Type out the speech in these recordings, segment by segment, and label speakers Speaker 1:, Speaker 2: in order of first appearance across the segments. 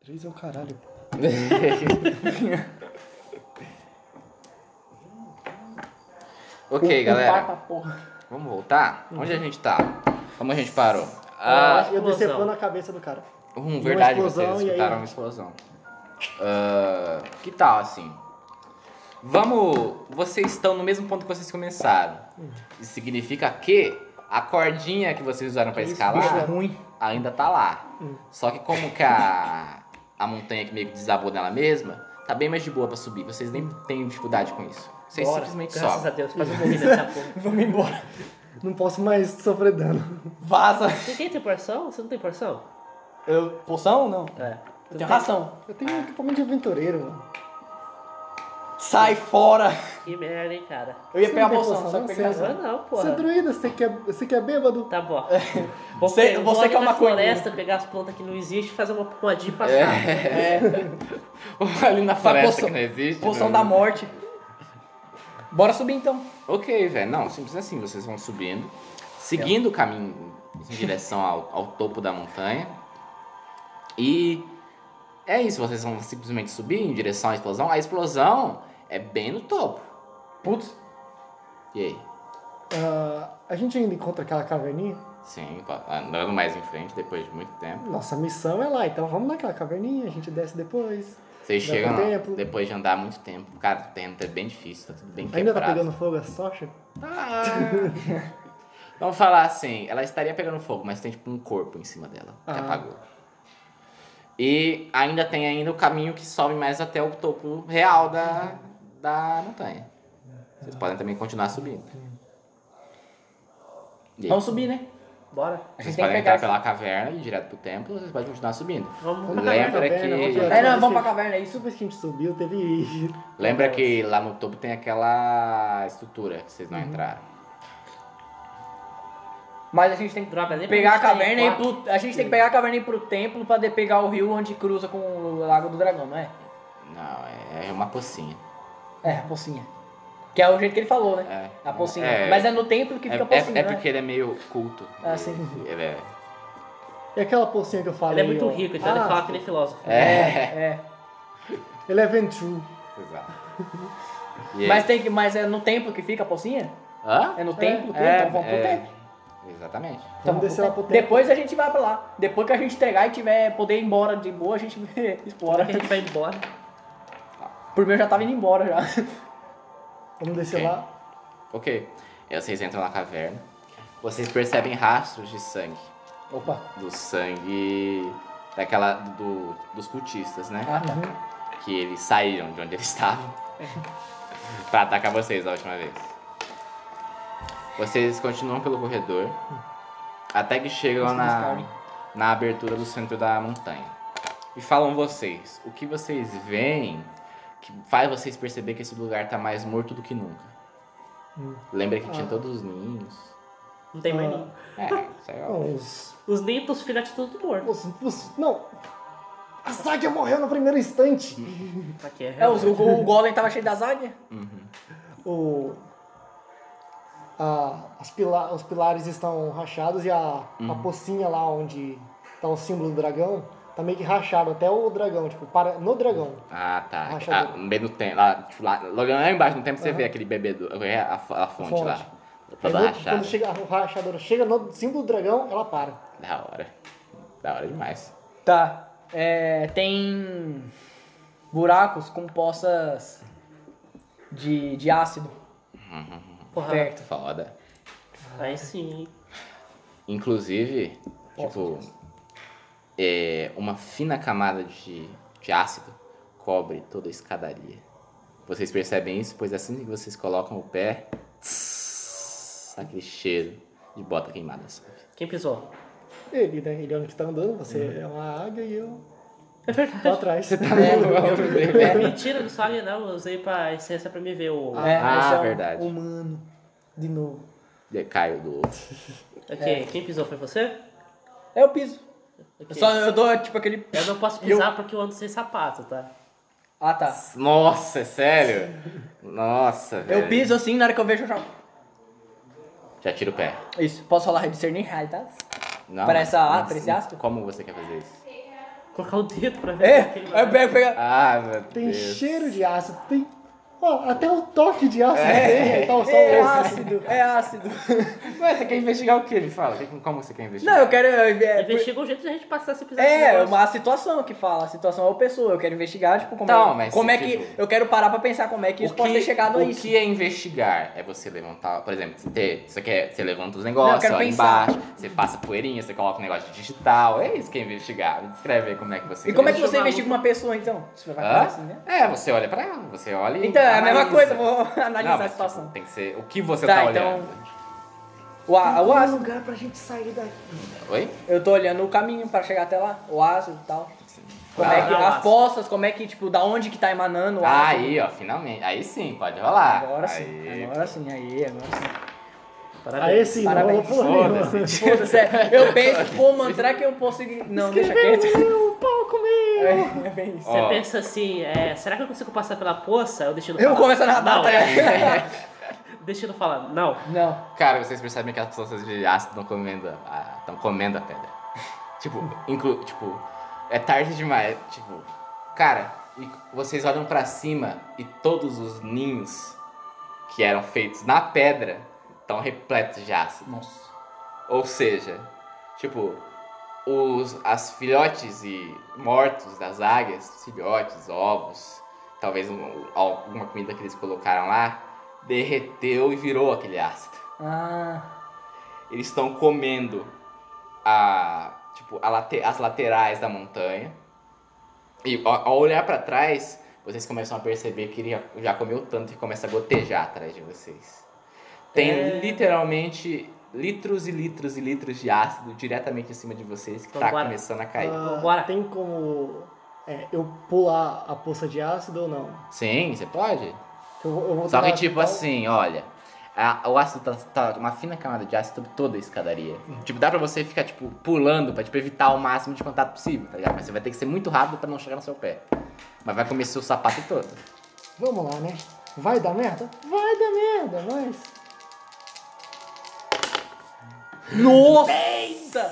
Speaker 1: Três é o caralho.
Speaker 2: ok, galera.
Speaker 3: Pata, porra.
Speaker 2: Vamos voltar? Onde a gente tá? Como a gente parou?
Speaker 1: Ah,
Speaker 2: Ah,
Speaker 1: eu
Speaker 3: explosão.
Speaker 1: decepando a cabeça do cara.
Speaker 2: hum, verdade,
Speaker 1: explosão,
Speaker 2: vocês
Speaker 1: e aí-
Speaker 2: escutaram uma explosão. Ah, que tal, assim? Vamos... Vocês estão no mesmo ponto que vocês começaram.
Speaker 1: Hum.
Speaker 2: Isso significa que a cordinha que vocês usaram pra
Speaker 1: Isso,
Speaker 2: escalar...
Speaker 1: bicho é ruim.
Speaker 2: ainda tá lá.
Speaker 1: Hum.
Speaker 2: Só que como que a, a montanha que meio que desabou nela mesma, tá bem mais de boa pra subir. Vocês nem têm dificuldade com isso. Vocês
Speaker 3: Bora.
Speaker 2: simplesmente
Speaker 3: Graças
Speaker 2: sobem.
Speaker 3: a Deus, quase eu morri nessa porra.
Speaker 1: Vamos embora. Não posso mais sofrer dano.
Speaker 4: Vaza.
Speaker 3: Você tem tem porção? Você não tem porção?
Speaker 4: Eu, poção? Não.
Speaker 3: É.
Speaker 4: Eu tenho ração.
Speaker 1: Eu tenho um equipamento de aventureiro, mano.
Speaker 4: Sai fora.
Speaker 3: Que merda, hein, cara.
Speaker 4: Eu ia
Speaker 1: Você
Speaker 4: pegar a
Speaker 1: não tem
Speaker 4: poção,
Speaker 1: poção,
Speaker 4: só
Speaker 1: não?
Speaker 4: que eu peguei a
Speaker 1: Você-
Speaker 4: razão.
Speaker 3: Agora não,
Speaker 1: Você é
Speaker 3: porra.
Speaker 1: druida, você que é, você que é bêbado.
Speaker 3: Tá bom.
Speaker 4: Você-
Speaker 3: eu
Speaker 4: você
Speaker 3: vou
Speaker 4: que é
Speaker 3: ali
Speaker 4: uma
Speaker 3: na
Speaker 4: coisa.
Speaker 3: floresta, pegar as plantas que não existem e fazer uma pomadinha e passar.
Speaker 2: É.
Speaker 4: É,
Speaker 2: Ali na floresta
Speaker 4: poção-
Speaker 2: que não existe. né?
Speaker 4: poção
Speaker 2: não-
Speaker 4: da morte. Bora subir então.
Speaker 2: Ok, velho. Não, simples assim. Vocês vão subindo.
Speaker 4: É.
Speaker 2: Seguindo o caminho em direção ao, ao topo da montanha. E é isso. Vocês vão simplesmente subir em direção à explosão. A explosão é bem no topo.
Speaker 4: Putz.
Speaker 2: E aí?
Speaker 1: Ah, a gente ainda encontra aquela caverninha?
Speaker 2: Sim, andando mais em frente depois de muito tempo.
Speaker 1: Nossa missão é lá, então vamos naquela caverninha, a gente desce depois.
Speaker 2: Vocês
Speaker 1: Dá
Speaker 2: chegam
Speaker 1: pra
Speaker 2: lá,
Speaker 1: tempo.
Speaker 2: depois de andar muito tempo. Cara, o tempo é bem difícil, tá tudo bem
Speaker 1: Ainda
Speaker 2: quebrado.
Speaker 1: tá pegando fogo a socha?
Speaker 2: Ah. Vamos falar assim, ela estaria pegando fogo, mas tem tipo um corpo em cima dela, que
Speaker 1: Ah.
Speaker 2: apagou. E ainda tem ainda o caminho que sobe mais até o topo real da, da montanha. Vocês podem também continuar subindo. E aí,
Speaker 4: Vamos subir, né?
Speaker 3: Bora.
Speaker 2: vocês
Speaker 4: tem que
Speaker 2: podem
Speaker 4: pegar
Speaker 2: entrar
Speaker 4: esse-
Speaker 2: pela caverna e ir direto pro templo, ou vocês podem continuar subindo.
Speaker 3: Vamos
Speaker 1: Vamos
Speaker 3: pra
Speaker 1: pra
Speaker 3: caverna.
Speaker 2: Lembra
Speaker 1: caverna, vamos
Speaker 2: que...
Speaker 1: pra
Speaker 4: É, não, vamos pra caverna, é isso?
Speaker 1: Isso depois que a gente subiu, teve.
Speaker 2: Lembra que lá no topo tem aquela estrutura que vocês não entraram.
Speaker 4: Mas a gente tem que
Speaker 3: Droga, lembra
Speaker 4: pegar a
Speaker 3: que gente
Speaker 4: caverna e
Speaker 3: tem
Speaker 4: ir pro. A gente tem que pegar a caverna e ir pro templo pra de- pegar o rio onde cruza com o Lago do Dragão, não é?
Speaker 2: Não, é é uma pocinha.
Speaker 4: É, a pocinha. Que é o jeito que ele falou, né?
Speaker 2: É.
Speaker 4: A pocinha.
Speaker 2: É.
Speaker 4: Mas é no templo que
Speaker 2: É,
Speaker 4: fica a
Speaker 2: é-
Speaker 4: pocinha.
Speaker 2: é
Speaker 4: né?
Speaker 2: porque ele é meio culto.
Speaker 4: Ah, sim.
Speaker 2: Ele é.
Speaker 1: E aquela pocinha que eu falei.
Speaker 3: Ele é muito
Speaker 1: ó.
Speaker 3: rico, então ele
Speaker 1: Ah,
Speaker 3: fala que ele é filósofo.
Speaker 2: É,
Speaker 4: É.
Speaker 1: Ele é Ventru.
Speaker 2: exato. E aí-
Speaker 4: Mas tem que. Mas é no templo que fica a pocinha?
Speaker 2: Hã?
Speaker 4: É no templo que
Speaker 2: É,
Speaker 4: então vamos pro
Speaker 2: é.
Speaker 4: templo.
Speaker 2: Exatamente.
Speaker 4: Então
Speaker 1: Vamos descer lá pro templo.
Speaker 4: Depois a gente vai pra lá. Depois que a gente entregar e tiver poder ir embora de boa, a gente explora.
Speaker 3: Agora que a gente vai embora.
Speaker 4: Por mim eu já tava indo embora já.
Speaker 1: Vamos descer
Speaker 2: Ok.
Speaker 1: lá.
Speaker 2: Ok. E aí vocês entram na caverna. Vocês percebem rastros de sangue.
Speaker 1: Opa.
Speaker 2: Do sangue. Daquela. do- dos cultistas, né?
Speaker 4: Ah, tá.
Speaker 2: Que eles saíram de onde eles estavam.
Speaker 1: É.
Speaker 2: pra atacar vocês da última vez. Vocês continuam pelo corredor. Até que chegam
Speaker 4: Isso não
Speaker 2: na,
Speaker 4: escala.
Speaker 2: na abertura do centro da montanha. E falam vocês. O que vocês veem que faz vocês perceber que esse lugar tá mais morto do que nunca.
Speaker 1: Hum.
Speaker 2: Lembra que tinha
Speaker 1: Ah.
Speaker 2: todos os ninhos?
Speaker 3: Não tem mais
Speaker 1: Ah.
Speaker 3: ninguém.
Speaker 2: É, isso aí é
Speaker 1: Não,
Speaker 2: óbvio.
Speaker 1: os.
Speaker 3: Os nintos, os filhotes, tudo morto.
Speaker 1: os, os- não! A Sáquia morreu no primeiro instante!
Speaker 3: Aqui é,
Speaker 4: É, os- o, o Golem tava cheio das águias.
Speaker 2: Uhum.
Speaker 1: O. a- as pila- os pilares estão rachados e a, a pocinha lá onde tá o símbolo do dragão tá meio que rachado até o dragão, tipo, para, no dragão.
Speaker 2: Ah, tá. Ah,
Speaker 1: Rachadura.
Speaker 2: bem no tempo. Lá, tipo, lá, logo lá embaixo no tempo você vê aquele bebedouro. é? A, fo- a fonte,
Speaker 1: fonte.
Speaker 2: lá.
Speaker 1: Aí
Speaker 2: Toda
Speaker 1: no-
Speaker 2: rachada.
Speaker 1: quando chega, a rachadora chega no símbolo do dragão, ela para.
Speaker 2: Da hora. Da hora demais.
Speaker 4: Tá. É, tem buracos com poças de, de ácido
Speaker 3: Porra.
Speaker 4: perto.
Speaker 2: É Foda.
Speaker 3: Aí sim, hein.
Speaker 2: Inclusive, tipo, é, uma fina camada de, de ácido cobre toda a escadaria. Vocês percebem isso? Pois assim que vocês colocam o pé, tss, aquele cheiro de bota queimada, sabe?
Speaker 3: Quem pisou?
Speaker 1: Ele, né? Ele é onde que tá andando, você é uma águia e eu. Tô atrás. Você tá
Speaker 3: É, mentira, não sabe não. Eu usei pra essência pra me ver o.
Speaker 4: É,
Speaker 2: Ah,
Speaker 4: esse é um
Speaker 2: verdade.
Speaker 4: Humano. De novo.
Speaker 2: E Caiu do ovo.
Speaker 3: Ok, quem pisou foi você?
Speaker 4: É o piso.
Speaker 3: Ok.
Speaker 4: Só eu dou tipo aquele.
Speaker 3: Eu não posso pisar porque eu ando sem sapato, tá?
Speaker 4: Ah, tá.
Speaker 2: Nossa, é sério? Nossa, velho.
Speaker 4: Eu piso assim, na hora que eu vejo eu já.
Speaker 2: Já tira o pé.
Speaker 4: Isso, posso falar discernir tá. realidades?
Speaker 2: Não,
Speaker 4: Pra essa-
Speaker 2: mas-
Speaker 4: pra esse ácido?
Speaker 2: Como você quer fazer isso?
Speaker 3: Colocar o dedo pra ver.
Speaker 4: É,
Speaker 3: se queima.
Speaker 4: aí pega, pega.
Speaker 2: Ah, meu
Speaker 1: Tem
Speaker 2: Deus.
Speaker 1: cheiro de ácido, tem. ó, até o toque de ácido tem, então só
Speaker 4: É
Speaker 1: o
Speaker 4: ácido, é ácido.
Speaker 2: Mas você quer investigar o que? Me fala. Como você quer investigar?
Speaker 4: Não, eu quero. eu- é,
Speaker 3: Investiga o um jeito de a gente passar esse episódio.
Speaker 4: É,
Speaker 3: negócio.
Speaker 4: uma situação que fala, a situação é o pessoa, eu quero investigar, tipo, como,
Speaker 2: Não,
Speaker 4: é-
Speaker 2: mas
Speaker 4: como é
Speaker 2: tipo-
Speaker 4: que, eu quero parar pra pensar como é que isso pode ter chegado a
Speaker 2: o
Speaker 4: isso.
Speaker 2: que é investigar? É você levantar, por exemplo, você, ter- você, quer, você levanta os
Speaker 4: Não, eu
Speaker 2: negócios,
Speaker 4: quero
Speaker 2: olha
Speaker 4: pensar.
Speaker 2: embaixo, você passa poeirinha, você coloca um negócio de digital. É isso que é investigar. Me descreve aí como é que você.
Speaker 4: E como é que
Speaker 3: Deixa
Speaker 4: você
Speaker 3: eu
Speaker 4: investiga uma pessoa, então? Você vai fazer
Speaker 2: Hã?
Speaker 4: assim, né?
Speaker 2: É, você olha pra ela, você olha e.
Speaker 4: Então, é a mesma
Speaker 2: analisa.
Speaker 4: coisa, vou
Speaker 2: Não,
Speaker 4: analisar a
Speaker 2: mas,
Speaker 4: situação.
Speaker 2: tipo, tem que ser o que você tá,
Speaker 4: Tá, então-
Speaker 2: olhando.
Speaker 4: Ah, O, á-
Speaker 2: Uhum.
Speaker 4: o
Speaker 1: Tem um
Speaker 4: ácido,
Speaker 1: lugar pra gente sair daqui.
Speaker 2: Oi?
Speaker 4: eu tô olhando o caminho pra chegar até lá, o ácido e tal. Como
Speaker 2: Ah,
Speaker 4: é que,
Speaker 3: ah, o
Speaker 4: as
Speaker 3: ácido.
Speaker 4: poças, como é que, tipo, da onde que tá emanando o ácido.
Speaker 2: Aí, ó, finalmente. Aí sim, pode rolar.
Speaker 4: Agora sim,
Speaker 2: Aí. tipo.
Speaker 4: agora sim, aí, agora sim.
Speaker 1: Aí assim, sim, Ah, não
Speaker 4: Parabéns.
Speaker 1: rolou porra nenhuma.
Speaker 2: Foda-se.
Speaker 4: Foda-se, é, eu penso, pô, mano, será que eu consigo... Não,
Speaker 1: um
Speaker 4: deixa quieto.
Speaker 1: Meu, palco
Speaker 2: um
Speaker 1: meu!
Speaker 4: É, é bem isso.
Speaker 3: Você
Speaker 2: Ó.
Speaker 3: pensa assim, é, será que eu consigo passar pela poça? Eu deixo
Speaker 4: Eu começo a nadar,
Speaker 3: não, é,
Speaker 4: tá ligado?
Speaker 3: Deixa eu falar, não.
Speaker 4: Não.
Speaker 2: Cara, vocês percebem que as pessoas de ácido estão comendo, a- tão comendo a pedra. tipo, inclu, tipo, é tarde demais. Tipo, cara, e vocês olham pra cima e todos os ninhos que eram feitos na pedra estão repletos de ácido.
Speaker 4: Nossa.
Speaker 2: Ou seja, tipo, os as filhotes e mortos das águias, filhotes, ovos, talvez um- alguma comida que eles colocaram lá, derreteu e virou aquele ácido
Speaker 4: Ah,
Speaker 2: eles estão comendo a tipo a late- as laterais da montanha e ao, ao olhar pra trás vocês começam a perceber que ele já, já comeu tanto que começa a gotejar atrás de vocês tem
Speaker 3: É.
Speaker 2: literalmente litros e litros e litros de ácido diretamente em cima de vocês que tá
Speaker 3: Vambora.
Speaker 2: começando a cair
Speaker 1: Ah,
Speaker 3: Vambora.
Speaker 1: tem como é, eu pular a poça de ácido ou não?
Speaker 2: sim você pode
Speaker 1: Eu, vou- eu vou
Speaker 2: Só que
Speaker 1: tentar-
Speaker 2: tipo assim, olha. a- o ácido tá, tá uma fina camada de ácido sobre toda a escadaria. Tipo, dá pra você ficar, tipo, pulando pra tipo, evitar o máximo de contato possível, tá ligado? Mas você vai ter que ser muito rápido pra não chegar no seu pé. Mas vai comer seu sapato todo.
Speaker 1: Vamos lá, né? Vai dar merda? Vai dar merda, mas.
Speaker 4: Nossa!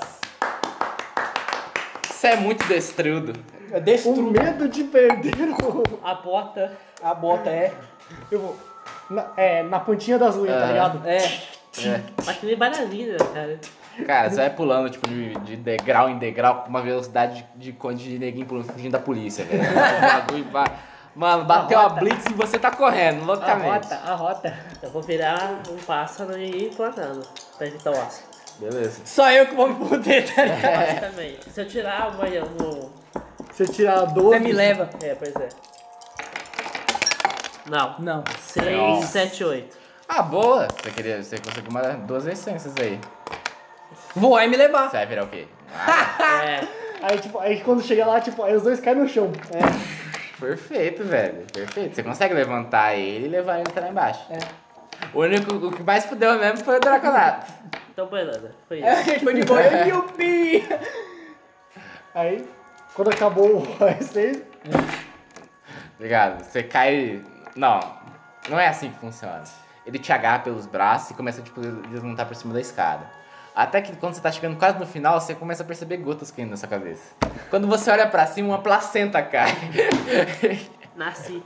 Speaker 2: Você é muito destrudo.
Speaker 4: Eu
Speaker 1: O
Speaker 4: destruo
Speaker 1: medo de perder o.
Speaker 3: A bota.
Speaker 4: a bota, é.
Speaker 1: Eu vou. Na, é, na pontinha das unhas, tá
Speaker 2: Ah.
Speaker 1: ligado?
Speaker 4: É.
Speaker 2: É.
Speaker 3: Mas que nem bananinha, cara.
Speaker 2: Cara, você vai pulando, tipo, de, de degrau em degrau com uma velocidade de, de, de neguinho pulando, fugindo da polícia, velho. O bagulho vai- Mano, bateu a blitz e você tá correndo,
Speaker 4: A
Speaker 2: loucamente.
Speaker 4: rota, a rota.
Speaker 3: Eu vou virar um pássaro e ir planando pra evitar o ácido.
Speaker 2: Beleza.
Speaker 4: Só eu que vou me poder, tá ligado?
Speaker 3: Você também. Se eu tirar uma, eu vou...
Speaker 1: Você tirar 12.
Speaker 4: Você me leva.
Speaker 3: É, pois é. Não.
Speaker 4: Não.
Speaker 3: 6,
Speaker 2: Nossa.
Speaker 3: 7, 8.
Speaker 2: Ah, boa! Você queria. Você conseguiu uma, duas essências aí.
Speaker 4: Voar e me levar.
Speaker 2: Você vai virar o quê? Ah,
Speaker 3: É.
Speaker 1: Aí, tipo, aí quando chega lá, tipo, aí os dois caem no chão. É.
Speaker 2: perfeito, velho. Perfeito. Você consegue levantar ele e levar ele até lá embaixo.
Speaker 4: É.
Speaker 2: O único o que mais fudeu mesmo foi o Draconato.
Speaker 3: Então, beleza. Foi
Speaker 4: É, a
Speaker 3: isso.
Speaker 4: gente foi de boa. Eu yupi!
Speaker 1: Aí, quando acabou o receio,
Speaker 2: Obrigado. Você cai. Não, não é assim que funciona. Ele te agarra pelos braços e começa tipo, a desmontar por cima da escada. Até que quando você tá chegando quase no final, você começa a perceber gotas caindo na sua cabeça. Quando você olha pra cima, uma placenta cai.
Speaker 3: Nasci.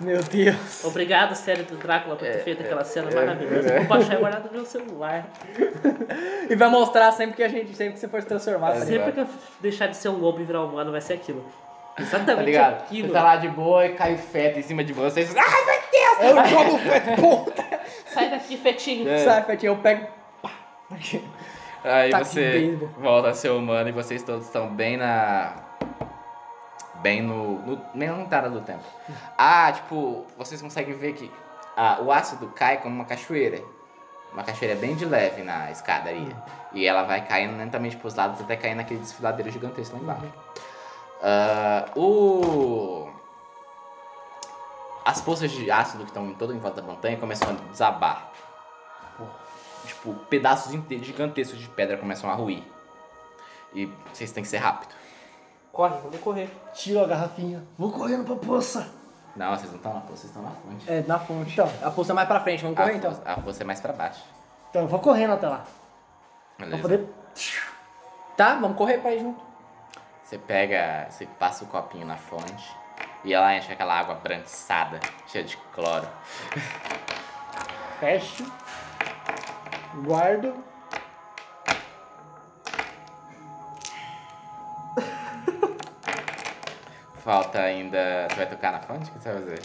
Speaker 4: Meu Deus.
Speaker 3: Obrigado, série do Drácula, por
Speaker 2: É,
Speaker 3: ter feito aquela cena
Speaker 2: é,
Speaker 3: maravilhosa.
Speaker 2: é.
Speaker 3: Vou baixar e guardar no meu celular.
Speaker 4: E vai mostrar sempre que a gente, sempre que você for se transformar. tá ligado?
Speaker 3: Sempre que eu deixar de ser um lobo e virar humano, vai ser aquilo. Exatamente
Speaker 2: Tá ligado? Você
Speaker 3: aquilo.
Speaker 2: tá lá de boa e cai o feto em cima de você. Ai, meu Deus!
Speaker 4: Eu jogo É o feto, puta.
Speaker 3: Sai daqui, fetinho.
Speaker 4: Sabe, Fetinho, eu pego.
Speaker 2: Aí
Speaker 4: Tá aqui
Speaker 2: você
Speaker 4: dentro.
Speaker 2: volta a ser humano e vocês todos estão bem na. Bem no. no bem na entrada do tempo. Ah, tipo, vocês conseguem ver que ah, o ácido cai como uma cachoeira. Uma cachoeira bem de leve na escadaria. E ela vai caindo lentamente pros lados até cair naquele desfiladeiro gigantesco lá embaixo. Ah, o. As poças de ácido que estão em todo em volta da montanha começam a desabar tipo, pedaços inte- gigantescos de pedra começam a ruir. E vocês têm que ser rápido.
Speaker 3: Corre, vamos correr.
Speaker 1: tiro a garrafinha. Vou correndo pra poça.
Speaker 2: Não, vocês não estão na poça, vocês estão na fonte.
Speaker 4: É, na fonte. Então, a pulsa é mais pra frente, vamos
Speaker 2: A,
Speaker 4: correr então.
Speaker 2: poça- a poça é mais pra baixo.
Speaker 1: Então eu vou correndo até lá. Pra
Speaker 2: Beleza?
Speaker 1: poder.
Speaker 4: Tá, vamos correr pra ir junto.
Speaker 2: Você pega, você passa o copinho na fonte e ela enche aquela água branquiçada, cheia de cloro.
Speaker 1: Fecho. Guardo.
Speaker 2: Falta ainda. Você vai tocar na fonte? O que você vai fazer?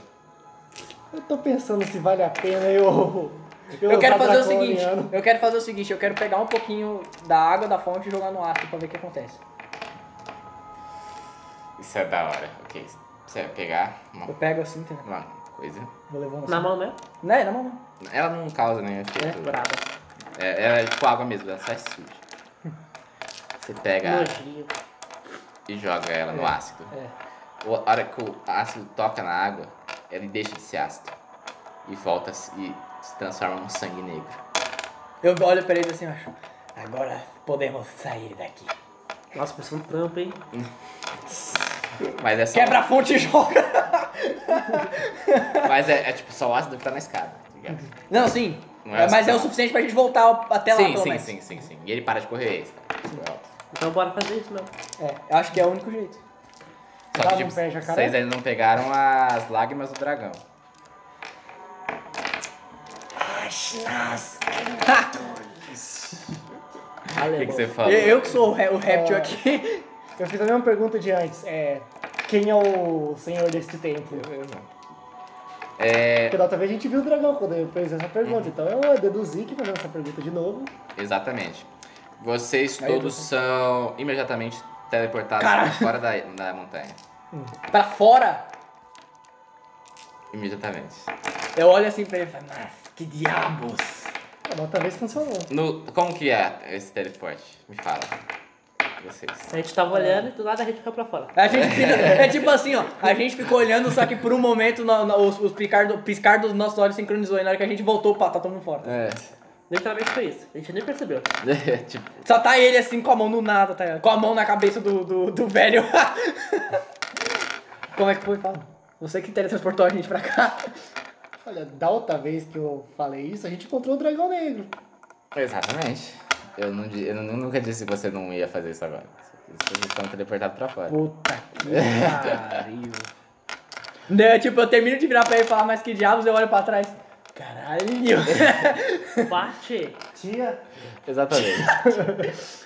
Speaker 1: Eu tô pensando se vale a pena eu.
Speaker 4: Eu, quero
Speaker 1: usar
Speaker 4: fazer o seguinte,
Speaker 1: draconiano.
Speaker 4: eu quero fazer o seguinte, eu quero pegar um pouquinho da água da fonte e jogar no ácido pra ver o que acontece.
Speaker 2: Isso é da hora, ok. Você vai pegar uma,
Speaker 4: Eu pego assim, entendeu?
Speaker 2: uma coisa.
Speaker 4: Vou levando assim.
Speaker 3: Na mão mesmo?
Speaker 4: Não, é na mão não.
Speaker 2: Ela não causa nenhum
Speaker 4: É,
Speaker 2: efeito.
Speaker 4: brava.
Speaker 2: É, ela é tipo água mesmo, ela só é suja.
Speaker 4: Hum.
Speaker 2: Você pega a água
Speaker 3: Nojinho.
Speaker 2: e joga ela no ácido.
Speaker 4: É.
Speaker 2: O- A hora que o ácido toca na água, ele deixa de ser ácido. E volta a se- e se transforma num sangue negro.
Speaker 4: Eu olho pra ele assim, eu acho. Agora podemos sair daqui.
Speaker 3: Nossa, pensou um trampo, hein?
Speaker 2: Mas é só.
Speaker 4: Quebra a fonte e joga!
Speaker 2: Mas é, é tipo só o ácido que tá na escada, tá ligado?
Speaker 4: Não, sim.
Speaker 2: Não é
Speaker 4: É, mas é o
Speaker 2: suficiente.
Speaker 4: suficiente pra gente voltar ao- até Uhum. lá,
Speaker 2: sim,
Speaker 4: pelo
Speaker 2: sim,
Speaker 4: menos.
Speaker 2: sim, sim, sim. E ele para de correr. isso é óbvio.
Speaker 3: Então bora fazer isso mesmo.
Speaker 4: É, eu acho que é o único jeito.
Speaker 2: Só
Speaker 1: Tá
Speaker 2: que
Speaker 4: um
Speaker 1: bom,
Speaker 2: tipo,
Speaker 1: pé, jacaré.
Speaker 2: vocês ainda não pegaram as lágrimas do dragão. O que, que você falou?
Speaker 4: Eu, eu que sou o, ré- o réptil
Speaker 1: Ah.
Speaker 4: aqui.
Speaker 1: Eu fiz a mesma pergunta de antes. É, quem é o senhor deste templo?
Speaker 2: É,
Speaker 1: Porque da outra vez a gente viu o dragão quando eu fiz essa pergunta. Então eu deduzi que fazendo essa pergunta de novo.
Speaker 2: exatamente. Vocês
Speaker 4: Aí eu
Speaker 2: todos são imediatamente teleportados para fora da, da montanha.
Speaker 4: Pra fora,
Speaker 2: Imediatamente.
Speaker 4: eu olho assim pra ele e falo, "Nossa, que diabos!
Speaker 1: Ah, Da outra vez funcionou.
Speaker 2: No, como que é esse teleporte? Me fala. Vocês.
Speaker 3: A gente tava
Speaker 2: É.
Speaker 3: olhando e do nada a gente fica pra fora.
Speaker 4: A gente fica- é tipo assim, ó, a gente ficou olhando, só que por um momento na- na- os, os picar do- piscar dos nossos olhos sincronizou e na hora que a gente voltou, pá, tá todo mundo fora.
Speaker 2: É.
Speaker 3: Literalmente foi isso. A gente nem percebeu.
Speaker 2: tipo,
Speaker 4: Só tá ele assim com a mão no nada, tá ligado? Com a mão na cabeça do, do, do velho. Como é que foi, fala? Você que teletransportou a gente pra cá.
Speaker 1: Olha, da outra vez que eu falei isso, a gente encontrou o dragão negro.
Speaker 2: exatamente. Eu, não, di- eu nu- nunca disse que você não ia fazer isso agora. Vocês estão teleportados pra fora.
Speaker 4: Puta que pariu. É. Daí, tipo, eu termino de virar pra ele e falar, mas que diabos, eu olho pra trás. Caralho.
Speaker 3: Bate!
Speaker 1: Tia,
Speaker 2: Exatamente.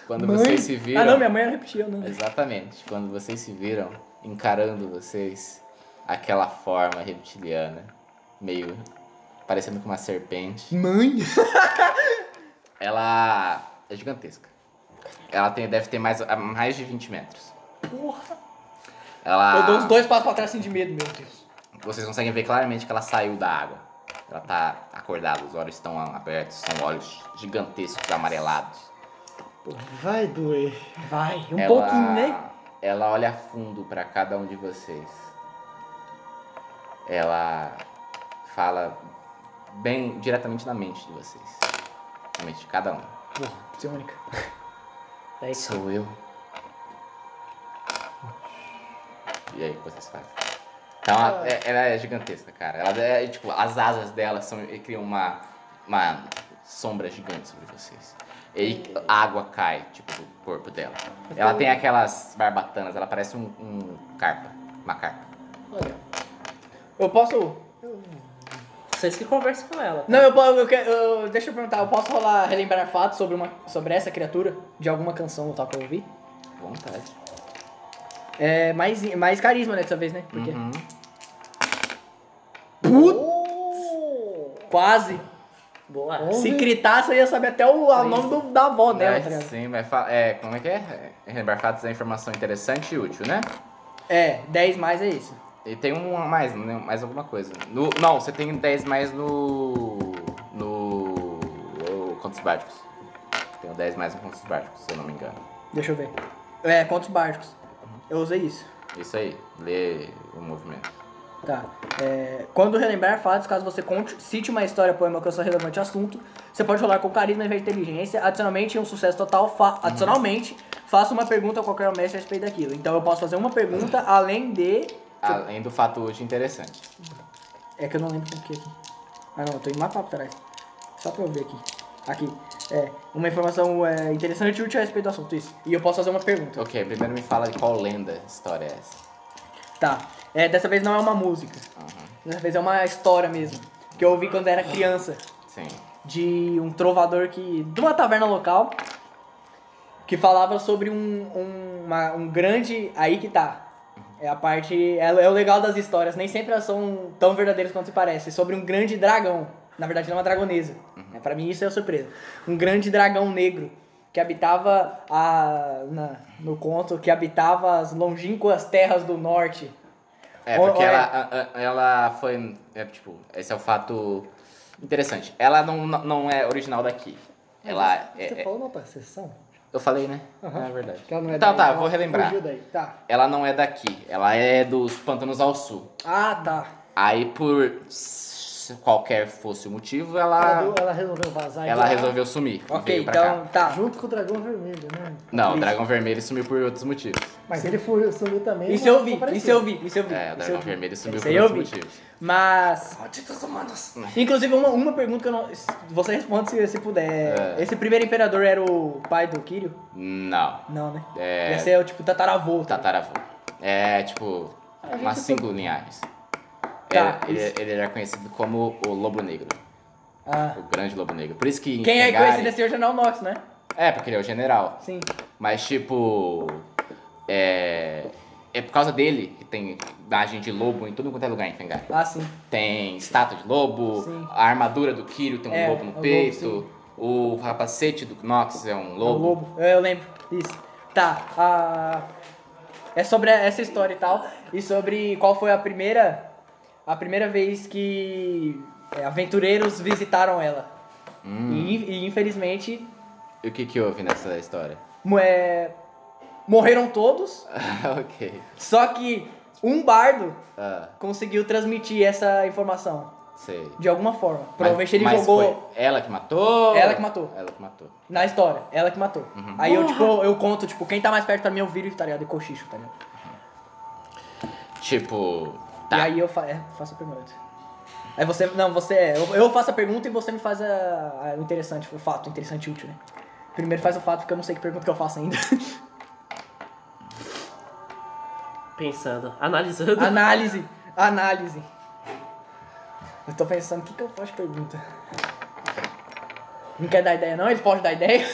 Speaker 2: Quando
Speaker 1: Mãe?
Speaker 2: vocês se viram.
Speaker 4: Ah não, minha mãe não repetiu, não.
Speaker 2: Exatamente. Quando vocês se viram encarando vocês, aquela forma reptiliana, meio parecendo com uma serpente,
Speaker 4: Mãe?
Speaker 2: ela é gigantesca. Ela tem, deve ter mais, a- mais de 20 metros.
Speaker 4: Porra.
Speaker 2: Ela,
Speaker 4: Eu dou uns dois passos pra trás assim de medo, meu Deus.
Speaker 2: Vocês conseguem ver claramente que ela saiu da água. Ela tá acordada, os olhos estão abertos, são olhos gigantescos, amarelados.
Speaker 1: vai doer.
Speaker 4: Vai, um
Speaker 2: Ela-
Speaker 4: pouquinho, né?
Speaker 2: Ela olha fundo pra cada um de vocês. Ela fala bem diretamente na mente de vocês. Na mente de cada um.
Speaker 4: Porra, ser única.
Speaker 3: Aí,
Speaker 2: Sou eu. E aí, o que vocês fazem? Então,
Speaker 4: Ah.
Speaker 2: ela, é- ela é gigantesca, cara. Ela é, tipo, as asas dela são, e criam uma, uma sombra gigante sobre vocês. E
Speaker 4: Hum.
Speaker 2: a água cai, tipo, do corpo dela. Ela tem aquelas barbatanas, ela parece um, um carpa, uma carpa.
Speaker 1: Olha,
Speaker 4: Eu posso.
Speaker 3: vocês que conversam com ela.
Speaker 4: Não, eu posso. Eu quero, eu- deixa eu perguntar, eu posso rolar relembrar fatos sobre, uma, sobre essa criatura? De alguma canção ou tal que eu ouvi?
Speaker 2: Vontade.
Speaker 4: É mais, mais carisma, né, dessa vez, né? Porque.
Speaker 2: Uhum.
Speaker 4: Puta!
Speaker 1: Oh!
Speaker 4: Quase!
Speaker 3: Boa.
Speaker 1: Onze.
Speaker 4: Se gritasse, eu ia saber até o, o nome do- da avó dela, tá
Speaker 2: É,
Speaker 4: ligado?
Speaker 2: sim, mas fa- é, como é que é? É, Lembrar fatos é informação interessante e útil, né?
Speaker 4: É, 10 mais é isso.
Speaker 2: E tem um a mais, né? mais alguma coisa. No, não, você tem 10 mais no. No. no Contos Básicos. Tem o 10 mais no Contos Básicos, se eu não me engano.
Speaker 4: Deixa eu ver. É, contos básicos. Eu usei isso.
Speaker 2: Isso aí, lê o movimento.
Speaker 4: Tá. É, quando relembrar fatos, caso você conte, cite uma história, poema ou canção relevante ao assunto, você pode rolar com carisma em vez de inteligência. Adicionalmente, em um sucesso total, fa adicionalmente, faça uma pergunta a qualquer mestre a respeito daquilo. Então eu posso fazer uma pergunta além de.
Speaker 2: Além do fato útil interessante.
Speaker 4: É que eu não lembro com o que aqui. Ah não, eu tô indo mais pra trás. Só pra eu ver aqui. Aqui. É, uma informação é, interessante e útil a respeito do assunto, isso. E eu posso fazer uma pergunta.
Speaker 2: Ok, primeiro me fala de qual lenda história é essa.
Speaker 4: Tá. É, dessa vez não é uma música.
Speaker 2: Aham.
Speaker 4: Dessa vez é uma história mesmo. Que eu ouvi quando era criança.
Speaker 2: Sim.
Speaker 4: de um trovador que de uma taverna local que falava sobre um, um, uma- um grande aí que tá é a parte é, é o legal das histórias nem sempre elas são tão verdadeiras quanto se parece sobre um grande dragão na verdade não é uma dragonesa
Speaker 2: Uhum.
Speaker 4: né? para mim isso é uma surpresa um grande dragão negro que habitava a na- no conto que habitava as longínquas terras do norte
Speaker 2: É,
Speaker 4: Ou-
Speaker 2: porque
Speaker 4: ou é-
Speaker 2: ela, a- a- ela foi. É, tipo, esse é o fato interessante. Ela não, não- não é original daqui. Ela
Speaker 1: Você
Speaker 2: é, é-
Speaker 1: falou na outra sessão?
Speaker 2: Eu falei, né?
Speaker 1: Aham.
Speaker 2: É verdade.
Speaker 1: Que ela não é
Speaker 2: tá,
Speaker 1: daí,
Speaker 2: tá,
Speaker 1: ela
Speaker 2: vou relembrar.
Speaker 1: fugiu daí.
Speaker 4: tá
Speaker 2: Ela não é daqui. Ela é dos Pantanos ao Sul.
Speaker 4: ah tá
Speaker 2: Aí, por s- qualquer fosse o motivo,
Speaker 4: Ah.
Speaker 1: Ela,
Speaker 2: ela,
Speaker 1: deu- ela resolveu vazar.
Speaker 2: ela
Speaker 1: e-
Speaker 2: resolveu sumir. e
Speaker 4: ok
Speaker 2: veio pra
Speaker 4: então
Speaker 2: cá.
Speaker 4: tá
Speaker 1: Junto com o dragão vermelho, né?
Speaker 2: Não, o
Speaker 4: Isso.
Speaker 2: Dragão Vermelho sumiu por outros motivos.
Speaker 1: Mas ele fugiu, sumiu também.
Speaker 4: Isso
Speaker 1: mas
Speaker 4: eu vi,
Speaker 1: apareceu.
Speaker 4: isso eu vi, isso eu vi.
Speaker 2: É, o
Speaker 4: isso eu
Speaker 2: Dragão
Speaker 4: vi.
Speaker 2: Vermelho sumiu
Speaker 4: Isso
Speaker 2: por
Speaker 4: aí eu
Speaker 2: outros
Speaker 4: vi.
Speaker 2: motivos.
Speaker 4: Mas,
Speaker 2: Malditos humanos.
Speaker 4: inclusive, uma, uma pergunta que eu não. Você responde se, se puder.
Speaker 2: É.
Speaker 4: Esse primeiro imperador era o pai do Kiryu?
Speaker 2: Não.
Speaker 4: Não, né?
Speaker 2: É.
Speaker 4: Esse é o tipo tataravô. tá?
Speaker 2: Tataravô. É, tipo, umas cinco linhagens.
Speaker 4: Tá,
Speaker 2: ele,
Speaker 4: isso.
Speaker 2: ele, ele era conhecido como o Lobo Negro,
Speaker 4: Ah.
Speaker 2: o Grande Lobo Negro. Por isso que. em
Speaker 4: Quem é
Speaker 2: Tengari-
Speaker 4: conhecido assim hoje não é o nosso, né?
Speaker 2: É, porque ele é o general.
Speaker 4: Sim.
Speaker 2: Mas, tipo. É. É por causa dele que tem imagem de lobo em tudo quanto é lugar em Fengar.
Speaker 4: Ah, sim.
Speaker 2: Tem estátua de lobo,
Speaker 4: Sim.
Speaker 2: a armadura do Kiryu tem um
Speaker 4: É,
Speaker 2: lobo
Speaker 4: é
Speaker 2: no
Speaker 4: um lobo,
Speaker 2: peito,
Speaker 4: sim.
Speaker 2: o capacete do Knox é um
Speaker 4: É o
Speaker 2: lobo.
Speaker 4: lobo. É, Eu lembro. Isso. Tá. ah, É sobre essa história e tal. E sobre qual foi a primeira. A primeira vez que é, aventureiros visitaram ela.
Speaker 2: Hum.
Speaker 4: E, e infelizmente
Speaker 2: E o que que houve nessa história?
Speaker 4: mo- é, morreram todos,
Speaker 2: ok.
Speaker 4: só que um bardo
Speaker 2: Ah,
Speaker 4: conseguiu transmitir essa informação
Speaker 2: sei.
Speaker 4: de alguma forma. Provavelmente ele
Speaker 2: mas
Speaker 4: jogou
Speaker 2: Foi ela que matou?
Speaker 4: Ela que matou.
Speaker 2: Ela que matou.
Speaker 4: na história, ela que matou.
Speaker 2: Uhum.
Speaker 4: Aí eu, tipo, eu conto, tipo, quem tá mais perto pra mim eu viro, tá ligado? E cochicho, tá ligado?
Speaker 2: Tipo.
Speaker 4: E
Speaker 2: Tá.
Speaker 4: aí eu fa é, faço a pergunta. Aí você. Não, você. é, Eu, eu faço a pergunta e você me faz a, a- o interessante, o fato, o interessante e útil, né? Primeiro faz o fato, porque eu não sei que pergunta que eu faço ainda.
Speaker 3: Pensando, analisando.
Speaker 4: Análise. Análise. Eu tô pensando, o que, que eu faço de pergunta? Não quer dar ideia, não? Eles podem dar ideia?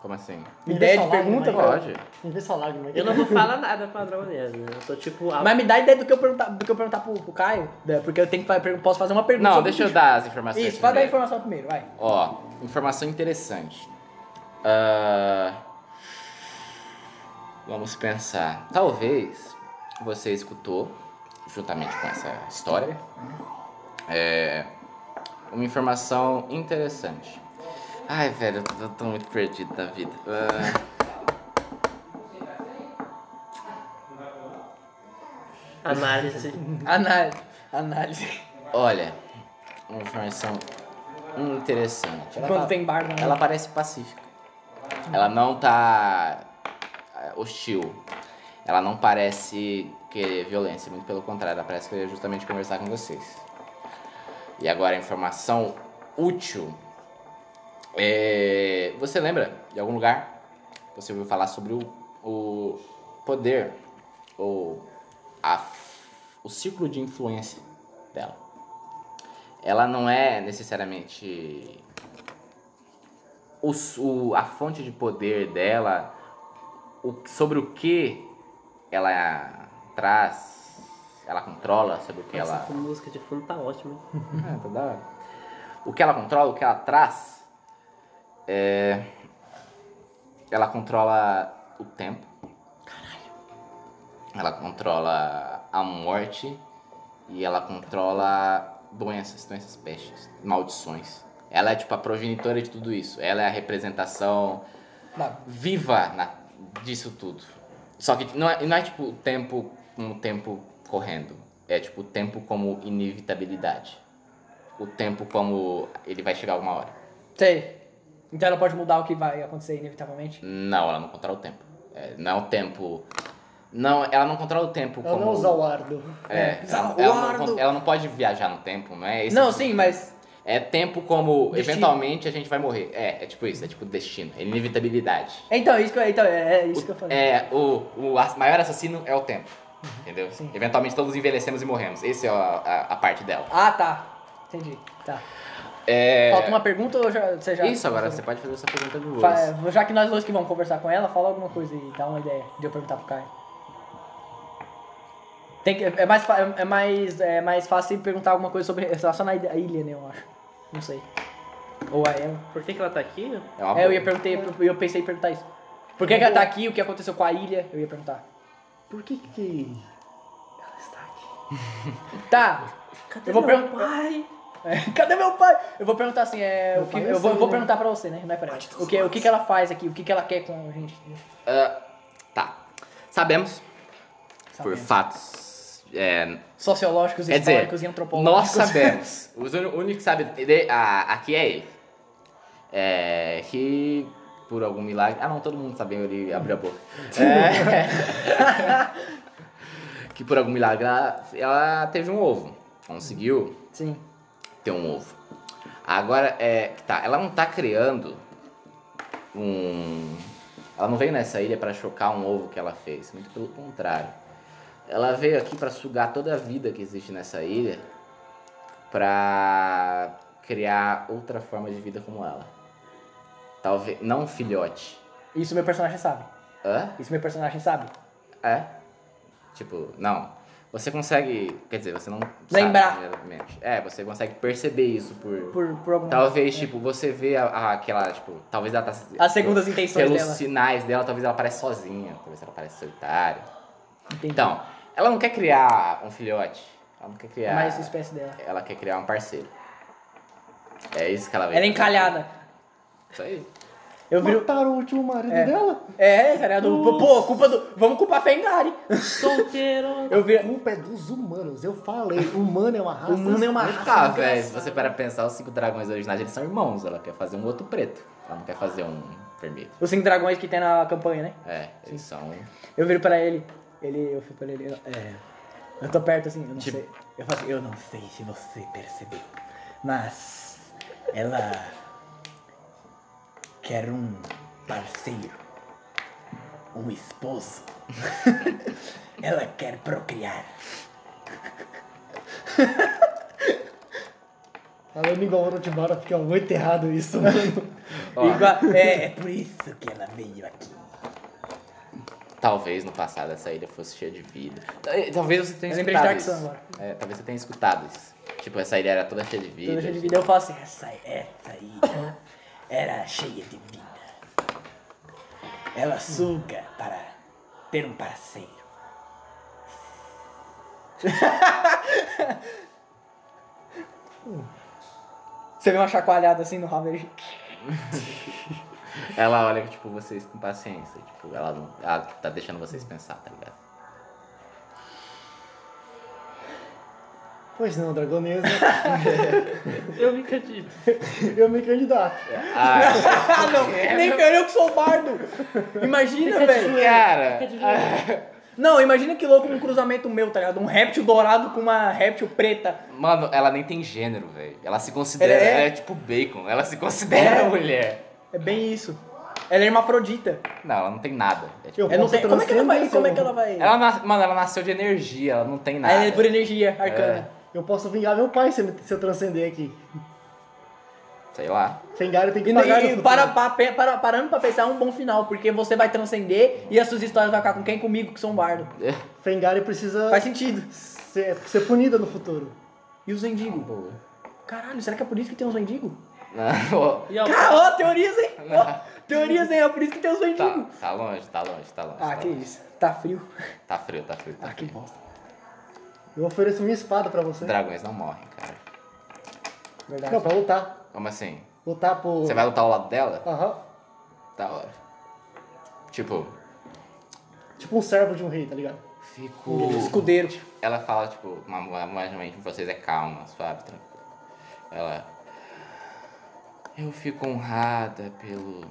Speaker 2: Como assim?
Speaker 4: ideia de
Speaker 1: falar,
Speaker 4: pergunta,
Speaker 1: né,
Speaker 4: cara?
Speaker 2: Pode.
Speaker 1: Ninguém só lágrima.
Speaker 3: Eu não vou falar nada pra Dragonesa. né? Eu tô tipo. a-
Speaker 4: Mas me dá ideia do que eu perguntar, do que eu perguntar pro, pro Caio, né? porque eu tenho que fa- eu posso fazer uma pergunta.
Speaker 2: Não,
Speaker 4: sobre
Speaker 2: deixa
Speaker 4: o
Speaker 2: eu
Speaker 4: bicho.
Speaker 2: dar as informações.
Speaker 4: Isso, vai dar a
Speaker 2: primeiro.
Speaker 4: informação primeiro, vai.
Speaker 2: Ó, informação interessante. Ah, vamos pensar. Talvez você escutou, juntamente com essa história, é, uma informação interessante. Ai, velho, eu tô, eu tô muito perdido da vida. Ah,
Speaker 3: Análise.
Speaker 4: Análise. Análise.
Speaker 2: olha, uma informação interessante. Ela
Speaker 4: Quando
Speaker 2: tá-
Speaker 4: tem barba, né?
Speaker 2: Ela parece pacífica. Ela não tá eh, hostil. Ela não parece querer violência, muito pelo contrário, ela parece querer justamente conversar com vocês. E agora a informação útil. É, Você lembra de algum lugar? Você ouviu falar sobre o, o poder ou a f- o círculo de influência dela. Ela não é necessariamente o, s- o- a fonte de poder dela, o, sobre o que ela traz, ela controla, sobre o que
Speaker 3: Nossa,
Speaker 2: ela.
Speaker 3: com música de fundo tá ótimo. hein?
Speaker 2: É, tá da hora. O que ela controla, o que ela traz, é... ela controla o tempo. Ela controla a morte e ela controla doenças, doenças pestes, maldições. Ela é tipo a progenitora de tudo isso. Ela é a representação
Speaker 4: Não.
Speaker 2: viva na- disso tudo. Só que não é, não é tipo o tempo um tempo correndo. É tipo o tempo como inevitabilidade. O tempo como ele vai chegar alguma hora.
Speaker 4: Sei. Então ela pode mudar o que vai acontecer inevitavelmente.
Speaker 2: Não, ela não controla o tempo. É, não é o tempo. Não, ela não controla o tempo
Speaker 1: Ela
Speaker 2: como.
Speaker 1: não usa o ardo.
Speaker 2: É, ela, ela não,
Speaker 4: Zawardo.
Speaker 2: ela não pode viajar no tempo, não é isso?
Speaker 4: Não, sim, mas
Speaker 2: É tempo como
Speaker 4: Destino.
Speaker 2: eventualmente a gente vai morrer. É, é tipo isso, é tipo destino, é inevitabilidade.
Speaker 4: Então, isso que eu, então, é é isso que eu falei.
Speaker 2: É, o, o ass- maior assassino é o tempo. Entendeu? Eventualmente todos envelhecemos e morremos. Essa é a, a, a parte dela.
Speaker 4: Ah, tá. Entendi. Tá.
Speaker 2: É,
Speaker 4: Falta uma pergunta ou já, você já.
Speaker 2: Isso, agora você pode fazer essa pergunta do Luiz.
Speaker 4: Fa- é. Já que nós dois que vamos conversar com ela, fala alguma coisa e dá uma ideia de eu perguntar pro Caio. Tem que, é, mais, fa- é, mais, é mais fácil perguntar alguma coisa sobre relacionada à ilha, né, eu acho. Não sei. Ou a ela.
Speaker 3: Por que, que ela tá aqui?
Speaker 2: É uma
Speaker 4: É, eu
Speaker 2: boa.
Speaker 4: ia perguntei, eu pensei em perguntar isso. Por que, que ela tá aqui? O que aconteceu com a ilha? Eu ia perguntar.
Speaker 1: Por que que ela está aqui?
Speaker 4: Tá.
Speaker 3: Cadê
Speaker 4: Eu vou
Speaker 3: meu
Speaker 4: pergun-
Speaker 3: pai?
Speaker 4: É, Cadê meu pai? Eu vou perguntar assim, é,
Speaker 1: Meu
Speaker 4: o que,
Speaker 1: pai é
Speaker 4: eu vou,
Speaker 1: seu,
Speaker 4: vou
Speaker 3: assim.
Speaker 1: né?
Speaker 4: perguntar pra você, né? Não é pra ela. O que, o que, que ela faz aqui? O que, que ela quer com a gente?
Speaker 2: Ah, tá. Sabemos, por
Speaker 4: Sabemos.
Speaker 2: fatos. é,
Speaker 4: Sociológicos,
Speaker 2: quer dizer,
Speaker 4: históricos e antropológicos.
Speaker 2: nós sabemos. Os uni- O único que sabe de- a- aqui é ele. É, que por algum milagre. Ah, não, todo mundo sabe, ele abriu a boca. É. que por algum milagre ela, ela teve um ovo. Conseguiu
Speaker 4: Sim.
Speaker 2: ter um ovo. Agora, é, tá, ela não tá criando um. Ela não veio nessa ilha pra chocar um ovo que ela fez, muito pelo contrário. Ela veio aqui pra sugar toda a vida que existe nessa ilha pra criar outra forma de vida como ela. Talvez. Não um filhote.
Speaker 4: Isso meu personagem sabe.
Speaker 2: Hã?
Speaker 4: Isso meu personagem sabe.
Speaker 2: É? Tipo, não. Você consegue. Quer dizer, você não. sabe
Speaker 4: Lembrar.
Speaker 2: primeiramente. É, você consegue perceber isso por.
Speaker 4: Por, por algum
Speaker 2: Talvez, tipo, você vê a, a- aquela, tipo, talvez ela tá.
Speaker 4: As segundas intenções
Speaker 2: Pelos
Speaker 4: dela.
Speaker 2: sinais dela, talvez ela pareça sozinha, talvez ela pareça solitária.
Speaker 4: Entendi.
Speaker 2: Então, ela não quer criar um filhote. Ela não quer criar.
Speaker 4: Mais espécie dela.
Speaker 2: Ela quer criar um parceiro. É isso que ela vai
Speaker 4: Ela é encalhada.
Speaker 2: Isso aí.
Speaker 4: Eu viro.
Speaker 1: Mataram o último marido dela?
Speaker 4: É, cara, do...
Speaker 3: Nossa.
Speaker 4: pô, culpa do. Vamos culpar a Fengari.
Speaker 3: Solteiro.
Speaker 4: Eu
Speaker 1: A
Speaker 4: viro.
Speaker 1: culpa é dos humanos. Eu falei, humano é uma raça.
Speaker 4: Humano é uma raça.
Speaker 2: tá,
Speaker 4: desgraçada.
Speaker 2: velho. Se você para pensar, os cinco dragões originais, eles são irmãos. Ela quer fazer um outro preto. Ela não quer fazer um vermelho.
Speaker 4: Os cinco dragões que tem na campanha, né?
Speaker 2: É, eles são.
Speaker 4: Eu viro pra ele. Ele, eu fui pra ele. eu- é. Eu tô perto assim, eu não
Speaker 2: Tipo,
Speaker 4: sei. Eu falo assim, eu não sei se você percebeu. Mas ela quer um parceiro. Um esposo. ela quer procriar.
Speaker 1: Falando igual Orochimaru, porque é muito errado isso, mano.
Speaker 2: Ó,
Speaker 4: Igual- é, é por isso que ela veio aqui.
Speaker 2: Talvez no passado essa ilha fosse cheia de vida. Ta- eh, Talvez você tenha
Speaker 4: Eu lembrei de
Speaker 2: escutado
Speaker 4: Dark Sun
Speaker 2: isso.
Speaker 4: agora.
Speaker 2: É, talvez você tenha escutado isso. Tipo, essa ilha era toda cheia de vida.
Speaker 4: Toda cheia de vida eu falo assim, essa, essa ilha era cheia de vida. Ela suga para ter um parceiro. Você vê uma chacoalhada assim no rabo ele-
Speaker 2: Ela olha, tipo, vocês com paciência. Tipo, ela não. Ela tá deixando vocês pensar, tá ligado?
Speaker 1: Pois não, dragonesa.
Speaker 3: Eu me acredito.
Speaker 1: Eu me
Speaker 4: É.
Speaker 1: candidato.
Speaker 2: Ah,
Speaker 4: Ah, não! Nem que eu que sou um bardo! Imagina, velho!
Speaker 3: É.
Speaker 2: cara!
Speaker 4: Não, imagina que louco um cruzamento meu, tá ligado? Um réptil dourado com uma réptil preta.
Speaker 2: Mano, ela nem tem gênero, velho. Ela se considera.
Speaker 4: Ela é-
Speaker 2: Ela é tipo bacon. Ela se considera
Speaker 4: É.
Speaker 2: mulher.
Speaker 4: É bem isso. Ela é hermafrodita.
Speaker 2: Não, ela não tem nada. É tipo-
Speaker 1: Eu
Speaker 4: Ela não
Speaker 1: posso
Speaker 4: tem... Como é que ela vai? Como é que ela vai?
Speaker 2: Ela nas- Mano, ela nasceu de energia, ela não tem nada.
Speaker 4: Ela é por energia arcana.
Speaker 1: Eu posso vingar meu pai se, eu me- se eu transcender aqui.
Speaker 2: Sei lá.
Speaker 1: Fengari tem
Speaker 4: E,
Speaker 1: que pagar
Speaker 4: e-
Speaker 1: no
Speaker 4: e para,
Speaker 1: futuro.
Speaker 4: pa- pe- para- parando pra pensar é um bom final, porque você vai transcender e as suas histórias vão ficar com quem? Comigo, que sou um bardo.
Speaker 1: Fengari precisa
Speaker 4: Faz sentido.
Speaker 1: ser, ser punida no futuro.
Speaker 4: E os mendigos? Caralho, será que é por isso que tem os mendigos?
Speaker 2: Não,
Speaker 3: E ó,
Speaker 4: Cara, ó, teorias, hein? Ó, teorias, hein? É por isso que tem os
Speaker 2: tá,
Speaker 4: mendigos.
Speaker 2: tá longe, tá longe, tá longe.
Speaker 4: Ah,
Speaker 2: tá
Speaker 4: que
Speaker 2: longe.
Speaker 4: isso. Tá frio.
Speaker 2: Tá frio, tá frio, tá
Speaker 4: Ah, que
Speaker 2: frio.
Speaker 4: bosta.
Speaker 1: Eu ofereço minha espada pra você.
Speaker 2: Dragões não morrem, cara.
Speaker 4: Verdade.
Speaker 1: Não, pra lutar.
Speaker 2: Como assim?
Speaker 1: Lutar por...
Speaker 2: Você vai lutar ao lado dela?
Speaker 1: Aham.
Speaker 2: Da hora. Tipo,
Speaker 1: Tipo um servo de um rei, tá ligado?
Speaker 2: fico.
Speaker 4: Escudeiro.
Speaker 2: Ela fala, tipo, uma uma- uma imagem de vocês é calma, suave, tranquila. Ela. Eu fico honrada pelo.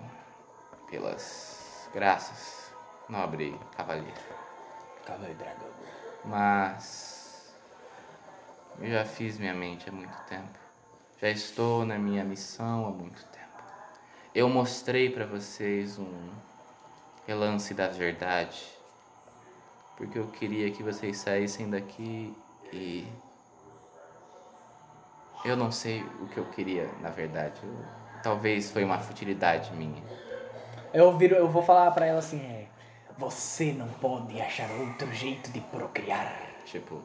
Speaker 2: pelas graças, nobre cavaleiro.
Speaker 4: Cavaleiro dragão.
Speaker 2: Mas eu já fiz minha mente há muito tempo. Já estou na minha missão há muito tempo. Eu mostrei para vocês um relance da verdade, porque eu queria que vocês saíssem daqui e eu não sei o que eu queria, na verdade. Eu- Talvez foi uma futilidade minha.
Speaker 4: Eu, viro, eu vou falar pra ela assim, é... Você não pode achar outro jeito de procriar.
Speaker 2: Tipo,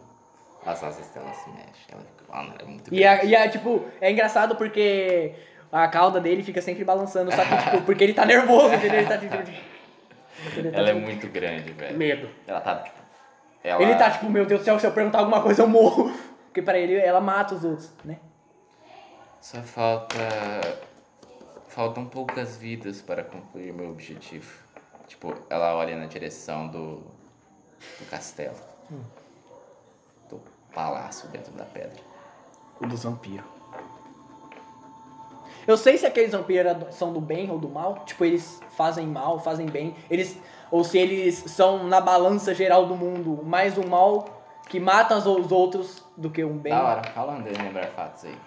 Speaker 2: as asas dela se mexem. Ela fica, ah, não, é muito
Speaker 4: E é, e é, tipo, é engraçado porque a cauda dele fica sempre balançando, só que, tipo, porque ele tá nervoso, entendeu? Ele tá tipo. Ele tá,
Speaker 2: Ela é
Speaker 4: tipo,
Speaker 2: muito grande, velho.
Speaker 3: Medo.
Speaker 2: Ela tá, tipo. Ela...
Speaker 4: ele tá, tipo, meu Deus do céu, se eu perguntar alguma coisa eu morro. Porque pra ele ela mata os outros, né?
Speaker 2: Só falta. Faltam poucas vidas para concluir meu objetivo. Tipo, ela olha na direção do. do castelo.
Speaker 4: Hum.
Speaker 2: Do palácio dentro da pedra.
Speaker 4: O dos vampiros. Eu sei se aqueles vampiros são do bem ou do mal. Tipo, eles fazem mal, fazem bem. Eles. Ou se eles são na balança geral do mundo mais um mal que mata os os outros do que um bem.
Speaker 2: Da hora, falando de lembrar fatos aí.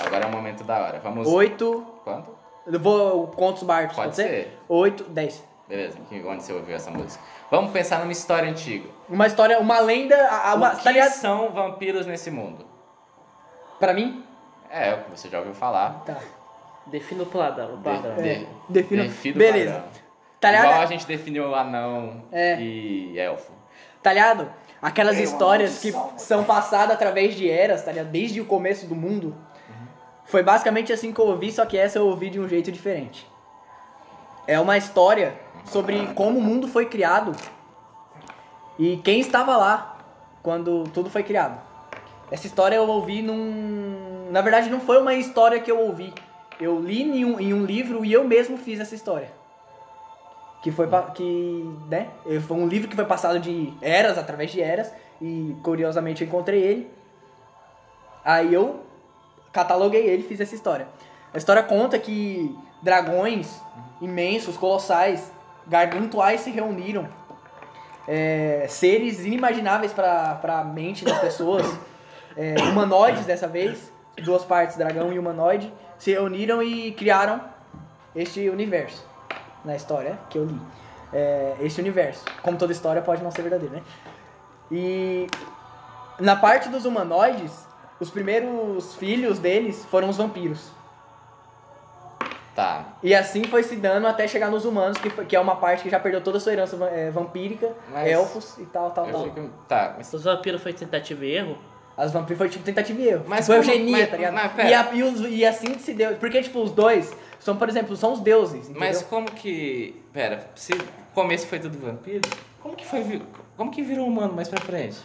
Speaker 2: É, Agora é o momento da hora. Vamos.
Speaker 4: Oito.
Speaker 2: Quanto?
Speaker 4: Eu vou contra os barcos,
Speaker 2: Pode
Speaker 4: pode,
Speaker 2: ser.
Speaker 4: ser? Oito, dez.
Speaker 2: Beleza, que- onde você ouviu essa música? Vamos pensar numa história antiga.
Speaker 4: Uma história, uma lenda, a- a- uma,
Speaker 2: o
Speaker 4: tá
Speaker 2: que
Speaker 4: ligado?
Speaker 2: são vampiros nesse mundo?
Speaker 4: Pra mim?
Speaker 2: É, o que você já ouviu falar.
Speaker 4: Tá.
Speaker 3: Defina o padrão. O padrão.
Speaker 2: De- de-
Speaker 4: defina-
Speaker 2: defina o
Speaker 4: Tá. É, beleza.
Speaker 2: padrão.
Speaker 4: Tá ligado?
Speaker 2: Igual a gente definiu anão
Speaker 4: É.
Speaker 2: e elfo.
Speaker 4: Tá ligado? Aquelas histórias que são passadas através de eras, tá ligado? Desde o começo do mundo. Foi basicamente assim que eu ouvi, só que essa eu ouvi de um jeito diferente. É uma história sobre como o mundo foi criado e quem estava lá quando tudo foi criado. Essa história eu ouvi num. Na verdade, não foi uma história que eu ouvi. Eu li em um, em um livro e eu mesmo fiz essa história. Que foi. pa- Que. Né? Eh, Foi um livro que foi passado de eras através de eras. E curiosamente eu encontrei ele. Aí eu cataloguei ele e fiz essa história. A história conta que dragões imensos, colossais, gargantuais se reuniram. É, seres inimagináveis para a mente das pessoas, é, humanoides dessa vez, duas partes, dragão e humanoide, se reuniram e criaram este universo na história que eu li. É, este universo. Como toda história pode não ser verdadeiro, né? E na parte dos humanoides, os primeiros filhos deles foram os vampiros.
Speaker 2: Tá.
Speaker 4: E assim foi se dando até chegar nos humanos, que, foi- que é uma parte que já perdeu toda a sua herança va- é, vampírica,
Speaker 2: Mas-
Speaker 4: elfos e tal, tal,
Speaker 2: Eu
Speaker 4: tal.
Speaker 2: fico- Tá, mas.
Speaker 3: Os vampiros foi tentativa e erro.
Speaker 4: As vampiros foi tipo tentativa e erro.
Speaker 2: Mas
Speaker 4: foi
Speaker 2: como-
Speaker 4: eugenia,
Speaker 2: mas-
Speaker 4: tá ligado?
Speaker 2: mas pera.
Speaker 4: e, a- e os- e assim se deu. Porque, tipo, os dois são, por exemplo, são os deuses. Entendeu?
Speaker 2: Mas como que. Pera, se o começo foi tudo vampiro, como que foi. vi- Como que virou humano mais pra frente?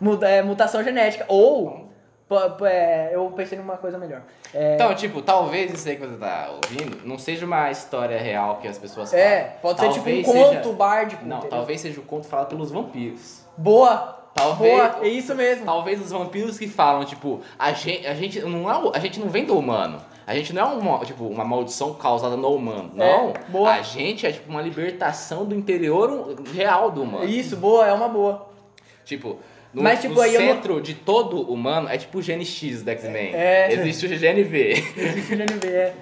Speaker 4: Muda- é, mutação genética. Ou. pa- pa- é, eu pensei numa coisa melhor. É,
Speaker 2: Então, tipo, talvez isso aí que você tá ouvindo não seja uma história real que as pessoas falam.
Speaker 4: é, pode ser tipo um
Speaker 2: Talvez
Speaker 4: conto
Speaker 2: seja-
Speaker 4: bárdico.
Speaker 2: Não,
Speaker 4: entendeu?
Speaker 2: talvez seja o conto falado pelos vampiros.
Speaker 4: Boa!
Speaker 2: Talvez-
Speaker 4: Boa, é isso mesmo.
Speaker 2: Talvez os vampiros que falam, tipo, a gente, a gente não é, o- a gente não vem do humano. A gente não é uma, tipo, uma maldição causada no humano.
Speaker 4: É,
Speaker 2: Não.
Speaker 4: boa.
Speaker 2: A gente é tipo uma libertação do interior real do humano.
Speaker 4: Isso, boa, é uma boa.
Speaker 2: Tipo, no,
Speaker 4: Mas, tipo,
Speaker 2: no
Speaker 4: aí eu não-
Speaker 2: centro de todo humano é tipo o gene X do X-Men.
Speaker 4: É.
Speaker 2: Existe o gene V.
Speaker 4: Existe o GNV, é.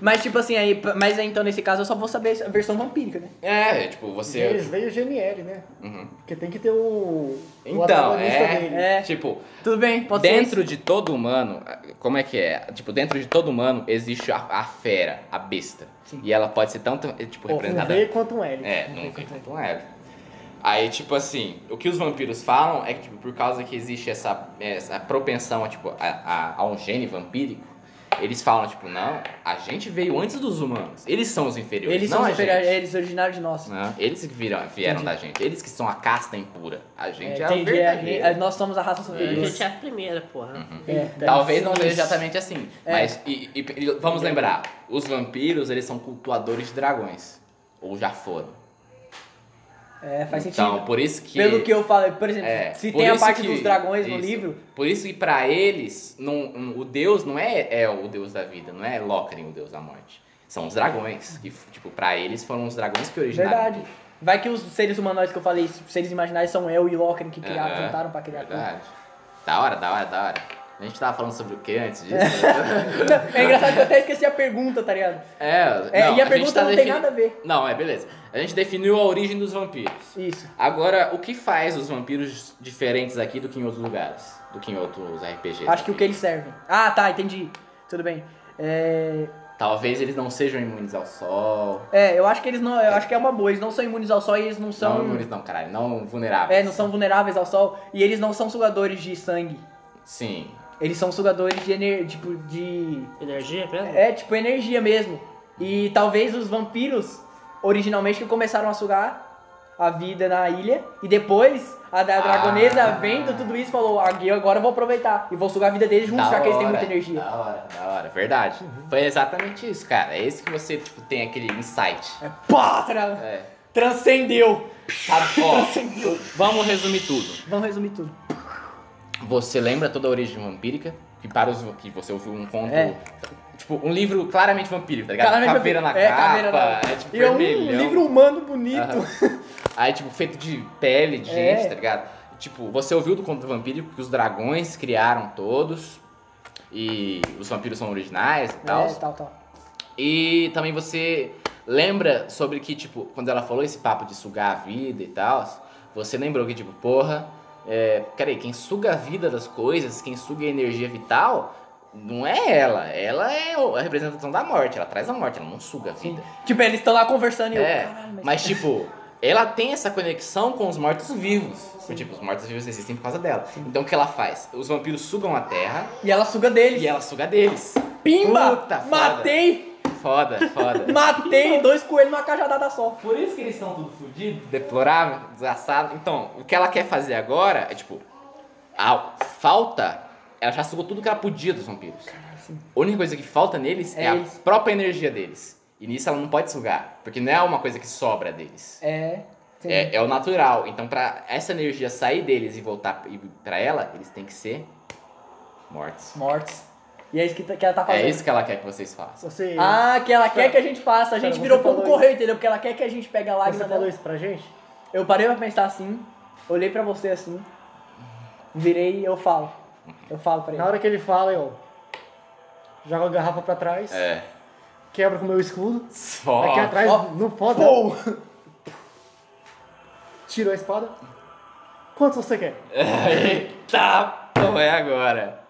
Speaker 4: Mas tipo assim, aí, mas aí, então nesse caso eu só vou saber a versão vampírica, né?
Speaker 2: É, tipo,
Speaker 1: Eles
Speaker 2: você.
Speaker 1: veio o GNL, né?
Speaker 2: Uhum.
Speaker 1: Porque tem que ter o, o
Speaker 2: Então,
Speaker 1: antagonista
Speaker 2: é,
Speaker 1: dele.
Speaker 4: É.
Speaker 2: Tipo,
Speaker 4: Tudo bem, pode ser.
Speaker 2: dentro de todo humano, como é que é? Tipo, dentro de todo humano existe a, a fera, a besta.
Speaker 4: Sim.
Speaker 2: E ela pode ser tanto, tipo,
Speaker 1: Um
Speaker 2: representada
Speaker 1: V quanto um L.
Speaker 2: É, não vem quanto um L. Aí, tipo assim, o que os vampiros falam é que, tipo, por causa que existe essa, essa propensão a, tipo, a, a, a um gene vampírico, eles falam, tipo, não, a gente veio antes dos humanos. Eles são os inferiores,
Speaker 4: Eles
Speaker 2: não
Speaker 4: são
Speaker 2: a
Speaker 4: superiores,
Speaker 2: gente.
Speaker 4: eles originaram de nós.
Speaker 2: Não, eles que viram, vieram
Speaker 4: Entendi.
Speaker 2: da gente. Eles que são a casta impura. A gente é,
Speaker 4: entendi,
Speaker 2: a
Speaker 4: é,
Speaker 2: verdadeira.
Speaker 4: é, nós somos a raça
Speaker 3: A
Speaker 4: superior.
Speaker 3: gente é a primeira, porra.
Speaker 4: É.
Speaker 2: Talvez não
Speaker 1: Isso.
Speaker 2: seja exatamente assim.
Speaker 4: É.
Speaker 2: Mas e- e- e vamos lembrar, os vampiros, eles são cultuadores de dragões. Ou já foram.
Speaker 4: É, faz sentido.
Speaker 2: Então, por isso que...
Speaker 4: Pelo que eu falei, por exemplo,
Speaker 2: É,
Speaker 4: se
Speaker 2: por
Speaker 4: tem a
Speaker 2: isso
Speaker 4: parte
Speaker 2: que-
Speaker 4: dos dragões no
Speaker 2: isso.
Speaker 4: livro,
Speaker 2: Por isso que pra eles, não- não- o Deus não é, é o Deus da vida, não é Locrin o Deus da morte. São os dragões, que tipo, pra eles foram os dragões que originaram.
Speaker 4: verdade. Vai que os seres humanoides que eu falei, os seres imaginários são eu e Locke que criaram,
Speaker 2: Aham,
Speaker 4: juntaram pra criar tudo.
Speaker 2: Verdade. Da hora, da hora, da hora. A gente tava falando sobre o que antes disso?
Speaker 4: É engraçado que eu até esqueci a pergunta, tá ligado?
Speaker 2: É,
Speaker 4: É,
Speaker 2: não,
Speaker 4: e a,
Speaker 2: gente
Speaker 4: pergunta
Speaker 2: tá
Speaker 4: não tem
Speaker 2: defini-
Speaker 4: nada a ver.
Speaker 2: Não, é beleza. A gente definiu a origem dos vampiros.
Speaker 4: Isso.
Speaker 2: Agora, o que faz os vampiros diferentes aqui do que em outros lugares? Do que em outros RPGs?
Speaker 4: Acho que o que eles servem. Ah, tá, entendi. Tudo bem. É,
Speaker 2: Talvez eles não sejam imunes ao sol.
Speaker 4: é, eu acho que eles não. Eu acho que é uma boa. Eles não são imunes ao sol e eles não são.
Speaker 2: Não imunes não, caralho. Não vulneráveis.
Speaker 4: é, não são vulneráveis ao sol. E eles não são sugadores de sangue.
Speaker 2: Sim.
Speaker 4: Eles são sugadores de energia. Tipo, de.
Speaker 3: Energia né? mesmo?
Speaker 4: É, tipo, energia mesmo. E talvez os vampiros, originalmente, que começaram a sugar a vida na ilha. E depois, a da
Speaker 2: Ah.
Speaker 4: dragonesa vendo tudo isso, falou, ah, eu agora vou aproveitar. E vou sugar a vida deles juntos,
Speaker 2: Da
Speaker 4: já que eles têm
Speaker 2: hora,
Speaker 4: muita energia.
Speaker 2: Da hora, da hora. Verdade. Foi exatamente isso, cara. É esse que você, tipo, tem aquele insight.
Speaker 4: É, pá, tra-
Speaker 2: É.
Speaker 4: transcendeu.
Speaker 2: Sabe, ó, vamos resumir tudo.
Speaker 4: Vamos resumir tudo.
Speaker 2: Você lembra toda a origem vampírica? Que para os que você ouviu um conto.
Speaker 4: É.
Speaker 2: Tipo, um livro claramente vampírico, tá ligado?
Speaker 4: Claramente
Speaker 2: caveira
Speaker 4: vampiro.
Speaker 2: na
Speaker 4: é,
Speaker 2: capa,
Speaker 4: caveira na
Speaker 2: é tipo
Speaker 4: E é um
Speaker 2: vermelhão.
Speaker 4: livro humano bonito.
Speaker 2: Aham. Aí, tipo, feito de pele, de
Speaker 4: É.
Speaker 2: gente, tá ligado? Tipo, você ouviu do conto vampírico que os dragões criaram todos. E os vampiros são originais e tal.
Speaker 4: É, tal, tal.
Speaker 2: E também você lembra sobre que, tipo, quando ela falou esse papo de sugar a vida e tal, você lembrou que, tipo, porra, é, peraí, quem suga a vida das coisas, quem suga a energia vital, não é ela. Ela é o- a representação da morte, ela traz a morte, ela não suga a vida.
Speaker 4: Tipo, eles estão lá conversando e eu,
Speaker 2: É,
Speaker 4: caralho, mas...
Speaker 2: mas tipo, ela tem essa conexão com os mortos-vivos. Tipo, os mortos-vivos existem por causa dela. Então o que ela faz? Os vampiros sugam a terra
Speaker 4: E ela suga deles.
Speaker 2: e ela suga deles.
Speaker 4: Pimba!
Speaker 2: Puta foda.
Speaker 4: matei!
Speaker 2: Foda, foda.
Speaker 4: Matei dois coelhos numa cajadada só.
Speaker 2: Por isso que eles estão tudo fodidos, deplorável, desgraçado. Então, o que ela quer fazer agora é tipo. A falta. Ela já sugou tudo que ela podia dos vampiros. A única coisa que falta neles é,
Speaker 4: É
Speaker 2: a
Speaker 4: eles.
Speaker 2: própria energia deles. E nisso ela não pode sugar. Porque não é uma coisa que sobra deles.
Speaker 4: É. sim.
Speaker 2: É, é o natural. Então, pra essa energia sair deles e voltar e- pra ela, eles têm que ser mortos.
Speaker 4: Mortos. E é isso que, tá- que ela tá fazendo.
Speaker 2: É isso que ela quer que vocês façam.
Speaker 1: Você,
Speaker 4: Ah, que ela quer que a gente faça. A
Speaker 1: Cara,
Speaker 4: gente
Speaker 1: você
Speaker 4: virou pombo
Speaker 1: falou
Speaker 4: correio, entendeu? Porque ela quer que a gente pegue a
Speaker 1: você
Speaker 4: lágrima
Speaker 1: falou
Speaker 4: dela.
Speaker 1: isso pra gente?
Speaker 4: Eu parei pra pensar assim, olhei pra você assim, virei e eu falo. Eu falo pra ele.
Speaker 1: Na hora que ele fala, eu jogo a garrafa pra trás,
Speaker 2: É.
Speaker 1: quebro com o meu escudo,
Speaker 2: Só.
Speaker 1: aqui atrás,
Speaker 4: ó.
Speaker 1: não pode.
Speaker 4: Pou!
Speaker 1: Tiro a espada. Quantos você quer?
Speaker 2: Eita, não é agora.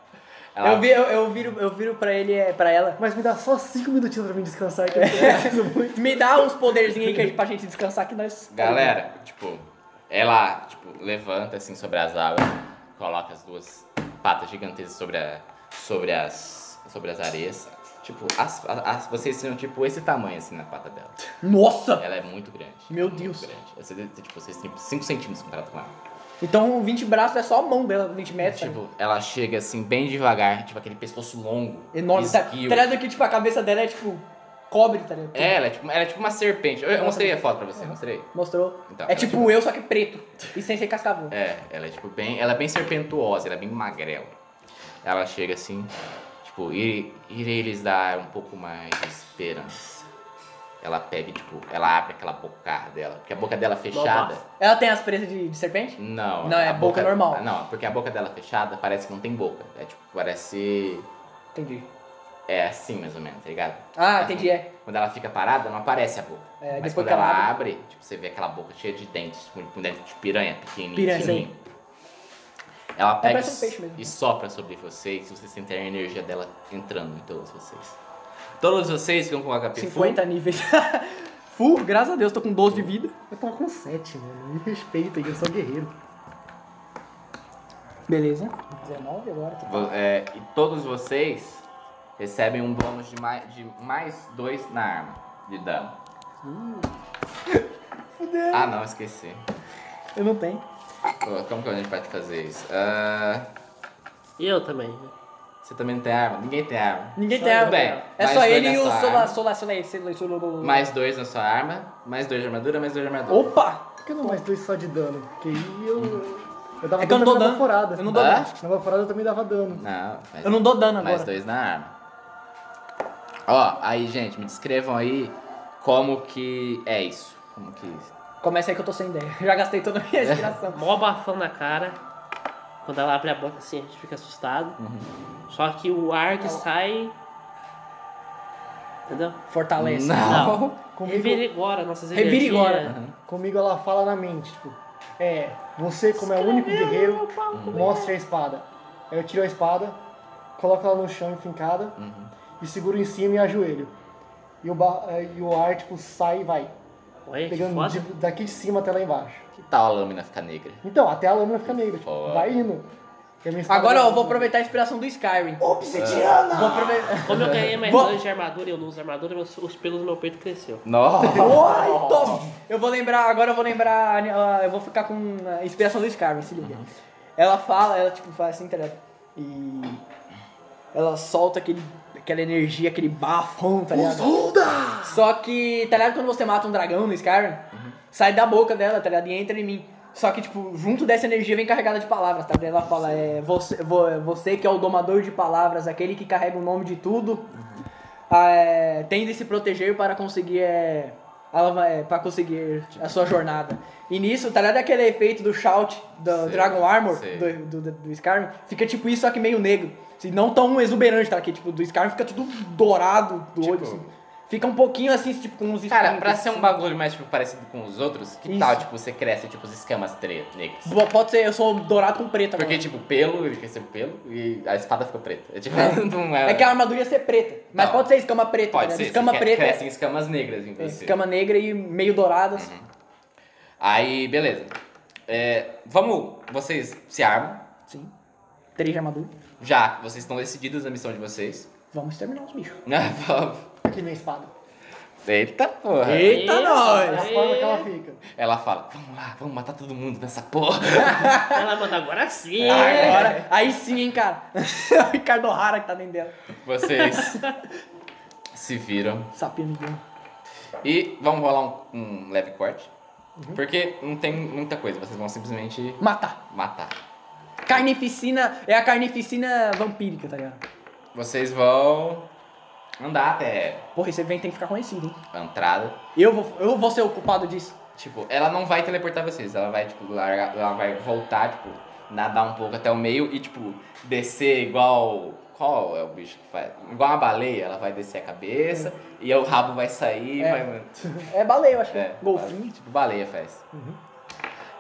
Speaker 2: Ela
Speaker 4: Eu, vi, eu, eu viro, eu viro pra ele, é, pra ela.
Speaker 1: Mas me dá só cinco minutinhos pra mim descansar, que eu preciso muito.
Speaker 4: Me dá uns poderzinhos aí que a gente- pra gente descansar que nós.
Speaker 2: Galera, tipo, ela, tipo, levanta assim sobre as águas, coloca as duas patas gigantescas sobre, a, sobre as sobre as areias. Tipo, as, as- vocês são tipo esse tamanho assim na pata dela.
Speaker 4: Nossa!
Speaker 2: Ela é muito grande.
Speaker 4: Meu
Speaker 2: muito
Speaker 4: Deus.
Speaker 2: grande. Vocês, tipo, vocês têm 5 centímetros de contato com ela.
Speaker 4: Então 20 braços é só a mão dela, 20 metros. tá
Speaker 2: Tipo, ela chega assim bem devagar, tipo aquele pescoço longo,
Speaker 4: Enorme, tá?
Speaker 2: esguio.
Speaker 4: Tá ligado que tipo, a cabeça dela é tipo cobre, tá ligado?
Speaker 2: É, ela é tipo, ela é tipo uma serpente. Eu, eu mostrei a foto pra você, mostrei.
Speaker 4: Mostrou.
Speaker 2: Então,
Speaker 4: tá é
Speaker 2: ela
Speaker 4: tipo eu, só que preto. E sem ser cascavel.
Speaker 2: É, ela é tipo bem. Ela é bem serpentuosa, ela é bem magrela. Ela chega assim, tipo, ir- irei lhes dar um pouco mais de esperança. Ela pega, e, tipo, ela abre aquela boca dela. Porque a boca dela fechada.
Speaker 3: Lobaço.
Speaker 4: Ela tem as presas de, de serpente?
Speaker 2: Não.
Speaker 4: Não, é
Speaker 2: a
Speaker 4: boca normal.
Speaker 2: Não, porque a boca dela fechada parece que não tem boca. É tipo, parece.
Speaker 4: Entendi.
Speaker 2: É assim mais ou menos, tá ligado?
Speaker 4: Ah, entendi, é.
Speaker 2: Quando ela fica parada, não aparece a boca. Mas
Speaker 4: É, depois
Speaker 2: quando
Speaker 4: que ela
Speaker 2: ela abre, tipo, você vê aquela boca cheia de dentes, com com dente de piranha, pequenininho.
Speaker 4: Piranha,
Speaker 2: fininho. Ela pega
Speaker 4: parece um peixe mesmo.
Speaker 2: e sopra sobre vocês, vocês sentem a energia dela entrando em todos vocês. Todos vocês ficam com HP full.
Speaker 4: 50 níveis. Full, graças a Deus, tô com 12 de vida.
Speaker 1: Eu tava com sete, mano. Me respeita aí, eu sou guerreiro.
Speaker 4: Beleza. 19 agora. tá.
Speaker 2: Vo- é, e todos vocês recebem um bônus de mais, de mais dois na arma de dano.
Speaker 4: Uh.
Speaker 2: Ah não, esqueci.
Speaker 4: Eu não tenho.
Speaker 2: Pô, Como que a gente pode fazer isso? Ah,
Speaker 3: E eu também. né?
Speaker 2: você também não tem arma? Ninguém tem arma.
Speaker 4: Ninguém
Speaker 3: Só
Speaker 4: tem
Speaker 3: eu,
Speaker 4: arma.
Speaker 2: bem,
Speaker 4: é
Speaker 2: mais
Speaker 4: só
Speaker 2: dois
Speaker 4: ele e
Speaker 2: nessa
Speaker 4: o Sola,
Speaker 2: arma.
Speaker 4: Sola, Sola, Sola, Sola, Sola.
Speaker 2: Mais dois na sua arma, mais dois de armadura, mais dois de armadura.
Speaker 4: Opa!
Speaker 1: Por que não mais dois só de dano? Porque aí eu. Eu dava
Speaker 4: É que eu não dou
Speaker 1: dano na
Speaker 4: dano.
Speaker 1: baforada.
Speaker 4: Eu não dou
Speaker 2: Hã?
Speaker 4: dano.
Speaker 1: Na baforada eu também dava dano.
Speaker 2: Não, mas,
Speaker 4: Eu não dou dano
Speaker 2: mais
Speaker 4: agora.
Speaker 2: dois na arma. Ó, aí, gente, me descrevam aí como que é isso. Como que.
Speaker 4: Começa aí que eu tô sem ideia. Já gastei toda a minha inspiração.
Speaker 3: Mó bafão na cara. Quando ela abre a boca assim, a gente fica assustado. Só que o ar que sai. Entendeu?
Speaker 4: Fortalece.
Speaker 2: Não.
Speaker 1: Comigo-
Speaker 3: Revirigora, nossas energias.
Speaker 4: Revirigora.
Speaker 1: Comigo ela fala na mente, tipo, é, você como é o único guerreiro, mostre a espada. Aí eu tiro a espada, coloco ela no chão enfincada e seguro em cima e ajoelho. E o, ba- eh, e o ar, tipo, sai e vai.
Speaker 3: Olha, que
Speaker 1: Pegando
Speaker 3: foda.
Speaker 1: de- daqui de cima até lá embaixo.
Speaker 2: Que tal a lâmina ficar negra?
Speaker 1: Então, até a lâmina fica negra, tipo,
Speaker 2: Foda.
Speaker 1: vai indo. E a minha espada-
Speaker 4: Agora ó, eu vou aproveitar a inspiração do Skyrim.
Speaker 1: Obsidiana!
Speaker 4: Vou aproveitar.
Speaker 3: Como eu ganhei mais
Speaker 4: Bom.
Speaker 3: dois de armadura e eu não uso armadura, meus- os pelos do meu peito cresceu.
Speaker 2: Nossa!
Speaker 4: Ai, toma! Eu vou lembrar, agora eu vou lembrar, ah, eu vou ficar com a inspiração do Skyrim, se liga. Ela fala, ela tipo faz assim, tá ligado? E ela solta aquele, aquela energia, aquele bafão, tá ligado? Só que, tá ligado quando você mata um dragão no Skyrim?
Speaker 2: Uhum.
Speaker 4: Sai da boca dela, tá ligado? E entra em mim. Só que, tipo, junto dessa energia vem carregada de palavras, tá ligado? Ela fala, é você, vo- você que é o domador de palavras, aquele que carrega o nome de tudo,
Speaker 2: Uhum.
Speaker 4: ah, é, tem de se proteger para conseguir, é, alava- é, para conseguir a sua jornada. E nisso, tá ligado aquele efeito do shout do
Speaker 2: Sei,
Speaker 4: Dragon Armor,
Speaker 2: sei.
Speaker 4: do do, do, do Skyrim, fica tipo isso, só que meio negro. Assim, não tão exuberante, tá? Que tipo, do Skyrim fica tudo dourado do olho,
Speaker 2: Tipo-
Speaker 4: assim. Fica um pouquinho assim, tipo, com uns
Speaker 2: Cara,
Speaker 4: espinhos,
Speaker 2: pra ser um
Speaker 4: assim.
Speaker 2: bagulho mais tipo, parecido com os outros, que
Speaker 4: Isso.
Speaker 2: tal, tipo, você cresce, tipo, os escamas tre- negros?
Speaker 4: Bo- Pode ser, eu sou dourado com preto agora.
Speaker 2: Porque, tipo, pelo, ele cresceu pelo e a espada ficou preta. É tipo, não é.
Speaker 4: É que a armadura ia ser preta, mas
Speaker 2: Não.
Speaker 4: pode ser escama preta, tá
Speaker 2: Pode
Speaker 4: ligado?
Speaker 2: ser, é
Speaker 4: escama
Speaker 2: você cre-
Speaker 4: preta,
Speaker 2: crescem escamas negras em
Speaker 4: é,
Speaker 2: você.
Speaker 4: escama negra e meio assim. douradas.
Speaker 2: Uhum. Aí, beleza. É, vamos, vocês se armam,
Speaker 4: Sim. Três de armadura.
Speaker 2: já que vocês estão decididos na missão de vocês.
Speaker 4: Vamos terminar os bichos.
Speaker 1: Aqui minha espada.
Speaker 2: Eita porra!
Speaker 4: Eita,
Speaker 1: É a
Speaker 4: nós!
Speaker 1: forma que ela fica.
Speaker 2: Ela fala, vamos lá, vamos matar todo mundo nessa porra.
Speaker 3: Ela manda agora sim.
Speaker 4: É, Agora, aí sim, hein, cara. o Ricardo O'Hara que tá dentro dela.
Speaker 2: Vocês se viram.
Speaker 4: Sapinho ninguém.
Speaker 2: E vamos rolar um, um leve corte. Porque não tem muita coisa, vocês vão simplesmente
Speaker 4: Matar.
Speaker 2: matar.
Speaker 4: Carnificina, é a carnificina vampírica, tá ligado?
Speaker 2: Vocês vão andar até
Speaker 4: Porra, esse evento tem que ficar conhecido, hein?
Speaker 2: a entrada.
Speaker 4: Eu vou, eu vou ser o culpado disso.
Speaker 2: Tipo, ela não vai teleportar vocês, ela vai, tipo, largar, ela vai voltar, tipo, nadar um pouco até o meio e, tipo, descer igual. Qual é o bicho que faz? Igual uma baleia, ela vai descer a cabeça e o rabo vai sair,
Speaker 4: É.
Speaker 2: vai.
Speaker 4: É baleia, eu acho que
Speaker 2: É,
Speaker 4: é. Golfinho. Uhum.
Speaker 2: Tipo, baleia faz.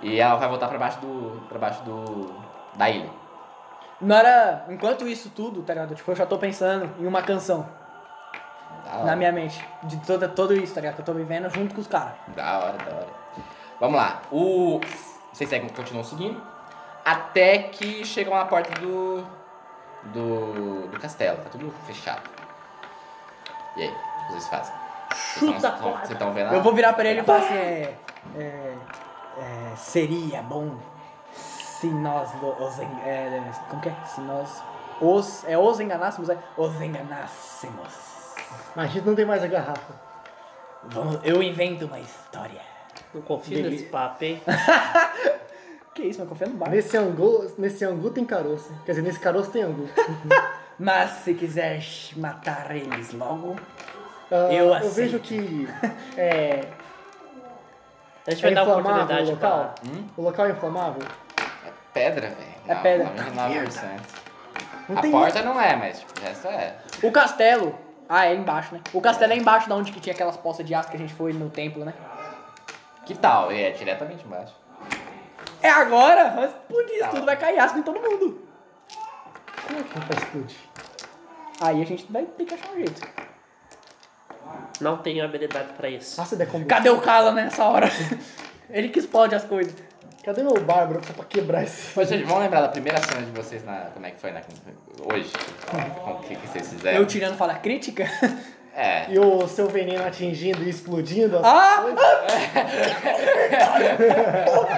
Speaker 2: E ela vai voltar pra baixo do. pra baixo do. da ilha.
Speaker 4: Na hora, enquanto isso tudo, tá ligado? Tipo, eu já tô pensando em uma canção
Speaker 2: Da hora.
Speaker 4: na minha mente. De toda, todo isso, tá ligado? Que eu tô vivendo junto com os caras.
Speaker 2: Da hora, da hora. Vamos lá. O. Vocês seguem, é continuam seguindo. Até que chegam na porta do. Do. do castelo. Tá tudo fechado. E aí, o que vocês fazem? Vocês
Speaker 3: Chuta a
Speaker 2: estão-
Speaker 3: porta.
Speaker 2: Vocês estão vendo? a-
Speaker 4: Eu vou virar pra ele e falar assim, é, é, é, seria bom se nós lo- os, en- é, é, como que é? Se nós os, é, os enganássemos, é, os enganássemos.
Speaker 1: Mas a gente não tem mais a garrafa.
Speaker 4: Vamos, eu invento uma história.
Speaker 3: Não confio nesse papo, hein?
Speaker 4: Que isso, mas confia no bar.
Speaker 1: Nesse angu, nesse angu tem caroço. Quer dizer, nesse caroço tem angu.
Speaker 4: Mas se quiser matar eles logo,
Speaker 1: Ah,
Speaker 4: Eu
Speaker 1: eu
Speaker 4: aceito.
Speaker 1: vejo que é,
Speaker 3: A gente
Speaker 1: é
Speaker 3: vai dar uma
Speaker 1: inflamável o
Speaker 3: oportunidade
Speaker 1: local.
Speaker 3: pra.
Speaker 1: O local é inflamável.
Speaker 2: Pedra, velho.
Speaker 4: É
Speaker 2: Não,
Speaker 4: pedra.
Speaker 2: 99%.
Speaker 1: Não
Speaker 2: A
Speaker 1: tem-
Speaker 2: porta não é, mas tipo, o resto é.
Speaker 4: o castelo, ah, é embaixo, né? O castelo é embaixo da onde que tinha aquelas poças de aço que a gente foi no templo, né?
Speaker 2: Que tal? É diretamente embaixo.
Speaker 4: É agora, mas por isso tudo vai cair aço em todo mundo.
Speaker 1: Como é que não faz tudo?
Speaker 4: Aí a gente vai ter que achar um jeito.
Speaker 3: Não tenho habilidade pra isso.
Speaker 1: Nossa, ele é combo.
Speaker 4: Cadê o Cala nessa hora? Ele que explode as coisas.
Speaker 1: Cadê meu bárbaro só pra quebrar esse...
Speaker 4: é.
Speaker 2: Mas vocês vão lembrar da primeira cena de vocês na. Como é que foi na. Hoje? Como que, que vocês fizeram?
Speaker 4: Eu tirando fala crítica?
Speaker 2: É.
Speaker 1: E o seu veneno atingindo e explodindo.
Speaker 4: Ah! ah!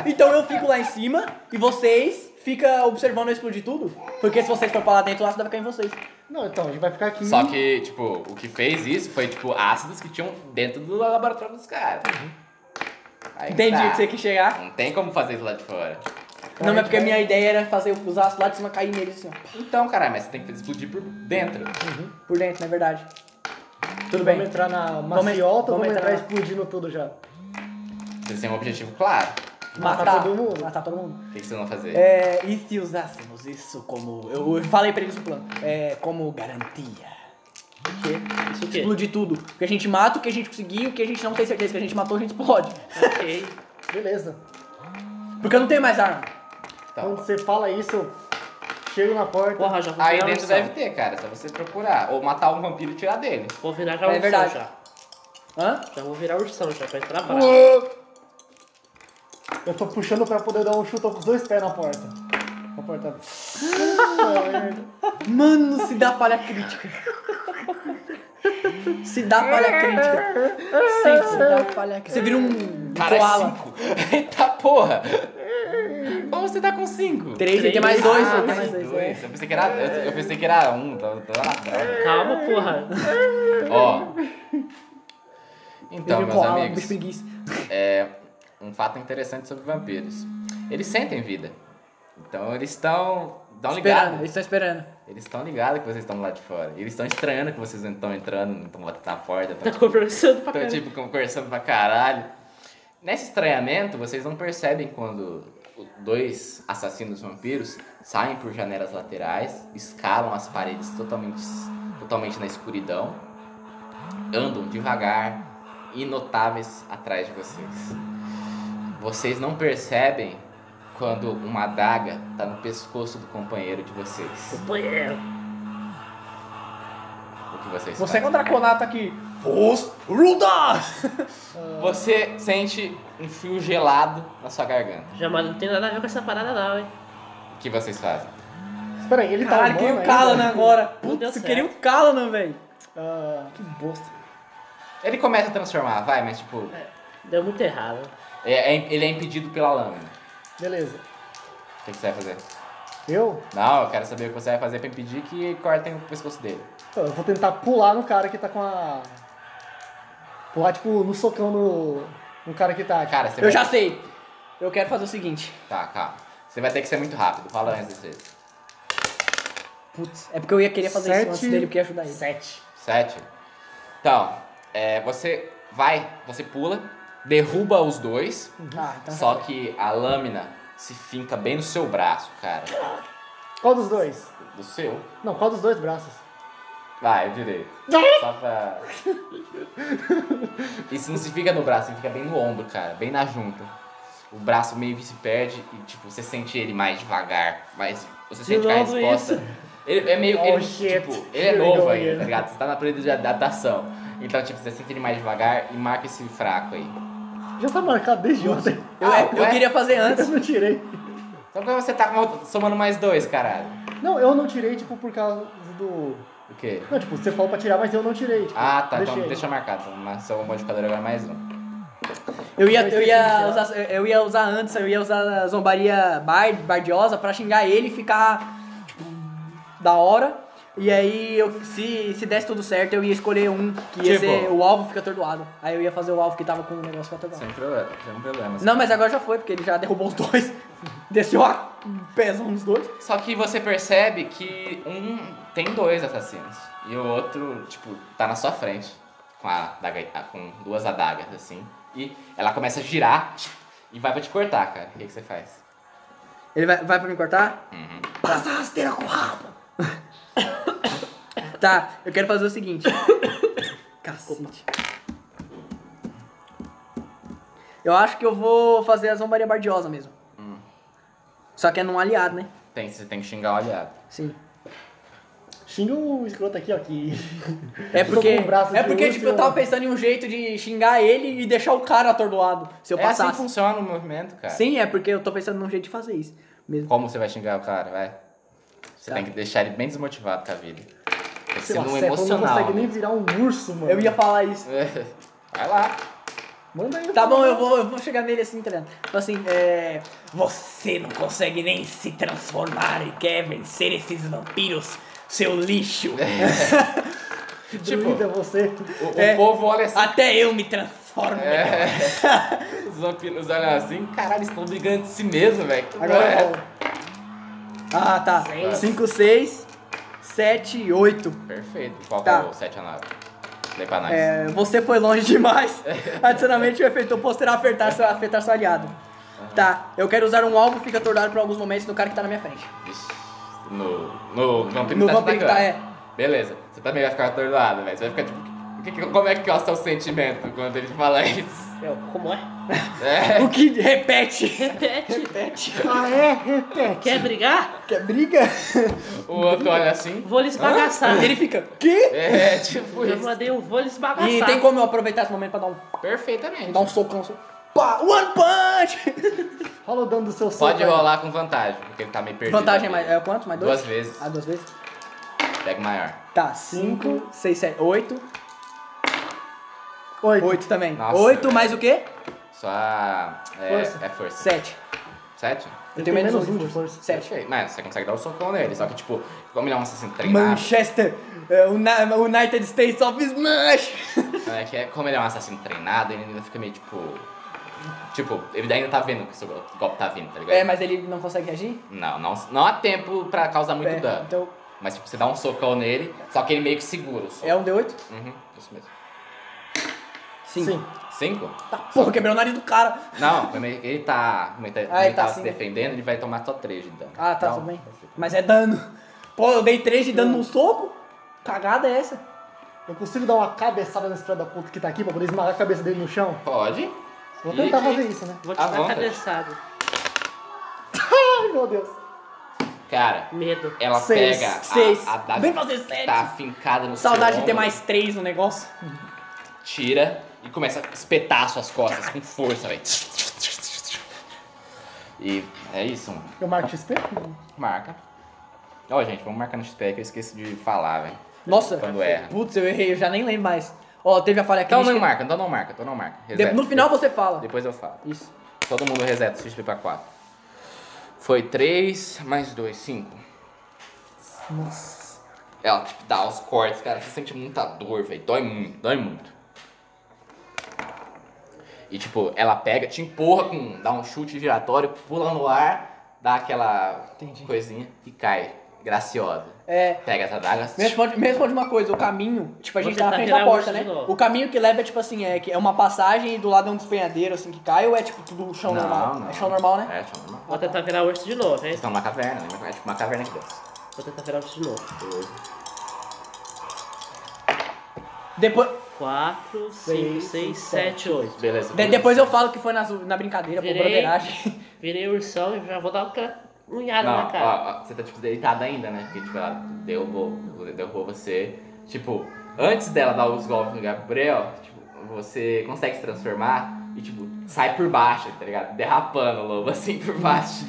Speaker 4: então eu fico lá em cima e vocês ficam observando eu explodir tudo? Porque se vocês forem pra lá dentro, o ácido vai cair em vocês.
Speaker 1: Não, então, a gente vai ficar aqui.
Speaker 4: Uhum.
Speaker 2: Só que, tipo, o que fez isso foi, tipo, ácidos que tinham dentro do laboratório dos caras. Aí que
Speaker 4: Uhum. Entendi
Speaker 2: tá.
Speaker 4: que você quer chegar.
Speaker 2: Não tem como fazer isso lá de fora.
Speaker 4: Não, mas é porque a minha ideia era fazer os ácidos lá de cima cair neles assim, ó.
Speaker 2: Então, caralho, mas você tem que explodir por dentro.
Speaker 4: Por dentro, na verdade. Tudo bem.
Speaker 1: Vamos entrar na maciota, vamos,
Speaker 4: vamos
Speaker 1: entrar,
Speaker 4: entrar na-
Speaker 1: explodindo tudo já.
Speaker 2: Você tem um objetivo claro.
Speaker 4: Matar,
Speaker 1: Matar todo mundo.
Speaker 4: Matar todo mundo.
Speaker 2: O que que vocês vão fazer?
Speaker 4: É, e se usássemos isso como. Eu falei pra eles o plano. É, como garantia. O quê?
Speaker 3: Isso o quê?
Speaker 4: Explodir tudo. O que a gente mata, o que a gente conseguir, o que a gente não tem certeza que a gente matou, a gente explode.
Speaker 3: Ok.
Speaker 1: Beleza.
Speaker 4: Porque eu não tenho mais arma.
Speaker 2: Tá.
Speaker 1: Quando
Speaker 4: um
Speaker 1: você fala isso, eu chego na porta.
Speaker 3: Porra, já vou
Speaker 2: Aí
Speaker 3: virar
Speaker 2: dentro
Speaker 3: um sal.
Speaker 2: deve ter, cara. É Só você procurar. Ou matar um vampiro e tirar dele.
Speaker 3: Vou virar já
Speaker 4: É
Speaker 3: ursão
Speaker 4: verdade.
Speaker 3: já.
Speaker 4: Hã?
Speaker 3: Já vou virar ursão já pra entrar pra
Speaker 1: Eu tô puxando pra poder dar um chute com os dois pés na porta. A porta. Puta merda.
Speaker 4: Mano, se dá falha crítica. Se dá falha crítica. Sim, se dá falha crítica. Você vira um
Speaker 2: Cara, é
Speaker 4: koala.
Speaker 2: 5. Eita porra! Como você tá com 5?
Speaker 4: Três, tem mais dois, tem mais dois. é.
Speaker 2: Eu pensei que era, eu, eu pensei que era um, tá, tá lá, tá.
Speaker 3: Calma, porra.
Speaker 2: Ó. Então,
Speaker 4: Vira um
Speaker 2: meus
Speaker 4: koala, um
Speaker 2: amigos,
Speaker 4: bicho preguiça.
Speaker 2: é um fato interessante sobre vampiros. Eles sentem vida. Então eles estão. Estão
Speaker 4: Esperando,
Speaker 2: ligados.
Speaker 4: eles estão esperando.
Speaker 2: Eles estão ligados que vocês estão lá de fora. Eles estão estranhando que vocês não estão entrando, não estão batendo na porta, tão
Speaker 3: Tá conversando pra
Speaker 2: Então,
Speaker 3: caralho.
Speaker 2: tipo, conversando pra caralho. Nesse estranhamento, vocês não percebem quando dois assassinos vampiros saem por janelas laterais, escalam as paredes totalmente, totalmente na escuridão, andam devagar, inotáveis atrás de vocês. Vocês não percebem quando uma adaga tá no pescoço do companheiro de vocês.
Speaker 3: Companheiro.
Speaker 2: O que vocês
Speaker 4: Você
Speaker 2: fazem?
Speaker 4: é um draconato aqui. Os Ruda!
Speaker 2: Você sente um fio gelado na sua garganta.
Speaker 3: Já, mas não tem nada a ver com essa parada não, hein.
Speaker 2: O que vocês fazem?
Speaker 1: Espera aí, ele
Speaker 4: Caralho, né?
Speaker 1: tá
Speaker 4: queria
Speaker 1: humano
Speaker 4: o
Speaker 1: ainda?
Speaker 4: Kalanan agora.
Speaker 3: Não deu
Speaker 4: Putz, eu
Speaker 3: certo.
Speaker 4: queria o Kalanan, velho.
Speaker 1: Ah, que bosta.
Speaker 2: Ele começa a transformar, vai, mas tipo,
Speaker 4: É.
Speaker 3: Deu muito errado.
Speaker 2: é- é- ele é impedido pela lâmina.
Speaker 1: Beleza.
Speaker 2: O que que você vai fazer?
Speaker 1: Eu?
Speaker 2: Não, eu quero saber o que você vai fazer pra impedir que cortem o pescoço dele.
Speaker 1: Então, eu vou tentar pular no cara que tá com a. Pular, tipo, no socão no. No cara que tá.
Speaker 2: Cara, você
Speaker 4: Eu
Speaker 2: vai...
Speaker 4: já sei. Eu quero fazer o seguinte.
Speaker 2: Tá, calma. Você vai ter que ser muito rápido, fala antes de você.
Speaker 4: Putz, é porque eu ia querer fazer
Speaker 1: Sete.
Speaker 4: isso antes dele, porque ia ajudar ele.
Speaker 1: Sete.
Speaker 2: Sete. Então, é, você vai, você pula, derruba os dois,
Speaker 4: Ah, então
Speaker 2: só que a lâmina se finca bem no seu braço, cara.
Speaker 1: tá. Qual dos dois?
Speaker 2: Do seu.
Speaker 1: Não, qual dos dois braços?
Speaker 2: Vai, eu direito. Só pra. Isso não se fica no braço, ele fica bem no ombro, cara, bem na junta. O braço meio que se perde e, tipo, você sente ele mais devagar, mas você sente que a
Speaker 3: novo
Speaker 2: resposta. Ele é meio.
Speaker 1: Oh,
Speaker 2: ele,
Speaker 1: shit.
Speaker 2: tipo, ele é
Speaker 1: Here we
Speaker 2: novo
Speaker 1: go
Speaker 2: ainda,
Speaker 1: again.
Speaker 2: tá ligado? Você tá na período de adaptação. Então, tipo, você sente ele mais devagar e marca esse fraco aí.
Speaker 1: Já tá marcado desde ontem.
Speaker 4: Eu, é,
Speaker 2: Ah,
Speaker 4: eu
Speaker 2: ué?
Speaker 4: queria fazer
Speaker 1: Eu
Speaker 4: antes.
Speaker 1: não tirei.
Speaker 2: Só que você tá com- somando mais dois, caralho.
Speaker 1: Não, eu não tirei, tipo, por causa do.
Speaker 2: O quê?
Speaker 1: Não, tipo, você falou pra tirar, mas eu não tirei. Tipo,
Speaker 2: Ah, tá.
Speaker 1: deixei.
Speaker 2: Então deixa marcado. Mas só um modificador agora mais um.
Speaker 4: Eu ia,
Speaker 1: Dois,
Speaker 4: eu
Speaker 1: três,
Speaker 4: ia,
Speaker 1: cinco,
Speaker 4: usar, eu ia usar antes, eu ia usar a zombaria bard, bardiosa pra xingar ele e ficar, tipo, da hora. E aí, eu, se, se desse tudo certo, eu ia escolher um que ia
Speaker 2: Tipo.
Speaker 4: ser o alvo fica atordoado. Aí eu ia fazer o alvo que tava com o negócio fica atordoado.
Speaker 2: Sem problema, sem problema.
Speaker 4: Não, mas agora já foi, porque ele já derrubou os dois. Desceu a pezão nos dois.
Speaker 2: Só que você percebe que um tem dois assassinos e o outro, tipo, tá na sua frente com, a adaga- a- com duas adagas, assim. E ela começa a girar e vai pra te cortar, cara. O que, que você faz?
Speaker 4: Ele vai, vai pra me cortar? Passa a rasteira com o rabo. tá, eu quero fazer o seguinte. Cacete. Eu acho que eu vou fazer a zombaria bardiosa mesmo. Só que é num aliado, né?
Speaker 2: Tem, você tem que xingar o aliado.
Speaker 4: Sim.
Speaker 1: Xinga o escroto aqui, ó. Que...
Speaker 4: É
Speaker 1: Eu tô
Speaker 4: porque,
Speaker 1: com o braço
Speaker 4: é
Speaker 1: de
Speaker 4: porque
Speaker 1: urso
Speaker 4: tipo,
Speaker 1: e
Speaker 4: eu tava
Speaker 1: um-
Speaker 4: pensando em um jeito de xingar ele e deixar o cara atordoado se eu
Speaker 2: é assim que
Speaker 4: passasse.
Speaker 2: funciona o movimento, cara.
Speaker 4: Sim, é porque eu tô pensando num jeito de fazer isso mesmo.
Speaker 2: Como você vai xingar o cara, vai? Você
Speaker 4: Tá.
Speaker 2: tem que deixar ele bem desmotivado com a vida. Tem que
Speaker 1: Sei
Speaker 2: ser
Speaker 1: lá,
Speaker 2: um
Speaker 1: Cefalo não
Speaker 2: emocional.
Speaker 1: consegue nem virar um urso, mano.
Speaker 4: Eu ia falar isso.
Speaker 2: né? vai lá.
Speaker 1: Manda aí. um
Speaker 4: Tá bom, eu vou, eu vou chegar nele assim, tá ligado? Tipo assim, é. Você não consegue nem se transformar e quer vencer esses vampiros, seu lixo.
Speaker 1: Que
Speaker 2: tipo-
Speaker 1: druida você.
Speaker 2: O, o
Speaker 4: É.
Speaker 2: povo olha assim.
Speaker 4: Até eu me transformo.
Speaker 2: É. Os vampiros olham assim, caralho, eles estão brigando de si mesmo, velho. Que
Speaker 1: Agora
Speaker 2: porra é
Speaker 1: eu
Speaker 2: essa?
Speaker 1: vou.
Speaker 4: Ah, tá.
Speaker 3: Seis.
Speaker 4: 5, 6, 7 e 8.
Speaker 2: Perfeito. Qual
Speaker 4: Tá.
Speaker 2: que é o 7 a 9? Lê pra nós.
Speaker 4: É, você foi longe demais. Adicionalmente, o efeito oposto irá afetar seu, afetar seu aliado. Tá, eu quero usar um alvo fica atordoado por alguns momentos do cara que tá na minha frente.
Speaker 2: Vixe, No, no vampiro
Speaker 4: No
Speaker 2: que tá te
Speaker 4: vampiro que tá,
Speaker 2: atacando. Beleza. Você também vai ficar atordoado, velho. Você vai ficar tipo... o que que- como é que é o seu sentimento quando ele fala isso?
Speaker 3: Eu, como é?
Speaker 2: É.
Speaker 4: O que repete?
Speaker 3: Repete.
Speaker 1: Ah, é? Repete.
Speaker 3: Quer brigar?
Speaker 4: Quer briga?
Speaker 2: O outro olha assim.
Speaker 3: Vou lhe esbagaçar.
Speaker 4: Ele fica, que?
Speaker 2: É, tipo
Speaker 3: Eu
Speaker 2: isso.
Speaker 3: mandei um vou lhe esbagaçar.
Speaker 4: E tem como eu aproveitar esse momento pra dar um,
Speaker 2: Perfeitamente.
Speaker 4: dar um socão assim. Pá, one punch!
Speaker 1: Rola o dano do seu soco.
Speaker 2: Pode
Speaker 1: aí.
Speaker 2: rolar com vantagem, porque ele tá meio perdido.
Speaker 4: Vantagem é
Speaker 2: aqui.
Speaker 4: mais, é quanto? Mais dois?
Speaker 2: Duas vezes.
Speaker 4: Ah, duas vezes?
Speaker 2: Pega maior.
Speaker 4: Tá, cinco, seis, sete, oito.
Speaker 1: Oito.
Speaker 4: Oito também.
Speaker 2: Nossa.
Speaker 4: Oito mais o quê?
Speaker 2: Só a. É
Speaker 1: Força.
Speaker 2: é força.
Speaker 4: Sete.
Speaker 2: Sete?
Speaker 4: Eu tenho menos um de
Speaker 1: força.
Speaker 4: Sete.
Speaker 2: Perfeito. Mas você consegue dar o um socão nele. Só que, tipo, como ele é um assassino treinado.
Speaker 4: Manchester, é, o Na- United States of Smash!
Speaker 2: É que é- como ele é um assassino treinado, ele ainda fica meio tipo. Tipo, ele ainda tá vendo que o seu go- golpe tá vindo, tá ligado?
Speaker 4: É, mas ele não consegue reagir?
Speaker 2: Não, não, não há tempo pra causar muito
Speaker 4: É,
Speaker 2: dano.
Speaker 4: Então,
Speaker 2: Mas tipo, você dá um socão nele, só que ele meio que segura o soco.
Speaker 4: é um D8?
Speaker 2: Uhum, isso mesmo.
Speaker 4: Sim.
Speaker 1: Sim.
Speaker 2: Cinco?
Speaker 4: Tá, porra, quebrou o nariz do cara.
Speaker 2: Não, como ele ele tá. Como ele tá, como
Speaker 4: Ah, ele
Speaker 2: ele
Speaker 4: tá
Speaker 2: tá se
Speaker 4: assim.
Speaker 2: defendendo, ele vai tomar só três de dano.
Speaker 4: Ah, tá,
Speaker 2: Então,
Speaker 4: tudo bem. Mas é dano. Pô, eu dei três de dano num soco? Cagada é essa?
Speaker 1: Eu consigo dar uma cabeçada nesse filho da puta que tá aqui pra poder esmagar a cabeça dele no chão?
Speaker 2: Pode.
Speaker 1: Vou
Speaker 2: E-
Speaker 1: tentar fazer isso, né?
Speaker 3: Vou te
Speaker 2: À
Speaker 3: dar
Speaker 2: vontade.
Speaker 3: cabeçada.
Speaker 1: Ai, meu Deus.
Speaker 2: Cara,
Speaker 3: Medo.
Speaker 2: ela
Speaker 1: Seis,
Speaker 2: pega a-
Speaker 4: seis.
Speaker 2: a, daga
Speaker 4: Vem fazer sete.
Speaker 2: tá fincada no
Speaker 4: Saudade
Speaker 2: seu
Speaker 4: de ter
Speaker 2: ombro,
Speaker 4: mais três no negócio.
Speaker 2: Tira e começa a espetar suas costas com força, velho. E é isso, mano.
Speaker 1: Eu marco XP?
Speaker 2: Marca. Ó, gente, vamos marcar no XP que eu esqueço de falar, velho.
Speaker 4: Nossa,
Speaker 2: Quando erra.
Speaker 4: putz, eu errei, eu já nem lembro mais. Ó, teve a falha
Speaker 2: Então
Speaker 4: crítica.
Speaker 2: não marca, então não marca, então não marca.
Speaker 4: De-
Speaker 2: Reseta.
Speaker 4: no final você fala.
Speaker 2: Depois eu falo.
Speaker 4: Isso.
Speaker 2: Todo mundo reseta o XP pra 4. Foi 3 mais 2, 5.
Speaker 1: Nossa.
Speaker 2: Ela, tipo, dá os cortes, cara. Você sente muita dor, velho. Dói muito, dói muito. E, tipo, ela pega, te empurra com... Dá um chute giratório, pula no ar, dá aquela coisinha e cai. Graciosa.
Speaker 4: É,
Speaker 2: Pega essa daga.
Speaker 4: Me responde, me responde uma coisa, o caminho, tipo, a
Speaker 3: Vou
Speaker 4: gente tá na
Speaker 3: tentar
Speaker 4: frente da
Speaker 3: virar
Speaker 4: porta,
Speaker 3: isso
Speaker 4: né?
Speaker 3: de novo.
Speaker 4: O caminho que leva é tipo assim, é, que é uma passagem e do lado é um despenhadeiro, assim, que cai, ou é tipo tudo chão normal? É chão normal, né?
Speaker 2: É, chão normal.
Speaker 3: Vou tentar virar o urso de novo, hein?
Speaker 2: Eles estão numa caverna, lembra? É tipo uma caverna que desce.
Speaker 3: Vou tentar virar o urso de novo.
Speaker 4: Depois,
Speaker 3: 4, 5, 6, 7, 8.
Speaker 2: Beleza.
Speaker 4: de- depois
Speaker 2: assim.
Speaker 4: eu falo que foi nas- na brincadeira, por
Speaker 3: Virei.
Speaker 4: broderagem.
Speaker 3: Virei ursão e já vou dar um aquela unhada
Speaker 2: Não,
Speaker 3: na cara.
Speaker 2: ó, ó, você tá, tipo, deitada ainda, né? Porque, tipo, ela derrubou, derrubou você. Tipo, antes dela dar os golpes no Gabriel, tipo, você consegue se transformar e, tipo, sai por baixo, tá ligado? Derrapando o lobo, assim, por baixo.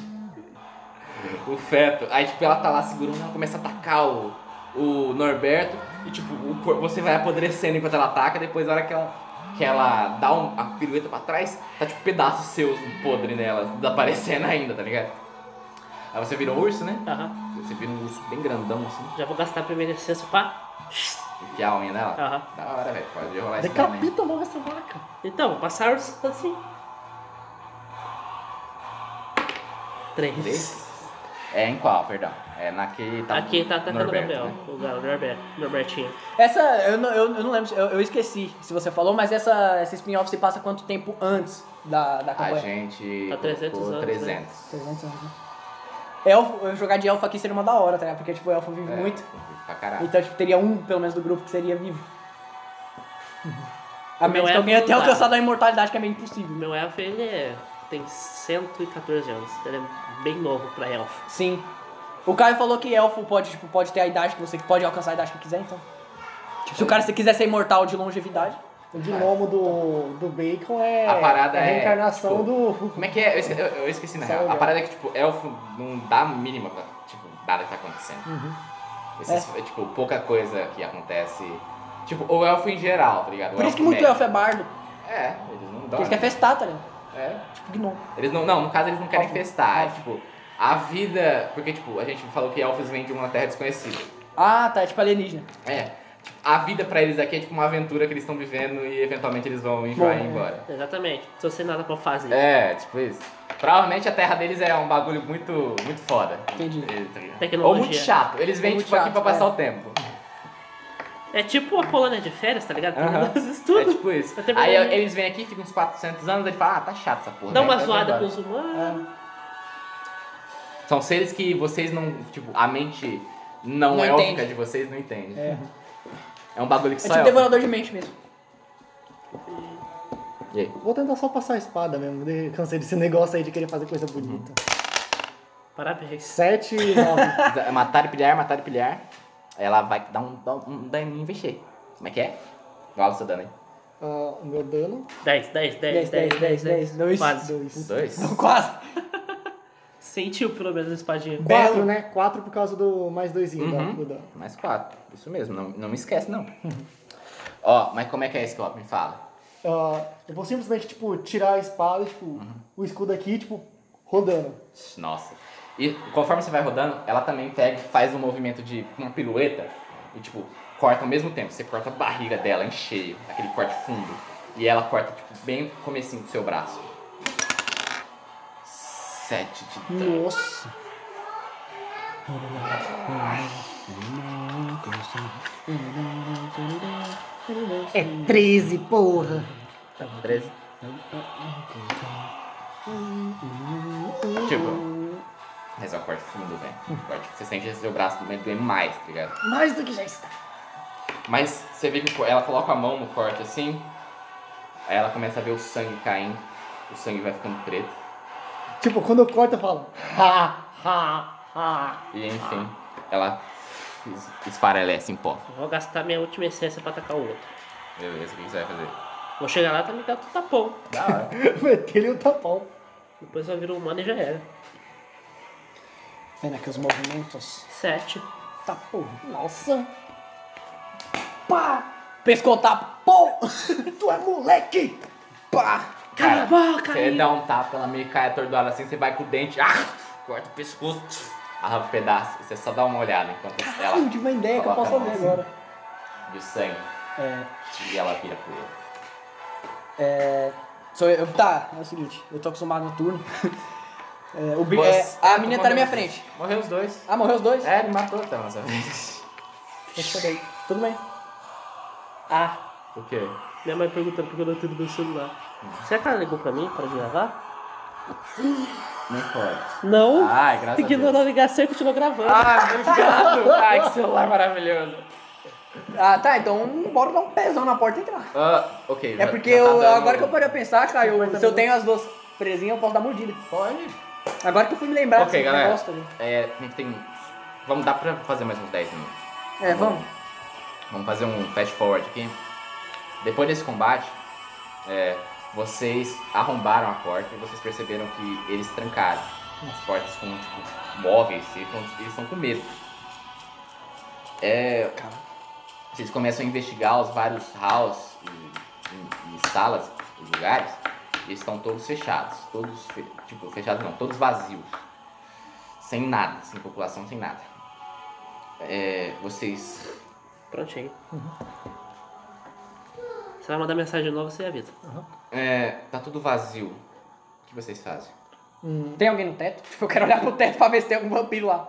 Speaker 2: o feto. Aí, tipo, ela tá lá segurando, ela começa a atacar o, o Norberto. E, tipo, o cor- você vai apodrecendo enquanto ela ataca. Depois, na hora que ela... Que ela dá um, a pirueta pra trás, tá tipo pedaços seus podre nela, desaparecendo ainda, tá ligado? Aí você virou um urso, né?
Speaker 3: Aham.
Speaker 2: Você vira um urso bem grandão assim,
Speaker 3: Já vou gastar a primeira licença pra.
Speaker 2: enfiar a unha nela.
Speaker 3: Aham.
Speaker 2: Da hora, velho. Pode rolar isso também.
Speaker 1: Decapita logo essa vaca.
Speaker 3: Então, vou passar o urso assim. Três.
Speaker 2: Três? É em qual, perdão? É na que tá.
Speaker 3: Aqui tá atacando o
Speaker 2: Norberto,
Speaker 3: Gabriel.
Speaker 2: né?
Speaker 3: O Gal- o Norberto. Norbertinho.
Speaker 4: Essa, eu não, eu, eu não lembro, se- eu, eu esqueci se você falou, mas essa, essa spin-off se passa quanto tempo antes da, da
Speaker 2: A
Speaker 4: campanha?
Speaker 2: gente.
Speaker 3: Tá 300
Speaker 2: colocou
Speaker 3: anos, né?
Speaker 2: 300.
Speaker 4: 300 anos, né? Elfo, eu jogar de elfo aqui seria uma da hora, tá ligado? Porque, tipo, o elfo vive
Speaker 2: É,
Speaker 4: muito.
Speaker 2: Pra caralho.
Speaker 4: Então, tipo, teria um, pelo menos, do grupo que seria vivo. A
Speaker 3: O meu
Speaker 4: menos que
Speaker 3: é
Speaker 4: alguém até
Speaker 3: voluntário.
Speaker 4: alcançado a imortalidade, que é meio impossível.
Speaker 3: Meu elfo, ele é. Tem 114 anos. Ele é bem novo pra elfo.
Speaker 4: Sim. O Caio falou que elfo pode, tipo, pode ter a idade que você pode alcançar a idade que quiser, então. Tipo, se o cara se quiser ser imortal de longevidade. Ah,
Speaker 1: O gnomo do, do bacon
Speaker 4: Então,
Speaker 1: é
Speaker 2: A parada
Speaker 1: é a
Speaker 2: é,
Speaker 1: reencarnação do.
Speaker 2: Como é que é? Eu esqueci, eu- eu esqueci, na
Speaker 1: Só
Speaker 2: real. A
Speaker 1: olhar.
Speaker 2: parada é que, tipo, elfo não dá a mínima pra, tipo, nada que tá acontecendo. Esses- é, tipo, pouca coisa que acontece. Tipo, o elfo em geral, tá ligado? O
Speaker 4: Por isso que
Speaker 2: elfo
Speaker 4: muito
Speaker 2: médio.
Speaker 4: elfo é bardo.
Speaker 2: É, eles não dão.
Speaker 4: Porque eles querem festar, tá ligado?
Speaker 2: É,
Speaker 4: Tipo, gnomo.
Speaker 2: Eles não, não, no caso eles não querem
Speaker 4: Elfos.
Speaker 2: festar, é, tipo, a vida, porque tipo, a gente falou que elfos vêm de uma terra desconhecida.
Speaker 4: Ah, tá, é tipo alienígena.
Speaker 2: É, tipo, a vida pra eles aqui é tipo uma aventura que eles estão vivendo e eventualmente eles vão enjoar e ir embora.
Speaker 3: Exatamente. Tô sem nada pra fazer.
Speaker 2: É, tipo isso. Provavelmente a terra deles é um bagulho muito, muito foda.
Speaker 4: Entendi.
Speaker 2: Eles- tá ligado?
Speaker 3: Tecnologia.
Speaker 2: Ou muito chato. Eles vêm
Speaker 4: Ou muito
Speaker 2: tipo aqui
Speaker 4: chato,
Speaker 2: pra passar
Speaker 4: é.
Speaker 2: o tempo.
Speaker 3: É tipo a colônia de férias, tá ligado? Tem
Speaker 2: Aham.
Speaker 3: menos estudo.
Speaker 2: É tipo isso.
Speaker 3: Até
Speaker 2: Aí
Speaker 3: porque-
Speaker 2: eles vêm aqui, ficam uns 400 anos, ele fala, ah, tá chato essa porra.
Speaker 3: Dá
Speaker 2: né?
Speaker 3: uma
Speaker 2: Então
Speaker 3: zoada
Speaker 2: vai
Speaker 3: pros humanos.
Speaker 2: embora. São seres que vocês não, tipo, a mente não,
Speaker 4: Não
Speaker 2: élfica
Speaker 4: entende.
Speaker 2: de vocês não entende.
Speaker 1: É.
Speaker 2: É um bagulho que
Speaker 4: É
Speaker 2: só
Speaker 4: tipo
Speaker 2: élfico.
Speaker 4: devorador de mente mesmo.
Speaker 2: E aí?
Speaker 1: Vou tentar só passar a espada mesmo. de- Cansei desse negócio aí de querer fazer coisa bonita.
Speaker 2: É.
Speaker 3: Parabéns.
Speaker 1: 7 e 9.
Speaker 2: Da- Matar e pilhar, matar e pilhar. Aí Ela vai dar um, dar um daninho em mexer. Como é que é? Rola o seu dano aí.
Speaker 1: Ah, o meu dano,
Speaker 3: 10, 10, 10, 10, 10, 10, 10.
Speaker 4: 2.
Speaker 3: Quase.
Speaker 1: 2.
Speaker 2: Dois.
Speaker 4: Quase.
Speaker 3: Sentiu pelo menos a espadinha.
Speaker 4: Belo.
Speaker 1: 4, né? 4 por causa do mais 2
Speaker 2: Uhum.
Speaker 1: do dano.
Speaker 2: Mais quatro. Isso mesmo, não, não me esquece, não. Ó, mas como é que é esse copo? Me fala.
Speaker 1: Ah, eu vou simplesmente, tipo, tirar a espada, tipo, o escudo aqui, tipo, rodando.
Speaker 2: Nossa. E conforme você vai rodando, ela também pega, faz um movimento de uma pirueta e tipo, corta ao mesmo tempo. Você corta a barriga dela em cheio, aquele corte fundo. E ela corta, tipo, bem o comecinho do seu braço. Sete de dano.
Speaker 1: Nossa. É 13, porra.
Speaker 2: 13. Tipo, mas é um corte fundo, velho. Um corte que Você sente esse seu braço doendo mais, tá ligado?
Speaker 1: Mais do que já está.
Speaker 2: Mas você vê que o co- ela coloca a mão no corte assim, aí ela começa a ver o sangue caindo, o sangue vai ficando preto,
Speaker 1: Tipo, quando eu corto, eu falo. Ha, ha, ha.
Speaker 2: e enfim, ela es- esfarelece em pó.
Speaker 3: Vou gastar minha última essência pra atacar o outro.
Speaker 2: Beleza, o que que você vai fazer?
Speaker 3: Vou chegar lá e tá me dando tapão.
Speaker 2: Da hora.
Speaker 1: Meter-lhe o tapão.
Speaker 3: Depois eu viro humano e já era.
Speaker 4: Vendo aqui os movimentos.
Speaker 3: 7.
Speaker 4: Tá porra.
Speaker 1: Nossa.
Speaker 4: Pá! Pescou tá porra!
Speaker 1: Tu é moleque.
Speaker 4: Pá!
Speaker 3: Cala a boca,
Speaker 2: Você
Speaker 3: aí.
Speaker 2: dá um tapa, ela meio cai atordoada assim, você vai com o dente, ah, corta o pescoço, arranca o pedaço, você só dá uma olhada enquanto ela
Speaker 4: Eu tive uma ideia que eu
Speaker 2: Coloca
Speaker 4: posso
Speaker 2: a mão
Speaker 4: ver
Speaker 2: assim.
Speaker 4: agora.
Speaker 2: e o sangue,
Speaker 4: É.
Speaker 2: e ela vira poeira.
Speaker 4: Sou eu. Tá, é o seguinte, eu tô acostumado no turno. É, o bi- é,
Speaker 2: Você- Ah,
Speaker 4: a menina tá na minha
Speaker 2: morreu os dois.
Speaker 4: frente.
Speaker 2: Morreu os dois.
Speaker 4: Ah, morreu os dois?
Speaker 2: É, ele matou, tá, mas... O
Speaker 4: Deixa eu ver. Tudo bem.
Speaker 3: Ah,
Speaker 2: quê?
Speaker 3: minha mãe perguntando por que eu não tenho meu celular. Será que ela ligou pra mim para gravar?
Speaker 2: Não pode.
Speaker 3: Não.
Speaker 2: Ai, graças a
Speaker 3: Ignorou a
Speaker 2: Ah, Deus.
Speaker 3: ligação e continuou gravando.
Speaker 2: Ah, obrigado! Ai, que celular maravilhoso.
Speaker 4: Ah, tá, então bora dar um pezão na porta e entrar.
Speaker 2: Ah, ok.
Speaker 4: É
Speaker 2: já-
Speaker 4: porque
Speaker 2: já tá
Speaker 4: eu,
Speaker 2: dando-
Speaker 4: agora que eu parei a pensar, Caio, se eu tenho as duas presinhas, eu posso dar mordida.
Speaker 2: Pode.
Speaker 4: Agora que eu fui me lembrar
Speaker 2: ok,
Speaker 4: desse
Speaker 2: galera.
Speaker 4: negócio ali.
Speaker 2: É, a gente tem... Vamos dar pra fazer mais uns 10 minutos.
Speaker 4: É, vamos.
Speaker 2: Vamos fazer um fast forward aqui. Depois desse combate, é, vocês arrombaram a porta e vocês perceberam que eles trancaram as portas com tipo, móveis e com- eles estão com medo. É, vocês começam a investigar os vários halls e, e- e salas, os lugares, e eles estão todos fechados, todos fe- tipo fechados não, todos vazios, sem nada, sem população, sem nada. É, vocês
Speaker 3: Prontinho. Você vai mandar mensagem nova, você avisa.
Speaker 2: É, tá tudo vazio. O que vocês fazem?
Speaker 4: Tem alguém no teto? Tipo, eu quero olhar pro teto pra ver se tem algum vampiro lá.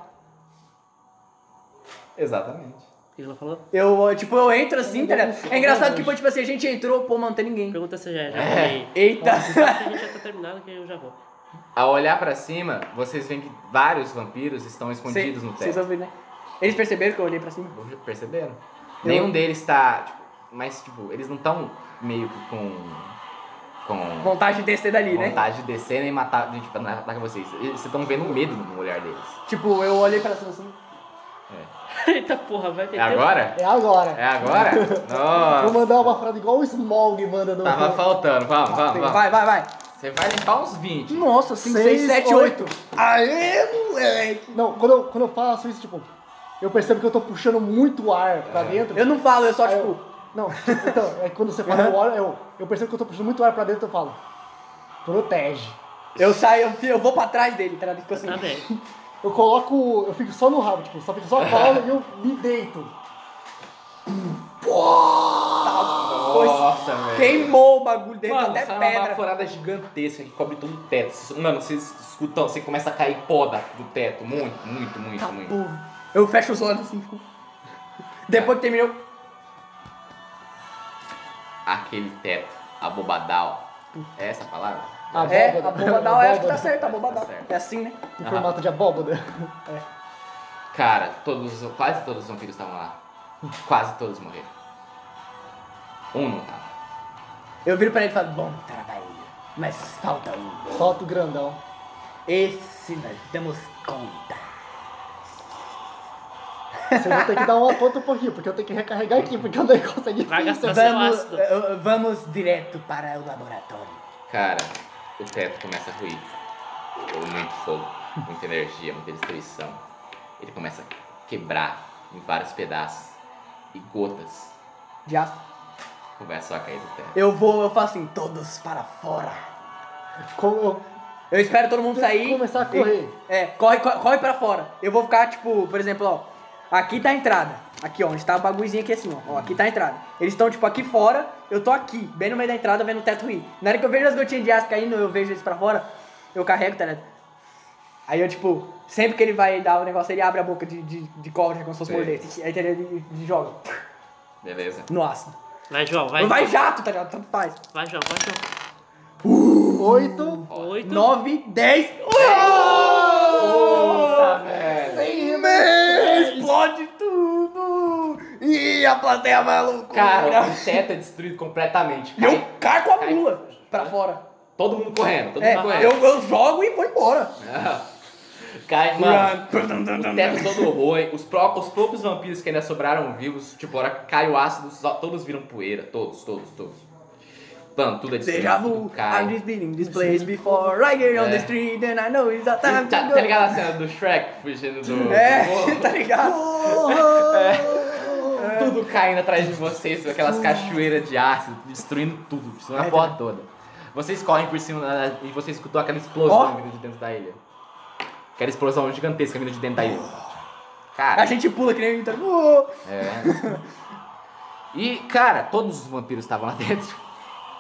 Speaker 2: Exatamente.
Speaker 3: O que ela falou?
Speaker 4: Eu, tipo, eu entro assim, tá ligado? É engraçado que foi tipo assim, a gente entrou, pô, mano, não tem ninguém.
Speaker 3: Pergunta se já já.
Speaker 2: É.
Speaker 4: Eita!
Speaker 3: Acho que a gente já tá terminado que eu já vou.
Speaker 2: Ao olhar pra cima, vocês veem que vários vampiros estão
Speaker 4: Cê-
Speaker 2: escondidos no
Speaker 4: Vocês
Speaker 2: teto.
Speaker 4: ouviram, né? Eles perceberam que eu olhei pra cima.
Speaker 2: Perceberam?
Speaker 4: Eu-
Speaker 2: Nenhum deles tá. Tipo, mas, tipo, eles não estão meio que com. com.
Speaker 4: Vontade de descer dali, né?
Speaker 2: vontade de descer nem matar. De, tipo, atacar vocês. Eles estão vendo medo no olhar deles.
Speaker 4: Tipo, eu olhei pra cima assim.
Speaker 3: Eita porra, vai ter
Speaker 2: É agora?
Speaker 1: É agora.
Speaker 2: É agora?
Speaker 1: Vou
Speaker 2: Nossa!
Speaker 1: mandar uma frase igual o Smog manda no.
Speaker 2: Tava faltando, vamos, vamos, vamos.
Speaker 4: Vai, vai, vai.
Speaker 2: Você vai limpar uns 20.
Speaker 4: Nossa, 5, 6, 7, 8. Aê, moleque!
Speaker 1: Não, quando eu, quando eu faço isso, tipo, eu percebo que eu tô puxando muito ar pra dentro.
Speaker 4: É. Eu não falo, eu só,
Speaker 1: Aí
Speaker 4: tipo.
Speaker 1: eu- Não, tipo, então, é quando você fala o ar, eu, eu percebo que eu tô puxando muito ar pra dentro, eu falo. Protege.
Speaker 4: Eu saio, eu, eu vou pra trás dele, tá ligado? Fico assim.
Speaker 3: Tá bem.
Speaker 1: Eu coloco. Eu fico só no rabo, tipo, só fico só a cola e eu me deito.
Speaker 2: Nossa, velho.
Speaker 4: Queimou o bagulho dele,
Speaker 2: Mano,
Speaker 4: até
Speaker 2: sai uma
Speaker 4: pedra.
Speaker 2: baforada gigantesca que cobre todo o teto. Vocês- Mano, vocês escutam, você começa a cair poda do teto.
Speaker 4: Tá Tipo,
Speaker 2: Muito, muito, muito, muito.
Speaker 4: Porra. Eu fecho os olhos assim, fico. Depois que terminou.
Speaker 2: aquele teto abobadal. É essa a palavra?
Speaker 1: Ah,
Speaker 4: É,
Speaker 1: Abóbada.
Speaker 4: a Bobadal é, acho que tá
Speaker 1: Abóbada.
Speaker 4: certo, a Bobadal.
Speaker 2: Tá certo.
Speaker 4: É assim, né?
Speaker 1: Em formato de abóbada.
Speaker 2: Cara, todos, quase todos os vampiros estavam lá. Quase todos morreram. Um não tava.
Speaker 4: Eu viro pra ele e falo, bom trabalho, mas falta um.
Speaker 1: Solta o grandão.
Speaker 4: Esse nós damos conta.
Speaker 1: Vocês vão ter que dar uma ponta um pouquinho, porque eu tenho que recarregar aqui, porque o negócio é
Speaker 3: Vai gastar
Speaker 1: difícil.
Speaker 3: seu
Speaker 4: Vamos,
Speaker 3: ácido.
Speaker 4: eh, vamos direto para o laboratório.
Speaker 2: Cara, o teto começa a ruir. Ou muito fogo, muita energia, muita destruição. Ele começa a quebrar em vários pedaços. E gotas
Speaker 4: De ácido.
Speaker 2: começam a cair do teto.
Speaker 4: Eu vou, eu faço assim, todos para fora.
Speaker 1: Como-
Speaker 4: Eu espero todo mundo sair.
Speaker 1: Começar a correr.
Speaker 4: E- é, corre, corre, corre pra fora. Eu vou ficar, tipo, por exemplo, ó. Aqui tá a entrada. Aqui, ó, onde tá a bagulhozinha aqui assim, ó. ó. Aqui tá a entrada. Eles estão, tipo, aqui fora. Eu tô aqui, bem no meio da entrada, vendo o teto ir. Na hora que eu vejo as gotinhas de ácido caindo, eu vejo eles pra fora, eu carrego, tá ligado? Aí eu, tipo, sempre que ele vai dar o negócio, ele abre a boca de, de, de cobra, é como se fosse
Speaker 2: Sei.
Speaker 4: morder. Aí tá ligado? ele ele joga
Speaker 2: Beleza?
Speaker 4: no ácido.
Speaker 3: Vai, João, vai. então.
Speaker 4: Vai, vai jato, tá ligado? Tanto faz.
Speaker 3: Vai, João, vai, João.
Speaker 1: Oito.
Speaker 3: Oito.
Speaker 4: 9, 10. Explode tudo! E a plateia vai à loucura!
Speaker 2: Cara, o teto é destruído completamente.
Speaker 4: E eu
Speaker 2: Cai
Speaker 4: caco a
Speaker 2: Cai.
Speaker 4: mula pra fora.
Speaker 2: todo mundo correndo, todo
Speaker 4: É,
Speaker 2: mundo correndo.
Speaker 4: eu, eu jogo e vou embora.
Speaker 2: Cai, mano. O teto é todo ruim, os, pró- os próprios vampiros que ainda sobraram vivos, tipo, a hora que cai o ácido, só- todos viram poeira, todos, todos, todos. Mano, tudo é destruído,
Speaker 4: Deja
Speaker 2: tudo
Speaker 4: vu,
Speaker 2: cai.
Speaker 4: I'm just been in this place before. Right here on
Speaker 2: É.
Speaker 4: the street, and I know it's the
Speaker 2: Tá,
Speaker 4: time to
Speaker 2: tá
Speaker 4: go.
Speaker 2: ligado a cena do Shrek fugindo do...
Speaker 4: É,
Speaker 2: do-
Speaker 4: tá ligado?
Speaker 2: Tudo caindo atrás de vocês, aquelas cachoeiras de ácido, destruindo tudo, destruindo a
Speaker 4: É,
Speaker 2: porra toda. Vocês correm por cima da- e você escutou aquela explosão
Speaker 4: Ó.
Speaker 2: vindo de dentro da ilha. Aquela explosão gigantesca vindo de dentro da ilha. Cara...
Speaker 4: A gente pula que nem então. "Oh".
Speaker 2: É. E, cara, todos os vampiros estavam lá dentro.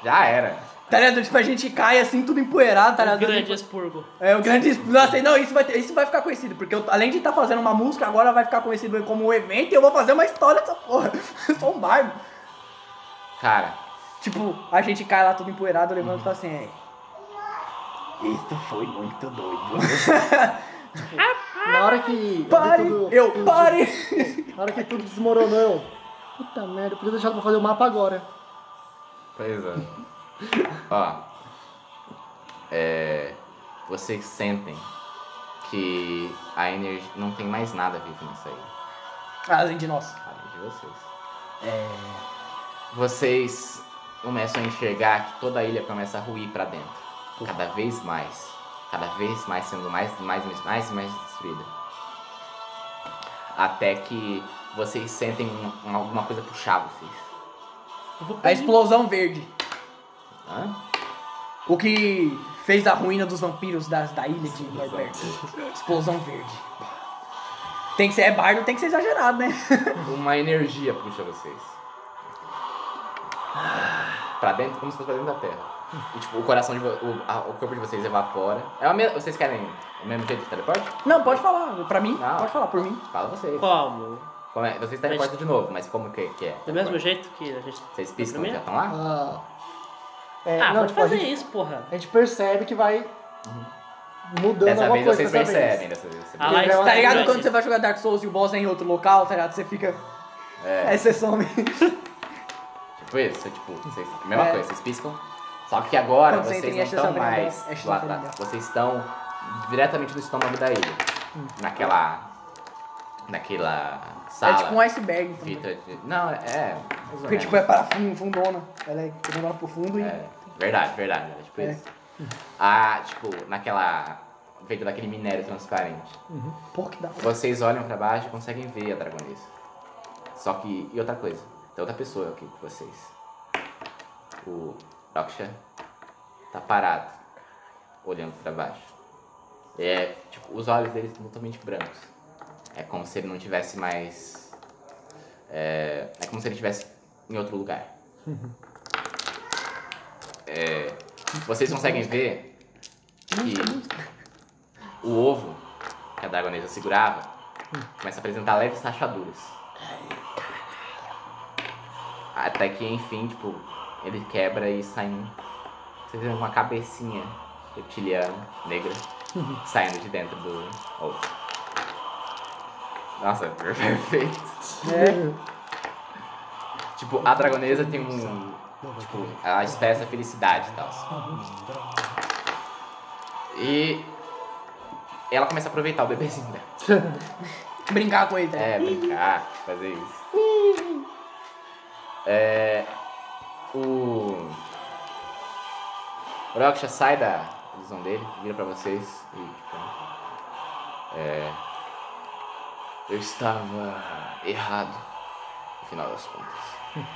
Speaker 2: Já era.
Speaker 4: Tá ligado? Tipo, a gente cai assim, tudo empoeirado, tá
Speaker 3: O
Speaker 4: ligado?
Speaker 3: grande expurgo.
Speaker 4: É, o grande. Nossa, não, isso vai, ter- isso vai ficar conhecido, porque eu- além de estar fazendo uma música, agora vai ficar conhecido como um evento e eu vou fazer uma história dessa porra. Eu sou um bardo.
Speaker 2: Cara,
Speaker 4: Tipo, a gente cai lá tudo empoeirado, levanta e fala assim: é. Isso foi muito doido.
Speaker 1: Na hora que.
Speaker 4: Pare!
Speaker 1: tudo-
Speaker 4: Eu, pare!
Speaker 1: Na hora que tudo desmoronou, eu. Puta merda, eu podia deixar pra fazer o mapa agora.
Speaker 2: pois é. Ó. É. Vocês sentem que a energia. Não tem mais nada vivo nisso aí.
Speaker 4: Ah, Além de nós.
Speaker 2: Além de vocês. É, Vocês começam a enxergar que toda a ilha começa a ruir pra dentro. Cada vez mais. Cada vez mais sendo mais, mais, mais, mais, mais destruída. Até que vocês sentem um- um- alguma coisa puxar vocês.
Speaker 4: A explosão verde.
Speaker 2: Hã?
Speaker 4: O que fez a ruína dos vampiros das, da ilha de Norberto. Explosão verde. Tem que ser. É bardo, tem que ser exagerado, né?
Speaker 2: Uma energia puxa vocês. Pra dentro, como se fosse pra dentro da terra. E tipo, o coração de vo- o, a- o corpo de vocês evapora. É o mesmo, vocês querem o mesmo jeito de teleporte?
Speaker 4: Não, pode falar. Pra mim,
Speaker 2: Não.
Speaker 4: pode falar, por mim.
Speaker 2: Fala vocês.
Speaker 3: Como?
Speaker 2: Como é? Vocês teleportam de novo, mas como que, que é?
Speaker 3: Do mesmo jeito que a gente.
Speaker 2: Vocês piscam e
Speaker 3: Primeiro?
Speaker 2: já estão lá?
Speaker 1: Ah, é,
Speaker 3: Ah,
Speaker 1: não,
Speaker 3: pode
Speaker 1: tipo, a
Speaker 3: fazer
Speaker 1: gente,
Speaker 3: isso, porra.
Speaker 1: a gente percebe que vai
Speaker 4: Ah,
Speaker 1: mudando
Speaker 2: Dessa
Speaker 1: alguma
Speaker 2: vez
Speaker 1: coisa.
Speaker 2: vocês
Speaker 1: dessa vez.
Speaker 2: percebem, dessa vez vocês
Speaker 3: Ah lá,
Speaker 1: Ele vai
Speaker 3: está
Speaker 4: Tá ligado
Speaker 3: grande.
Speaker 4: quando você vai jogar Dark Souls e o boss é em outro local, tá ligado? Você fica.
Speaker 2: É.
Speaker 4: Aí você some.
Speaker 2: Tipo isso, tipo, vocês, a mesma
Speaker 4: É.
Speaker 2: coisa, vocês piscam. Só que agora
Speaker 4: Quando você entra
Speaker 2: vocês
Speaker 4: em
Speaker 2: não
Speaker 4: Ashton
Speaker 2: estão
Speaker 4: Avenida,
Speaker 2: mais
Speaker 4: Ashton
Speaker 2: do lado
Speaker 4: Avenida.
Speaker 2: da- Vocês estão diretamente no estômago da ilha.
Speaker 4: Hum.
Speaker 2: Naquela. Naquela sala.
Speaker 4: É tipo um iceberg. então.
Speaker 2: fita de. Não, é. mais ou
Speaker 4: Porque,
Speaker 2: menos.
Speaker 4: tipo, é para fundo, fundona. Ela é fundona pro fundo e.
Speaker 2: É, Verdade, verdade. Era tipo
Speaker 4: É.
Speaker 2: isso. Ah, tipo, naquela. Feita daquele minério transparente.
Speaker 4: Porra, que da hora.
Speaker 2: Vocês olham pra baixo e conseguem ver a dragonesa. Só que. E outra coisa. Tem outra pessoa aqui com vocês. O Raksha tá parado. Olhando pra baixo. É. Tipo, os olhos dele estão totalmente brancos. É como se ele não tivesse mais. É, é como se ele estivesse em outro lugar. É, vocês conseguem ver que o ovo que a dragonesa segurava começa a apresentar leves rachaduras. Até que, enfim, tipo, Ele quebra e sai um. Você vê uma cabecinha reptiliana, negra, saindo de dentro do ovo. Nossa, perfeito.
Speaker 1: É.
Speaker 2: Tipo, a dragonesa tem um. Tipo, ela expressa felicidade e tal. E. Ela começa a aproveitar o bebezinho dela.
Speaker 4: Brincar com ele, tá?
Speaker 2: É, brincar, fazer isso. É. O. O Roksha sai da visão dele, vira pra vocês e tipo. É. Eu estava errado, no final das contas.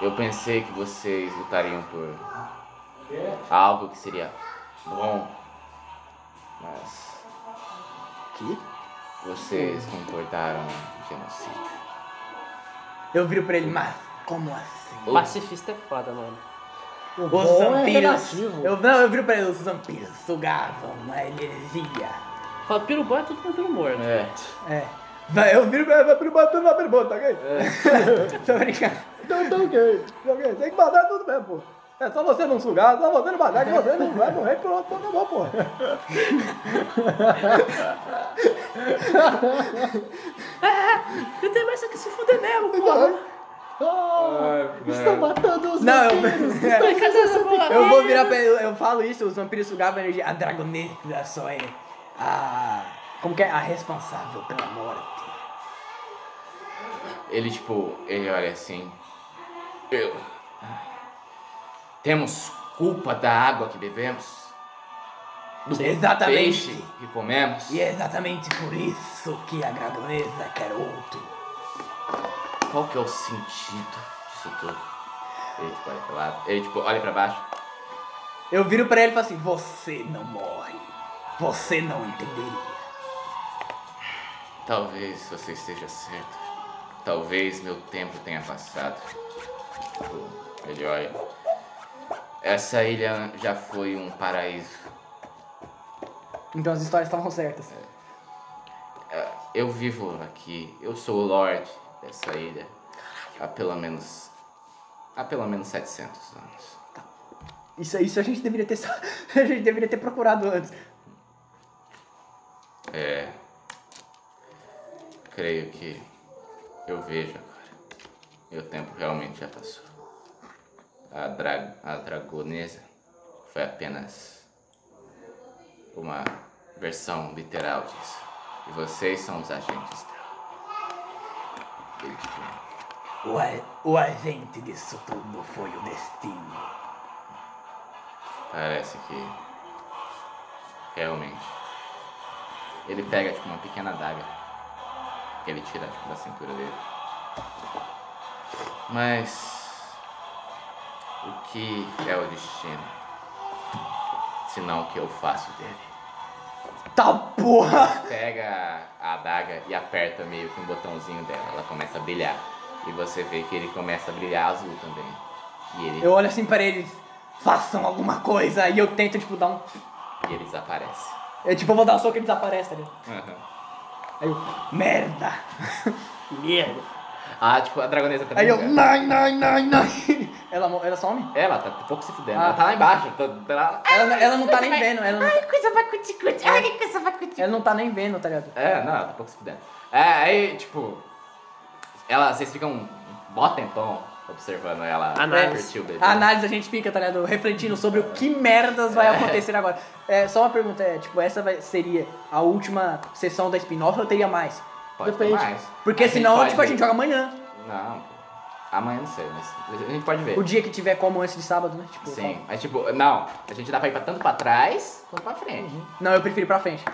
Speaker 2: Eu pensei que vocês lutariam por algo que seria bom, mas
Speaker 4: Que?
Speaker 2: vocês comportaram um genocídio.
Speaker 4: Eu viro pra ele, mas como assim?
Speaker 3: Pacifista é foda, mano.
Speaker 1: O
Speaker 4: Os
Speaker 1: bom é
Speaker 4: vampiros.
Speaker 1: relativo.
Speaker 4: eu, não, eu viro pra ele, os vampiros sugavam a energia.
Speaker 3: Vampiro bom é tudo vampiro morto.
Speaker 2: É.
Speaker 4: É. Vai, eu viro pra ele, vampiro bom, tudo vampiro bom, tá ok? Tô brincando.
Speaker 1: Então, então, ok.
Speaker 4: É. Ok, Tem que matar tudo mesmo, pô. É só você não sugar, só você não matar, que você não vai morrer, pronto, tá bom, pô.
Speaker 3: Eu tenho mais é que se fuder mesmo,
Speaker 1: Então,
Speaker 3: porra.
Speaker 1: ah,
Speaker 2: Ai,
Speaker 1: estão
Speaker 2: velho.
Speaker 1: matando os
Speaker 4: Não, eu-
Speaker 1: vampiros.
Speaker 4: é.
Speaker 1: Estão fazendo essa-
Speaker 4: Eu vou virar pra ele, eu falo isso, os vampiros sugavam energia. A dragoneta só é a. Como que é? A responsável pela morte.
Speaker 2: Ele tipo, ele olha assim. Eu. Temos culpa da água que bebemos? Do
Speaker 4: Exatamente.
Speaker 2: peixe que comemos?
Speaker 4: E é exatamente por isso que a dragoneta quer outro.
Speaker 2: Qual que é o sentido disso tudo? Ele tipo olha pra lá. Ele tipo, olha pra baixo.
Speaker 4: Eu viro pra ele e falo assim: Você não morre. Você não entenderia.
Speaker 2: Talvez você esteja certo. Talvez meu tempo tenha passado. Tipo, Ele olha. Essa ilha já foi um paraíso.
Speaker 4: Então as histórias estavam certas.
Speaker 2: Eu vivo aqui, eu sou o Lorde dessa ilha há pelo menos há pelo menos 700 anos.
Speaker 4: Isso, isso a gente deveria ter sa- a gente deveria ter procurado antes.
Speaker 2: Creio que eu vejo agora. Meu tempo realmente já passou. A, dra a dragonesa foi apenas uma versão literal disso. E vocês são os agentes dela. Ele, tipo,
Speaker 4: O, a- o agente disso tudo foi o destino.
Speaker 2: Parece que. Realmente. Ele pega tipo uma pequena adaga. Que ele tira tipo, da cintura dele. Mas. O que é o destino? Se não o que eu faço dele?
Speaker 4: Tá porra!
Speaker 2: Pega a adaga e aperta meio que um botãozinho dela. Ela começa a brilhar. E você vê que ele começa a brilhar azul também. E ele,
Speaker 4: Eu olho assim pra eles, façam alguma coisa, e eu tento, tipo, dar um.
Speaker 2: e ele desaparece.
Speaker 4: Eu, tipo, eu vou dar um soco e ele desaparece, tá ligado?
Speaker 2: Aham.
Speaker 4: Aí eu, merda!
Speaker 3: Merda.
Speaker 2: Ah, tipo, a dragonesa também.
Speaker 4: Aí eu,
Speaker 2: né?
Speaker 4: nai, nai, nai, nai! Ela, mo- ela some?
Speaker 2: Ela tá pouco se fudendo.
Speaker 4: Ah.
Speaker 2: Ela tá lá embaixo. Tá, tá lá...
Speaker 4: Ela, não- ela não tá nem vendo, ela não, É.
Speaker 5: Ai, coisa bacuticute. Ai, que coisa bacuticute.
Speaker 4: ela não tá nem vendo, tá ligado?
Speaker 2: É, não, ela tá pouco se fudendo. É, aí, tipo. Ela, vocês ficam um bom tempão observando ela
Speaker 4: Ah,
Speaker 3: Análise.
Speaker 2: curtir o bebê.
Speaker 4: A análise a gente fica, tá ligado? Refletindo sobre o que merdas vai acontecer agora. É, só uma pergunta, é, tipo, essa vai- seria a última sessão da spin-off ou teria mais?
Speaker 2: Pode ter
Speaker 1: Depende.
Speaker 2: mais.
Speaker 4: Porque
Speaker 2: A gente
Speaker 4: senão,
Speaker 2: pode
Speaker 4: tipo, a
Speaker 2: ver.
Speaker 4: gente joga amanhã.
Speaker 2: Não, pô. amanhã não sei, mas a gente pode ver.
Speaker 4: O dia que tiver como antes de sábado, né? Tipo,
Speaker 2: Sim, mas tipo, não, a gente dá pra ir pra tanto pra trás quanto pra frente.
Speaker 4: Não, eu prefiro ir pra frente.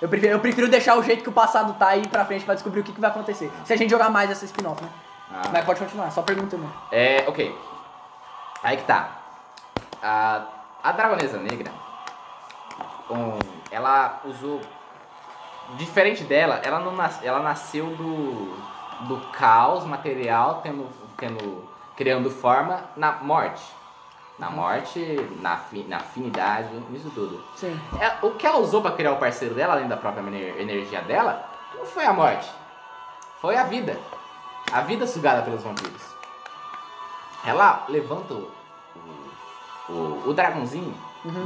Speaker 4: Eu prefiro, eu prefiro deixar o jeito que o passado tá e ir pra frente pra descobrir o que, que vai acontecer. Se a gente jogar mais essa spin-off, né?
Speaker 2: Ah.
Speaker 4: Mas pode continuar, só pergunta mesmo.
Speaker 2: É, ok. Aí que tá. A, a Dragonesa Negra, um, ela usou. Diferente dela, ela, não nas, ela nasceu do, do caos material, tendo, tendo, criando forma na morte. Na morte, na, fi- na afinidade, isso tudo.
Speaker 4: Sim.
Speaker 2: É, o que ela usou pra criar o parceiro dela, além da própria ener- energia dela, não foi a morte. Foi a vida. A vida sugada pelos vampiros. Ela levanta o, o, o dragãozinho,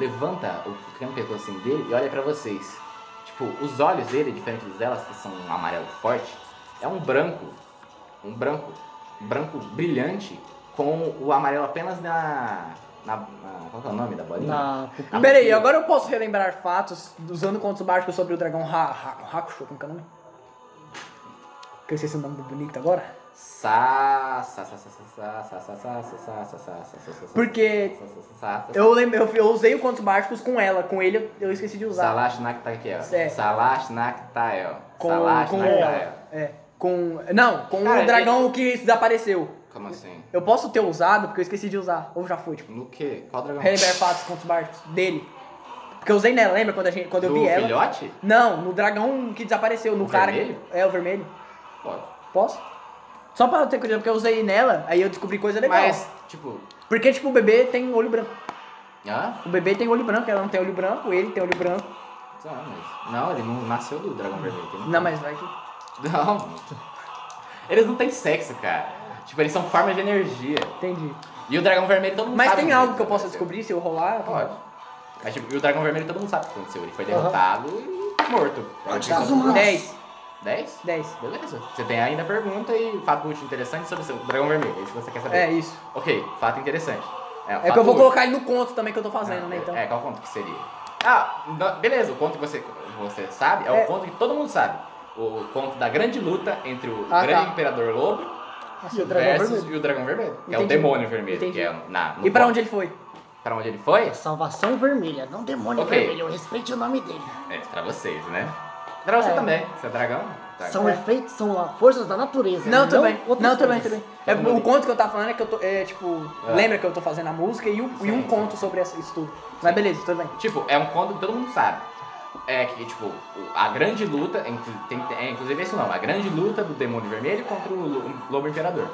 Speaker 2: levanta o campeão assim dele e olha pra vocês. Tipo, os olhos dele, diferente dos delas, que são um amarelo forte, é um branco. Um branco. Branco brilhante com o amarelo apenas na. na, na- qual que é o nome da bolinha?
Speaker 1: Tá,
Speaker 4: Na...
Speaker 2: Na
Speaker 4: Peraí,
Speaker 2: pupila.
Speaker 4: agora eu posso relembrar fatos usando contos mágicos sobre o dragão ha ha Hakusho, como que é o nome? Que eu esqueci o nome do bonito agora.
Speaker 2: Sa, sa, sa, sa, sa, sa, sa, sa, sa, sa, sa, sa, sa, sa, sa, sa,
Speaker 4: Porque
Speaker 2: sa, sa, sa, sa, sa.
Speaker 4: eu, lembro, eu, eu usei o contos mágicos com ela, com ele eu- eu esqueci de usar.
Speaker 2: Salash Naktael.
Speaker 4: É.
Speaker 2: Salash Naktael.
Speaker 4: Com,
Speaker 2: Salash
Speaker 4: com
Speaker 2: Naktael.
Speaker 4: ela. É. Com. Não, com
Speaker 2: Cara, é
Speaker 4: o dragão que desapareceu.
Speaker 2: Como assim?
Speaker 4: Eu posso ter usado porque eu esqueci de usar. Ou já foi, tipo.
Speaker 2: No que? Qual dragão?
Speaker 4: Relembrar fatos contos mágicos dele. Porque eu usei nela, lembra quando, a gente, quando eu
Speaker 2: Do
Speaker 4: vi ela?
Speaker 2: filhote?
Speaker 4: Não, no dragão que desapareceu, no
Speaker 2: O
Speaker 4: cara.
Speaker 2: vermelho?
Speaker 4: É, o vermelho.
Speaker 2: Pode.
Speaker 4: Posso? Só pra eu ter curiosidade, porque eu usei nela, aí eu descobri coisa É legal.
Speaker 2: Mas, tipo.
Speaker 4: Porque, tipo, o bebê tem olho branco.
Speaker 2: Hã?
Speaker 4: O bebê tem olho branco, ela não tem olho branco, ele tem olho branco.
Speaker 2: Não, mas- Não, ele não nasceu do dragão vermelho. ele
Speaker 4: Não, mas vai que.
Speaker 2: Não. Eles não têm sexo, cara. Tipo, eles são formas de energia.
Speaker 4: Entendi.
Speaker 2: E o dragão vermelho todo mundo
Speaker 4: Mas
Speaker 2: sabe.
Speaker 4: tem
Speaker 2: como
Speaker 4: algo
Speaker 2: ele
Speaker 4: que eu possa
Speaker 2: aconteceu.
Speaker 4: descobrir se eu rolar?
Speaker 2: Pode. Mas, tipo, e o dragão vermelho todo mundo sabe o que aconteceu. Ele foi derrotado e morto.
Speaker 1: Faz um laço.
Speaker 4: 10.
Speaker 2: 10?
Speaker 4: 10.
Speaker 2: Beleza. Você tem ainda a pergunta e fato útil interessante sobre o seu dragão vermelho. É isso que você quer saber.
Speaker 4: É isso.
Speaker 2: Ok, fato interessante.
Speaker 4: É que eu vou colocar ele no conto também que eu tô fazendo, né? Então.
Speaker 2: É, qual conto que seria? Ah, no- beleza, o conto que você, você sabe é,
Speaker 4: É.
Speaker 2: o conto que todo mundo sabe. O conto da grande luta entre o
Speaker 4: Ah,
Speaker 2: grande
Speaker 4: tá.
Speaker 2: imperador lobo
Speaker 1: E o dragão
Speaker 2: versus
Speaker 1: vermelho.
Speaker 2: e o dragão vermelho. Que é o
Speaker 4: Entendi.
Speaker 2: demônio vermelho,
Speaker 4: Entendi.
Speaker 2: que é na. no
Speaker 4: E pra
Speaker 2: conto.
Speaker 4: onde ele foi?
Speaker 2: Pra onde ele foi?
Speaker 1: Salvação vermelha, não demônio
Speaker 2: Ok.
Speaker 1: vermelho. Respeite o nome dele.
Speaker 2: É, pra vocês, né? Pra você
Speaker 1: É.
Speaker 2: também. Você é dragão? Dragão.
Speaker 1: São efeitos, são ah, forças da natureza.
Speaker 4: Não, tudo bem.
Speaker 1: outras
Speaker 4: Não, tudo bem,
Speaker 1: coisas.
Speaker 4: tudo bem. É,
Speaker 2: Todo mundo
Speaker 4: o conto que eu tava falando é que eu tô. É, tipo, lembra que eu tô fazendo a música e, um- e
Speaker 2: Sim, sim.
Speaker 4: um conto sobre essa- isso tudo. Mas beleza, tudo bem.
Speaker 2: Tipo, é um conto que todo mundo sabe. É que, tipo, o- a grande luta, inclu- tem- é, inclusive esse não, a grande luta do demônio vermelho contra o lo- lobo imperador.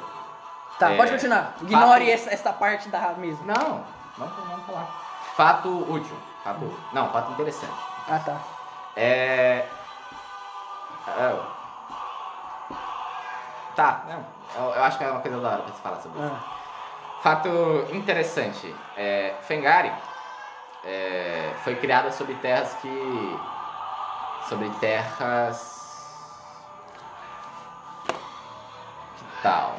Speaker 4: Tá,
Speaker 2: É,
Speaker 4: pode continuar. Ignore
Speaker 2: fato-
Speaker 4: essa, essa parte da mesa.
Speaker 2: Não, não vamos falar. Fato útil. Fato, não, fato interessante.
Speaker 4: Ah, tá.
Speaker 2: É. é, Tá, não. Eu, eu acho que é uma coisa da hora pra se falar sobre isso.
Speaker 4: Ah.
Speaker 2: Fato interessante. É, Fengari é, foi criada sobre terras que. Sobre terras. Que tal?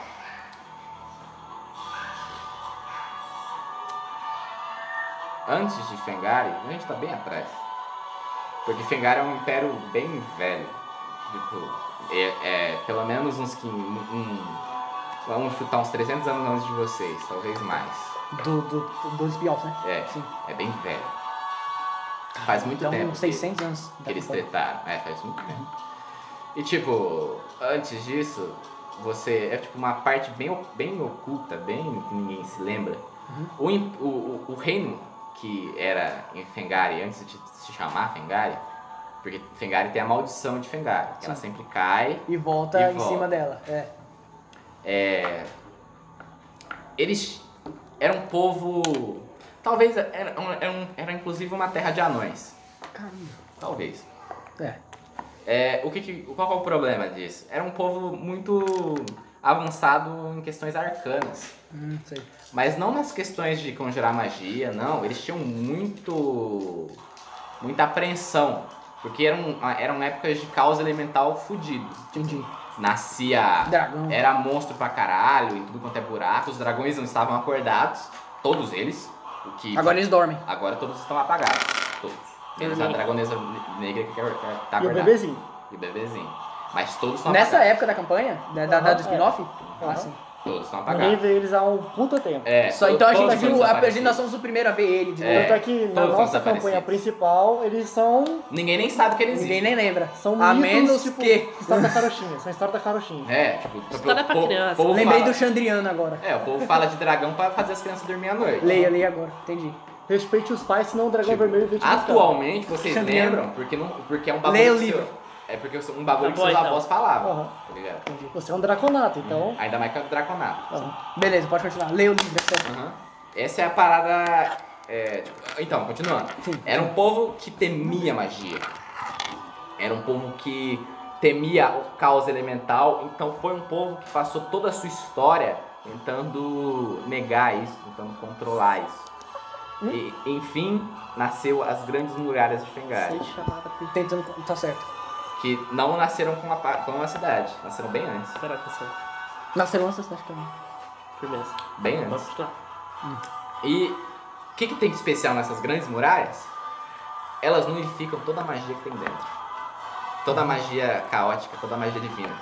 Speaker 2: Antes de Fengari, a gente tá bem atrás. Porque Fengari é um império bem velho. Tipo, é, é pelo menos uns que. Um, Vamos chutar uns 300 anos antes de vocês, talvez mais.
Speaker 4: Do, do, do- dos espiões, né?
Speaker 2: É,
Speaker 4: Sim.
Speaker 2: é bem velho. Faz muito
Speaker 4: Então,
Speaker 2: tempo.
Speaker 4: uns
Speaker 2: que-
Speaker 4: 600 anos.
Speaker 2: que eles
Speaker 4: Daqui a pouco.
Speaker 2: tretaram. É, faz muito tempo. E tipo, antes disso, você. É tipo uma parte bem, bem oculta, bem que ninguém se lembra. O im- O, o, o reino que era em Fengari, antes de se chamar Fengari, porque Fengari tem a maldição de Fengari, que ela sempre cai
Speaker 4: E volta
Speaker 2: E
Speaker 4: em
Speaker 2: volta.
Speaker 4: cima dela. É.
Speaker 2: eles eram um povo. Talvez era, um- era, um- era inclusive uma terra de anões. Talvez.
Speaker 4: É.
Speaker 2: É, o que que- qual que é o problema disso? Era um povo muito avançado em questões arcanas.
Speaker 4: Hum, sei.
Speaker 2: Mas não nas questões de conjurar magia, não. Eles tinham muito. muita apreensão. Porque eram, eram épocas de caos elemental fudido.
Speaker 4: Entendi.
Speaker 2: Nascia
Speaker 4: Dragão.
Speaker 2: era monstro pra caralho, em tudo quanto é buraco. Os dragões não estavam acordados, todos eles. O que
Speaker 4: Agora eles dormem.
Speaker 2: agora todos estão apagados. Todos. Menos a
Speaker 3: Uhum.
Speaker 2: dragonesa ne- negra que quer- quer- tá
Speaker 1: E o
Speaker 2: acordada.
Speaker 1: bebezinho.
Speaker 2: E o bebezinho. Mas todos estão
Speaker 4: Nessa
Speaker 2: apagados.
Speaker 4: época da campanha, da, da, da
Speaker 1: Aham,
Speaker 4: do spin-off,
Speaker 1: é.
Speaker 4: ah, sim.
Speaker 2: Todos estão
Speaker 1: Ninguém
Speaker 2: apagados.
Speaker 1: vê eles há um puta tempo.
Speaker 2: É,
Speaker 4: Só,
Speaker 2: to-
Speaker 4: então a gente,
Speaker 2: todos
Speaker 4: viu,
Speaker 2: estão
Speaker 4: a, a gente nós
Speaker 2: desaparecidos.
Speaker 4: somos o primeiro a ver ele de
Speaker 2: assim. É.
Speaker 4: novo.
Speaker 1: Tanto é que na
Speaker 2: todos
Speaker 1: nossa
Speaker 2: desaparecidos.
Speaker 1: campanha principal, eles são.
Speaker 2: Ninguém nem sabe que eles
Speaker 4: Ninguém
Speaker 2: existem.
Speaker 4: nem lembra.
Speaker 1: São
Speaker 4: a
Speaker 1: mitos,
Speaker 4: menos
Speaker 1: tipo,
Speaker 4: que.
Speaker 1: História da carochinha. São história da carochinha.
Speaker 2: É, tipo,
Speaker 3: História
Speaker 2: o
Speaker 3: pra
Speaker 2: povo-
Speaker 3: criança.
Speaker 2: povo
Speaker 4: Lembrei
Speaker 2: fala-
Speaker 4: do Xandriano agora.
Speaker 2: É, o povo fala de dragão pra fazer as crianças dormir à noite.
Speaker 4: Leia, leia agora. Entendi.
Speaker 1: Respeite os pais, senão o dragão
Speaker 2: É. Tipo,
Speaker 1: vermelho vem te buscar.
Speaker 2: Atualmente, vocês
Speaker 4: Xandriano.
Speaker 2: lembram, porque, não, porque é um bagulho
Speaker 4: Leia o
Speaker 2: que seu-
Speaker 4: livro.
Speaker 2: É porque um bagulho
Speaker 3: Tá
Speaker 2: que
Speaker 3: bom,
Speaker 2: seus
Speaker 3: então.
Speaker 2: avós falavam,
Speaker 1: Aham.
Speaker 2: tá ligado?
Speaker 1: Você é um draconato, então.
Speaker 2: Ainda mais que é o Draconato.
Speaker 1: aham.
Speaker 4: Beleza, pode continuar. Leia o livro. é só.
Speaker 2: Aham. Essa é a parada. é, tipo, então, continuando. Era um povo que temia magia. Era um povo que temia o caos elemental. Então foi um povo que passou toda a sua história tentando negar isso, tentando controlar isso. E, enfim, nasceu as grandes muralhas de Fengari,
Speaker 3: Seja chamada por.
Speaker 4: Tentando. Tá certo.
Speaker 2: que não nasceram com a, pa- com a cidade, nasceram bem antes,
Speaker 3: Caraca, essa
Speaker 4: Nasceram essas cidade também.
Speaker 3: firmeza.
Speaker 2: bem
Speaker 3: Vamos
Speaker 2: antes.
Speaker 3: continuar.
Speaker 2: E o que, que tem de especial nessas grandes muralhas? Elas nulificam toda a magia que tem dentro. Toda a magia caótica, toda a magia divina.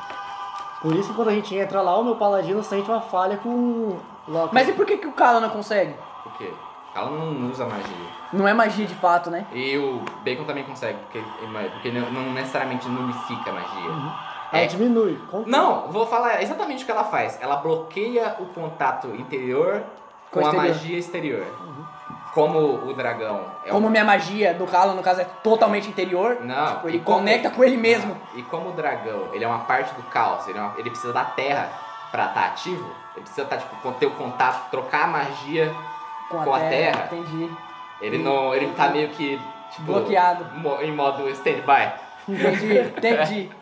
Speaker 1: Por isso que quando a gente entra lá, o meu paladino sente uma falha com. Lá,
Speaker 4: Mas e por que, que o Kala não consegue?
Speaker 2: Por quê? Ela não usa magia.
Speaker 4: Não é magia de fato, né?
Speaker 2: E o Bacon também consegue, porque, porque ele não necessariamente nulifica a magia.
Speaker 4: Uhum.
Speaker 1: Ela
Speaker 2: É.
Speaker 1: diminui. Com...
Speaker 2: Não, vou falar exatamente o que ela faz. Ela bloqueia o contato interior
Speaker 4: Com
Speaker 2: com,
Speaker 4: o
Speaker 2: a
Speaker 4: exterior. Uhum.
Speaker 2: magia exterior. Como o dragão é
Speaker 4: Como
Speaker 2: um...
Speaker 4: minha magia do Kala, no caso, é totalmente interior.
Speaker 2: Não,
Speaker 4: Tipo,
Speaker 2: e
Speaker 4: ele
Speaker 2: como-
Speaker 4: conecta com ele mesmo.
Speaker 2: E como o dragão, ele é uma parte do caos, ele, é uma- ele precisa da terra pra estar ativo, ele precisa estar, tipo, con- ter o contato, trocar a magia. Com a terra.
Speaker 4: Entendi.
Speaker 2: Ele não. Ele tá meio que. Tipo,
Speaker 4: Bloqueado.
Speaker 2: mo- Em modo stand-by.
Speaker 4: Entendi, entendi.
Speaker 2: Então.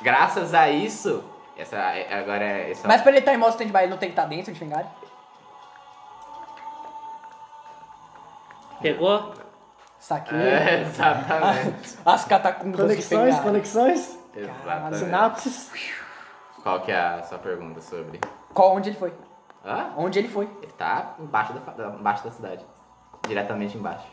Speaker 2: Graças a isso. Essa, é- agora é. Essa,
Speaker 4: Mas pra ele estar em modo stand-by, ele não tem que estar dentro de Fengari?
Speaker 3: Pegou?
Speaker 4: Saquei.
Speaker 2: É, exatamente.
Speaker 4: As catacumbas de
Speaker 1: Conexões,
Speaker 4: Fengari.
Speaker 1: conexões,
Speaker 2: exatamente.
Speaker 1: sinapses.
Speaker 2: Qual que é a sua pergunta sobre.
Speaker 4: Qual, onde ele foi?
Speaker 2: Hã?
Speaker 4: Onde ele foi?
Speaker 2: Ele tá embaixo da, fa- da- embaixo da cidade. Diretamente embaixo.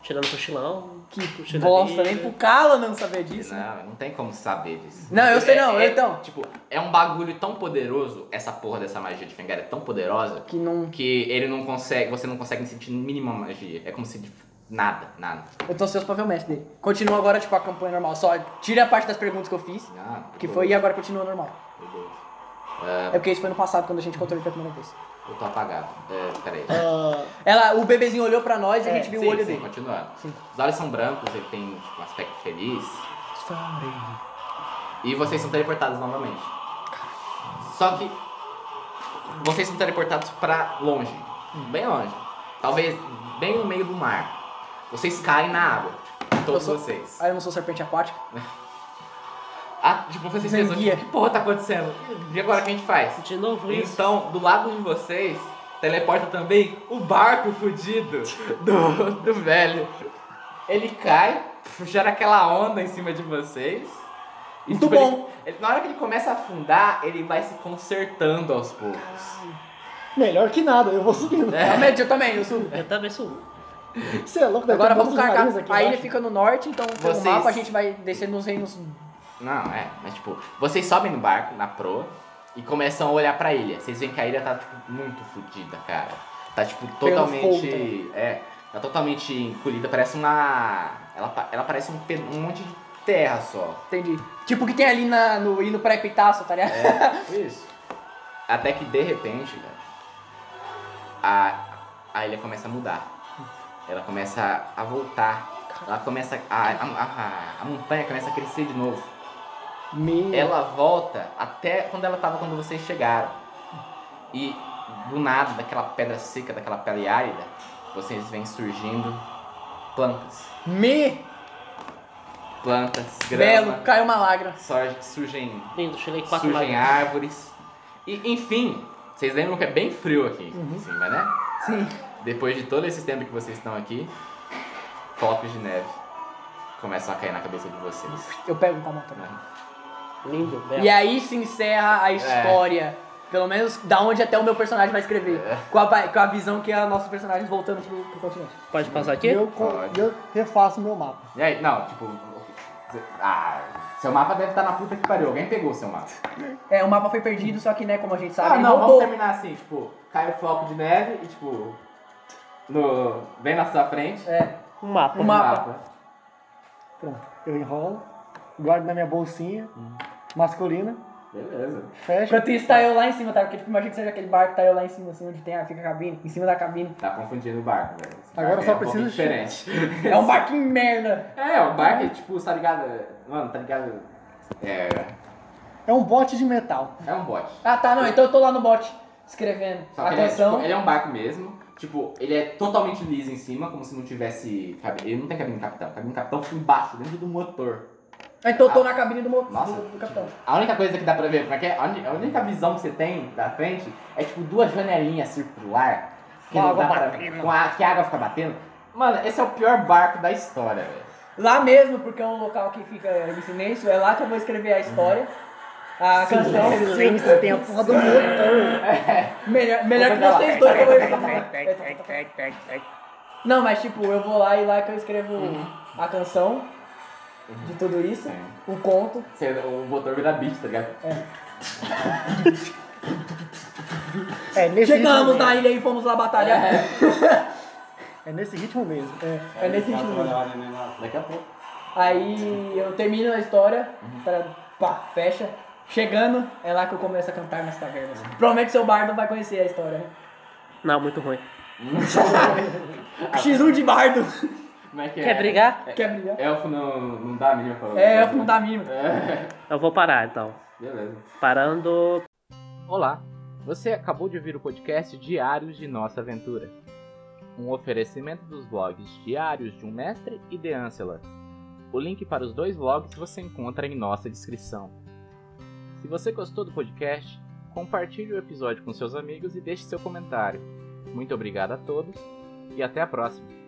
Speaker 3: Tirando o cochilão.
Speaker 4: Que
Speaker 3: Puxa
Speaker 4: bosta,
Speaker 3: vida.
Speaker 4: nem pro Kala não saber disso.
Speaker 2: Não, não tem como saber disso.
Speaker 4: Não, eu sei não,
Speaker 2: é,
Speaker 4: então.
Speaker 2: Tipo, é um bagulho tão poderoso, essa porra dessa magia de Fengari é tão poderosa,
Speaker 4: Que não...
Speaker 2: que ele não consegue, você não consegue sentir mínima magia. É como se de- nada, nada.
Speaker 4: Eu tô ansioso pra ver o mestre dele. Continua agora, tipo, a campanha normal. Só tira a parte das perguntas que eu fiz,
Speaker 2: Ah,
Speaker 4: que
Speaker 2: meu
Speaker 4: foi, e
Speaker 2: Deus,
Speaker 4: agora continua normal.
Speaker 2: meu Deus.
Speaker 4: É porque isso foi no passado, quando a gente encontrou ele pela primeira vez.
Speaker 2: Eu tô apagado. É, peraí.
Speaker 1: Ah,
Speaker 4: Ela, o bebezinho olhou pra nós e a gente viu
Speaker 2: É, Sim,
Speaker 4: o olho
Speaker 2: sim,
Speaker 4: dele.
Speaker 2: continuando.
Speaker 4: Sim.
Speaker 2: Os olhos são brancos, ele tem um aspecto feliz. E vocês são teleportados novamente. Só que vocês são teleportados pra longe, bem longe. Talvez bem no meio do mar. Vocês caem na água, tipo, todos
Speaker 4: Eu sou-
Speaker 2: vocês.
Speaker 4: Ah, eu não sou serpente aquática.
Speaker 2: Ah, tipo, vocês pensam,
Speaker 4: Zanguia.
Speaker 2: tipo, que porra tá acontecendo? E agora o que a gente faz?
Speaker 3: De novo isso.
Speaker 2: Então, do lado de vocês, teleporta também o barco fudido do, do velho. Ele cai, gera aquela onda em cima de vocês. E,
Speaker 4: Muito
Speaker 2: tipo, ele-
Speaker 4: bom.
Speaker 2: ele- na hora que ele começa a afundar, ele vai se consertando aos poucos.
Speaker 1: melhor que nada, eu vou subindo.
Speaker 2: É.
Speaker 4: Realmente, eu também, eu sou.
Speaker 3: Eu também sou.
Speaker 1: Você é louco, deve
Speaker 4: Agora
Speaker 1: ter
Speaker 4: vamos
Speaker 1: muitos
Speaker 4: carregar.
Speaker 1: navios aqui né?
Speaker 4: A ilha
Speaker 1: embaixo.
Speaker 4: fica no norte, então pelo
Speaker 2: Vocês-
Speaker 4: mapa a gente vai descer nos reinos.
Speaker 2: Não, é, mas tipo, vocês sobem no barco, na proa, e começam a olhar pra ilha. Vocês veem que a ilha tá, tipo, muito fodida, cara. Tá, tipo,
Speaker 4: Pegando
Speaker 2: totalmente. É, tá totalmente encolhida, parece uma. Ela, pa- ela parece um, pe- um monte de terra só.
Speaker 4: Entendi. Tipo o que tem ali na, no hino pré-pitaço, tá ligado?
Speaker 2: É, isso. Até que de repente, cara, a, a ilha começa a mudar. Ela começa a voltar. Ela começa. A, a- a- a montanha começa a crescer de novo.
Speaker 1: Meu,
Speaker 2: Ela volta até quando ela tava quando vocês chegaram. E do nada, daquela pedra seca, daquela pele árida, vocês vêm surgindo plantas.
Speaker 4: Me,
Speaker 2: Plantas, É. grama,
Speaker 4: belo, caiu uma lágrima.
Speaker 2: surge- surgem
Speaker 3: Lindo, tirei quatro
Speaker 2: surgem
Speaker 3: lágrimas.
Speaker 2: árvores. E, enfim, vocês lembram que é bem frio aqui em cima, né?
Speaker 4: Uhum. Sim.
Speaker 2: Depois de todo esse tempo que vocês estão aqui, flocos de neve começam a cair na cabeça de vocês. né?
Speaker 4: Eu pego um com a mão também.
Speaker 3: Lindo, belo.
Speaker 4: E aí se encerra
Speaker 2: É.
Speaker 4: a história. Pelo menos da onde até o meu personagem vai escrever. Com, a, pa- com a visão que é o nosso personagem voltando pro, pro continente.
Speaker 3: Pode passar
Speaker 4: É,
Speaker 3: aqui?
Speaker 1: eu, co-
Speaker 2: Pode.
Speaker 1: eu refaço meu mapa.
Speaker 2: E aí, não, tipo. Ah, seu mapa deve estar na puta que pariu. Alguém pegou seu mapa.
Speaker 4: É, o mapa foi perdido, só que, né, como a gente sabe,
Speaker 2: Ah,
Speaker 4: ele
Speaker 2: não, vamos
Speaker 4: voltou.
Speaker 2: terminar assim, tipo, cai o floco de neve e tipo. No, bem na sua frente.
Speaker 4: É,
Speaker 3: Um mapa.
Speaker 4: um mapa.
Speaker 1: Pronto, eu enrolo, guardo na minha bolsinha masculina,
Speaker 2: Beleza.
Speaker 1: fecho.
Speaker 4: Enquanto isso, tá eu lá em cima, tá? Porque, tipo, imagina que seja aquele barco, tá eu lá em cima, assim, onde tem a, fica a cabine, em cima da cabine.
Speaker 2: Tá confundindo o barco, velho. Esse
Speaker 1: Agora
Speaker 2: barco
Speaker 1: só
Speaker 2: é um pouquinho
Speaker 1: precisa-
Speaker 2: diferente.
Speaker 4: É um barquinho merda.
Speaker 2: É, o barco é tipo, tá ligado? Mano, tá ligado? É.
Speaker 1: É um bote de metal.
Speaker 2: É um bote.
Speaker 4: Ah, tá, não, então eu tô lá no bote, escrevendo.
Speaker 2: Só que ele é, tipo,
Speaker 4: Atenção.
Speaker 2: ele é um barco mesmo. Tipo, ele é totalmente liso em cima, como se não tivesse. cabe- Ele não tem cabine capitão. Cabine capitão fica embaixo, dentro do motor.
Speaker 4: Então eu tô na cabine do, mo-
Speaker 2: é- Ah. Nossa.
Speaker 4: do, do capitão.
Speaker 2: A única coisa que dá pra ver, como é que é? a uni- a única visão que você tem da frente é tipo duas janelinhas circular que
Speaker 1: Com
Speaker 2: não
Speaker 1: água
Speaker 2: dá pra-
Speaker 1: batendo.
Speaker 2: com a, que a água fica batendo. Mano, esse é o pior barco da história, velho.
Speaker 4: Lá mesmo, porque é um local que fica em silêncio, é lá que eu vou escrever a história.
Speaker 2: Uhum.
Speaker 4: A canção.
Speaker 1: Silêncio, tem a porra do motor.
Speaker 4: Melhor, melhor que
Speaker 2: Vou pegar
Speaker 4: vocês
Speaker 2: lá.
Speaker 4: dois que eu vou escrever. Não, mas tipo, eu vou lá e lá que eu escrevo
Speaker 2: Uhum.
Speaker 4: a canção de tudo isso, o conto.
Speaker 2: Você, o motor vira bicho, tá ligado?
Speaker 1: É, nesse
Speaker 4: Chegamos tá?
Speaker 1: ritmo
Speaker 4: na ilha e fomos lá batalhar.
Speaker 1: mesmo. É nesse ritmo mesmo. É.
Speaker 4: É nesse ritmo. mesmo.
Speaker 2: Daqui a pouco.
Speaker 4: Aí eu termino a história,
Speaker 2: Uhum.
Speaker 4: pra, pá, fecha. Chegando, é lá que eu começo a cantar nas tavernas.
Speaker 2: Uhum.
Speaker 4: Provavelmente seu bardo vai conhecer a história, né?
Speaker 3: Não, muito ruim.
Speaker 4: X1 de bardo!
Speaker 2: Como é que Ah, tá. é?
Speaker 3: Quer brigar?
Speaker 4: Quer brilhar?
Speaker 2: Elfo não, não dá a mínima pra né?
Speaker 4: É, eu não dá mínimo.
Speaker 3: Eu vou parar então.
Speaker 2: Beleza.
Speaker 3: Parando.
Speaker 2: Olá, você acabou de ouvir o podcast Diários de Nossa Aventura. Um oferecimento dos blogs Diários de um Mestre e The Ancellor. O link para os dois blogs você encontra em nossa descrição. Se você gostou do podcast, compartilhe o episódio com seus amigos e deixe seu comentário. Muito obrigado a todos e até a próxima!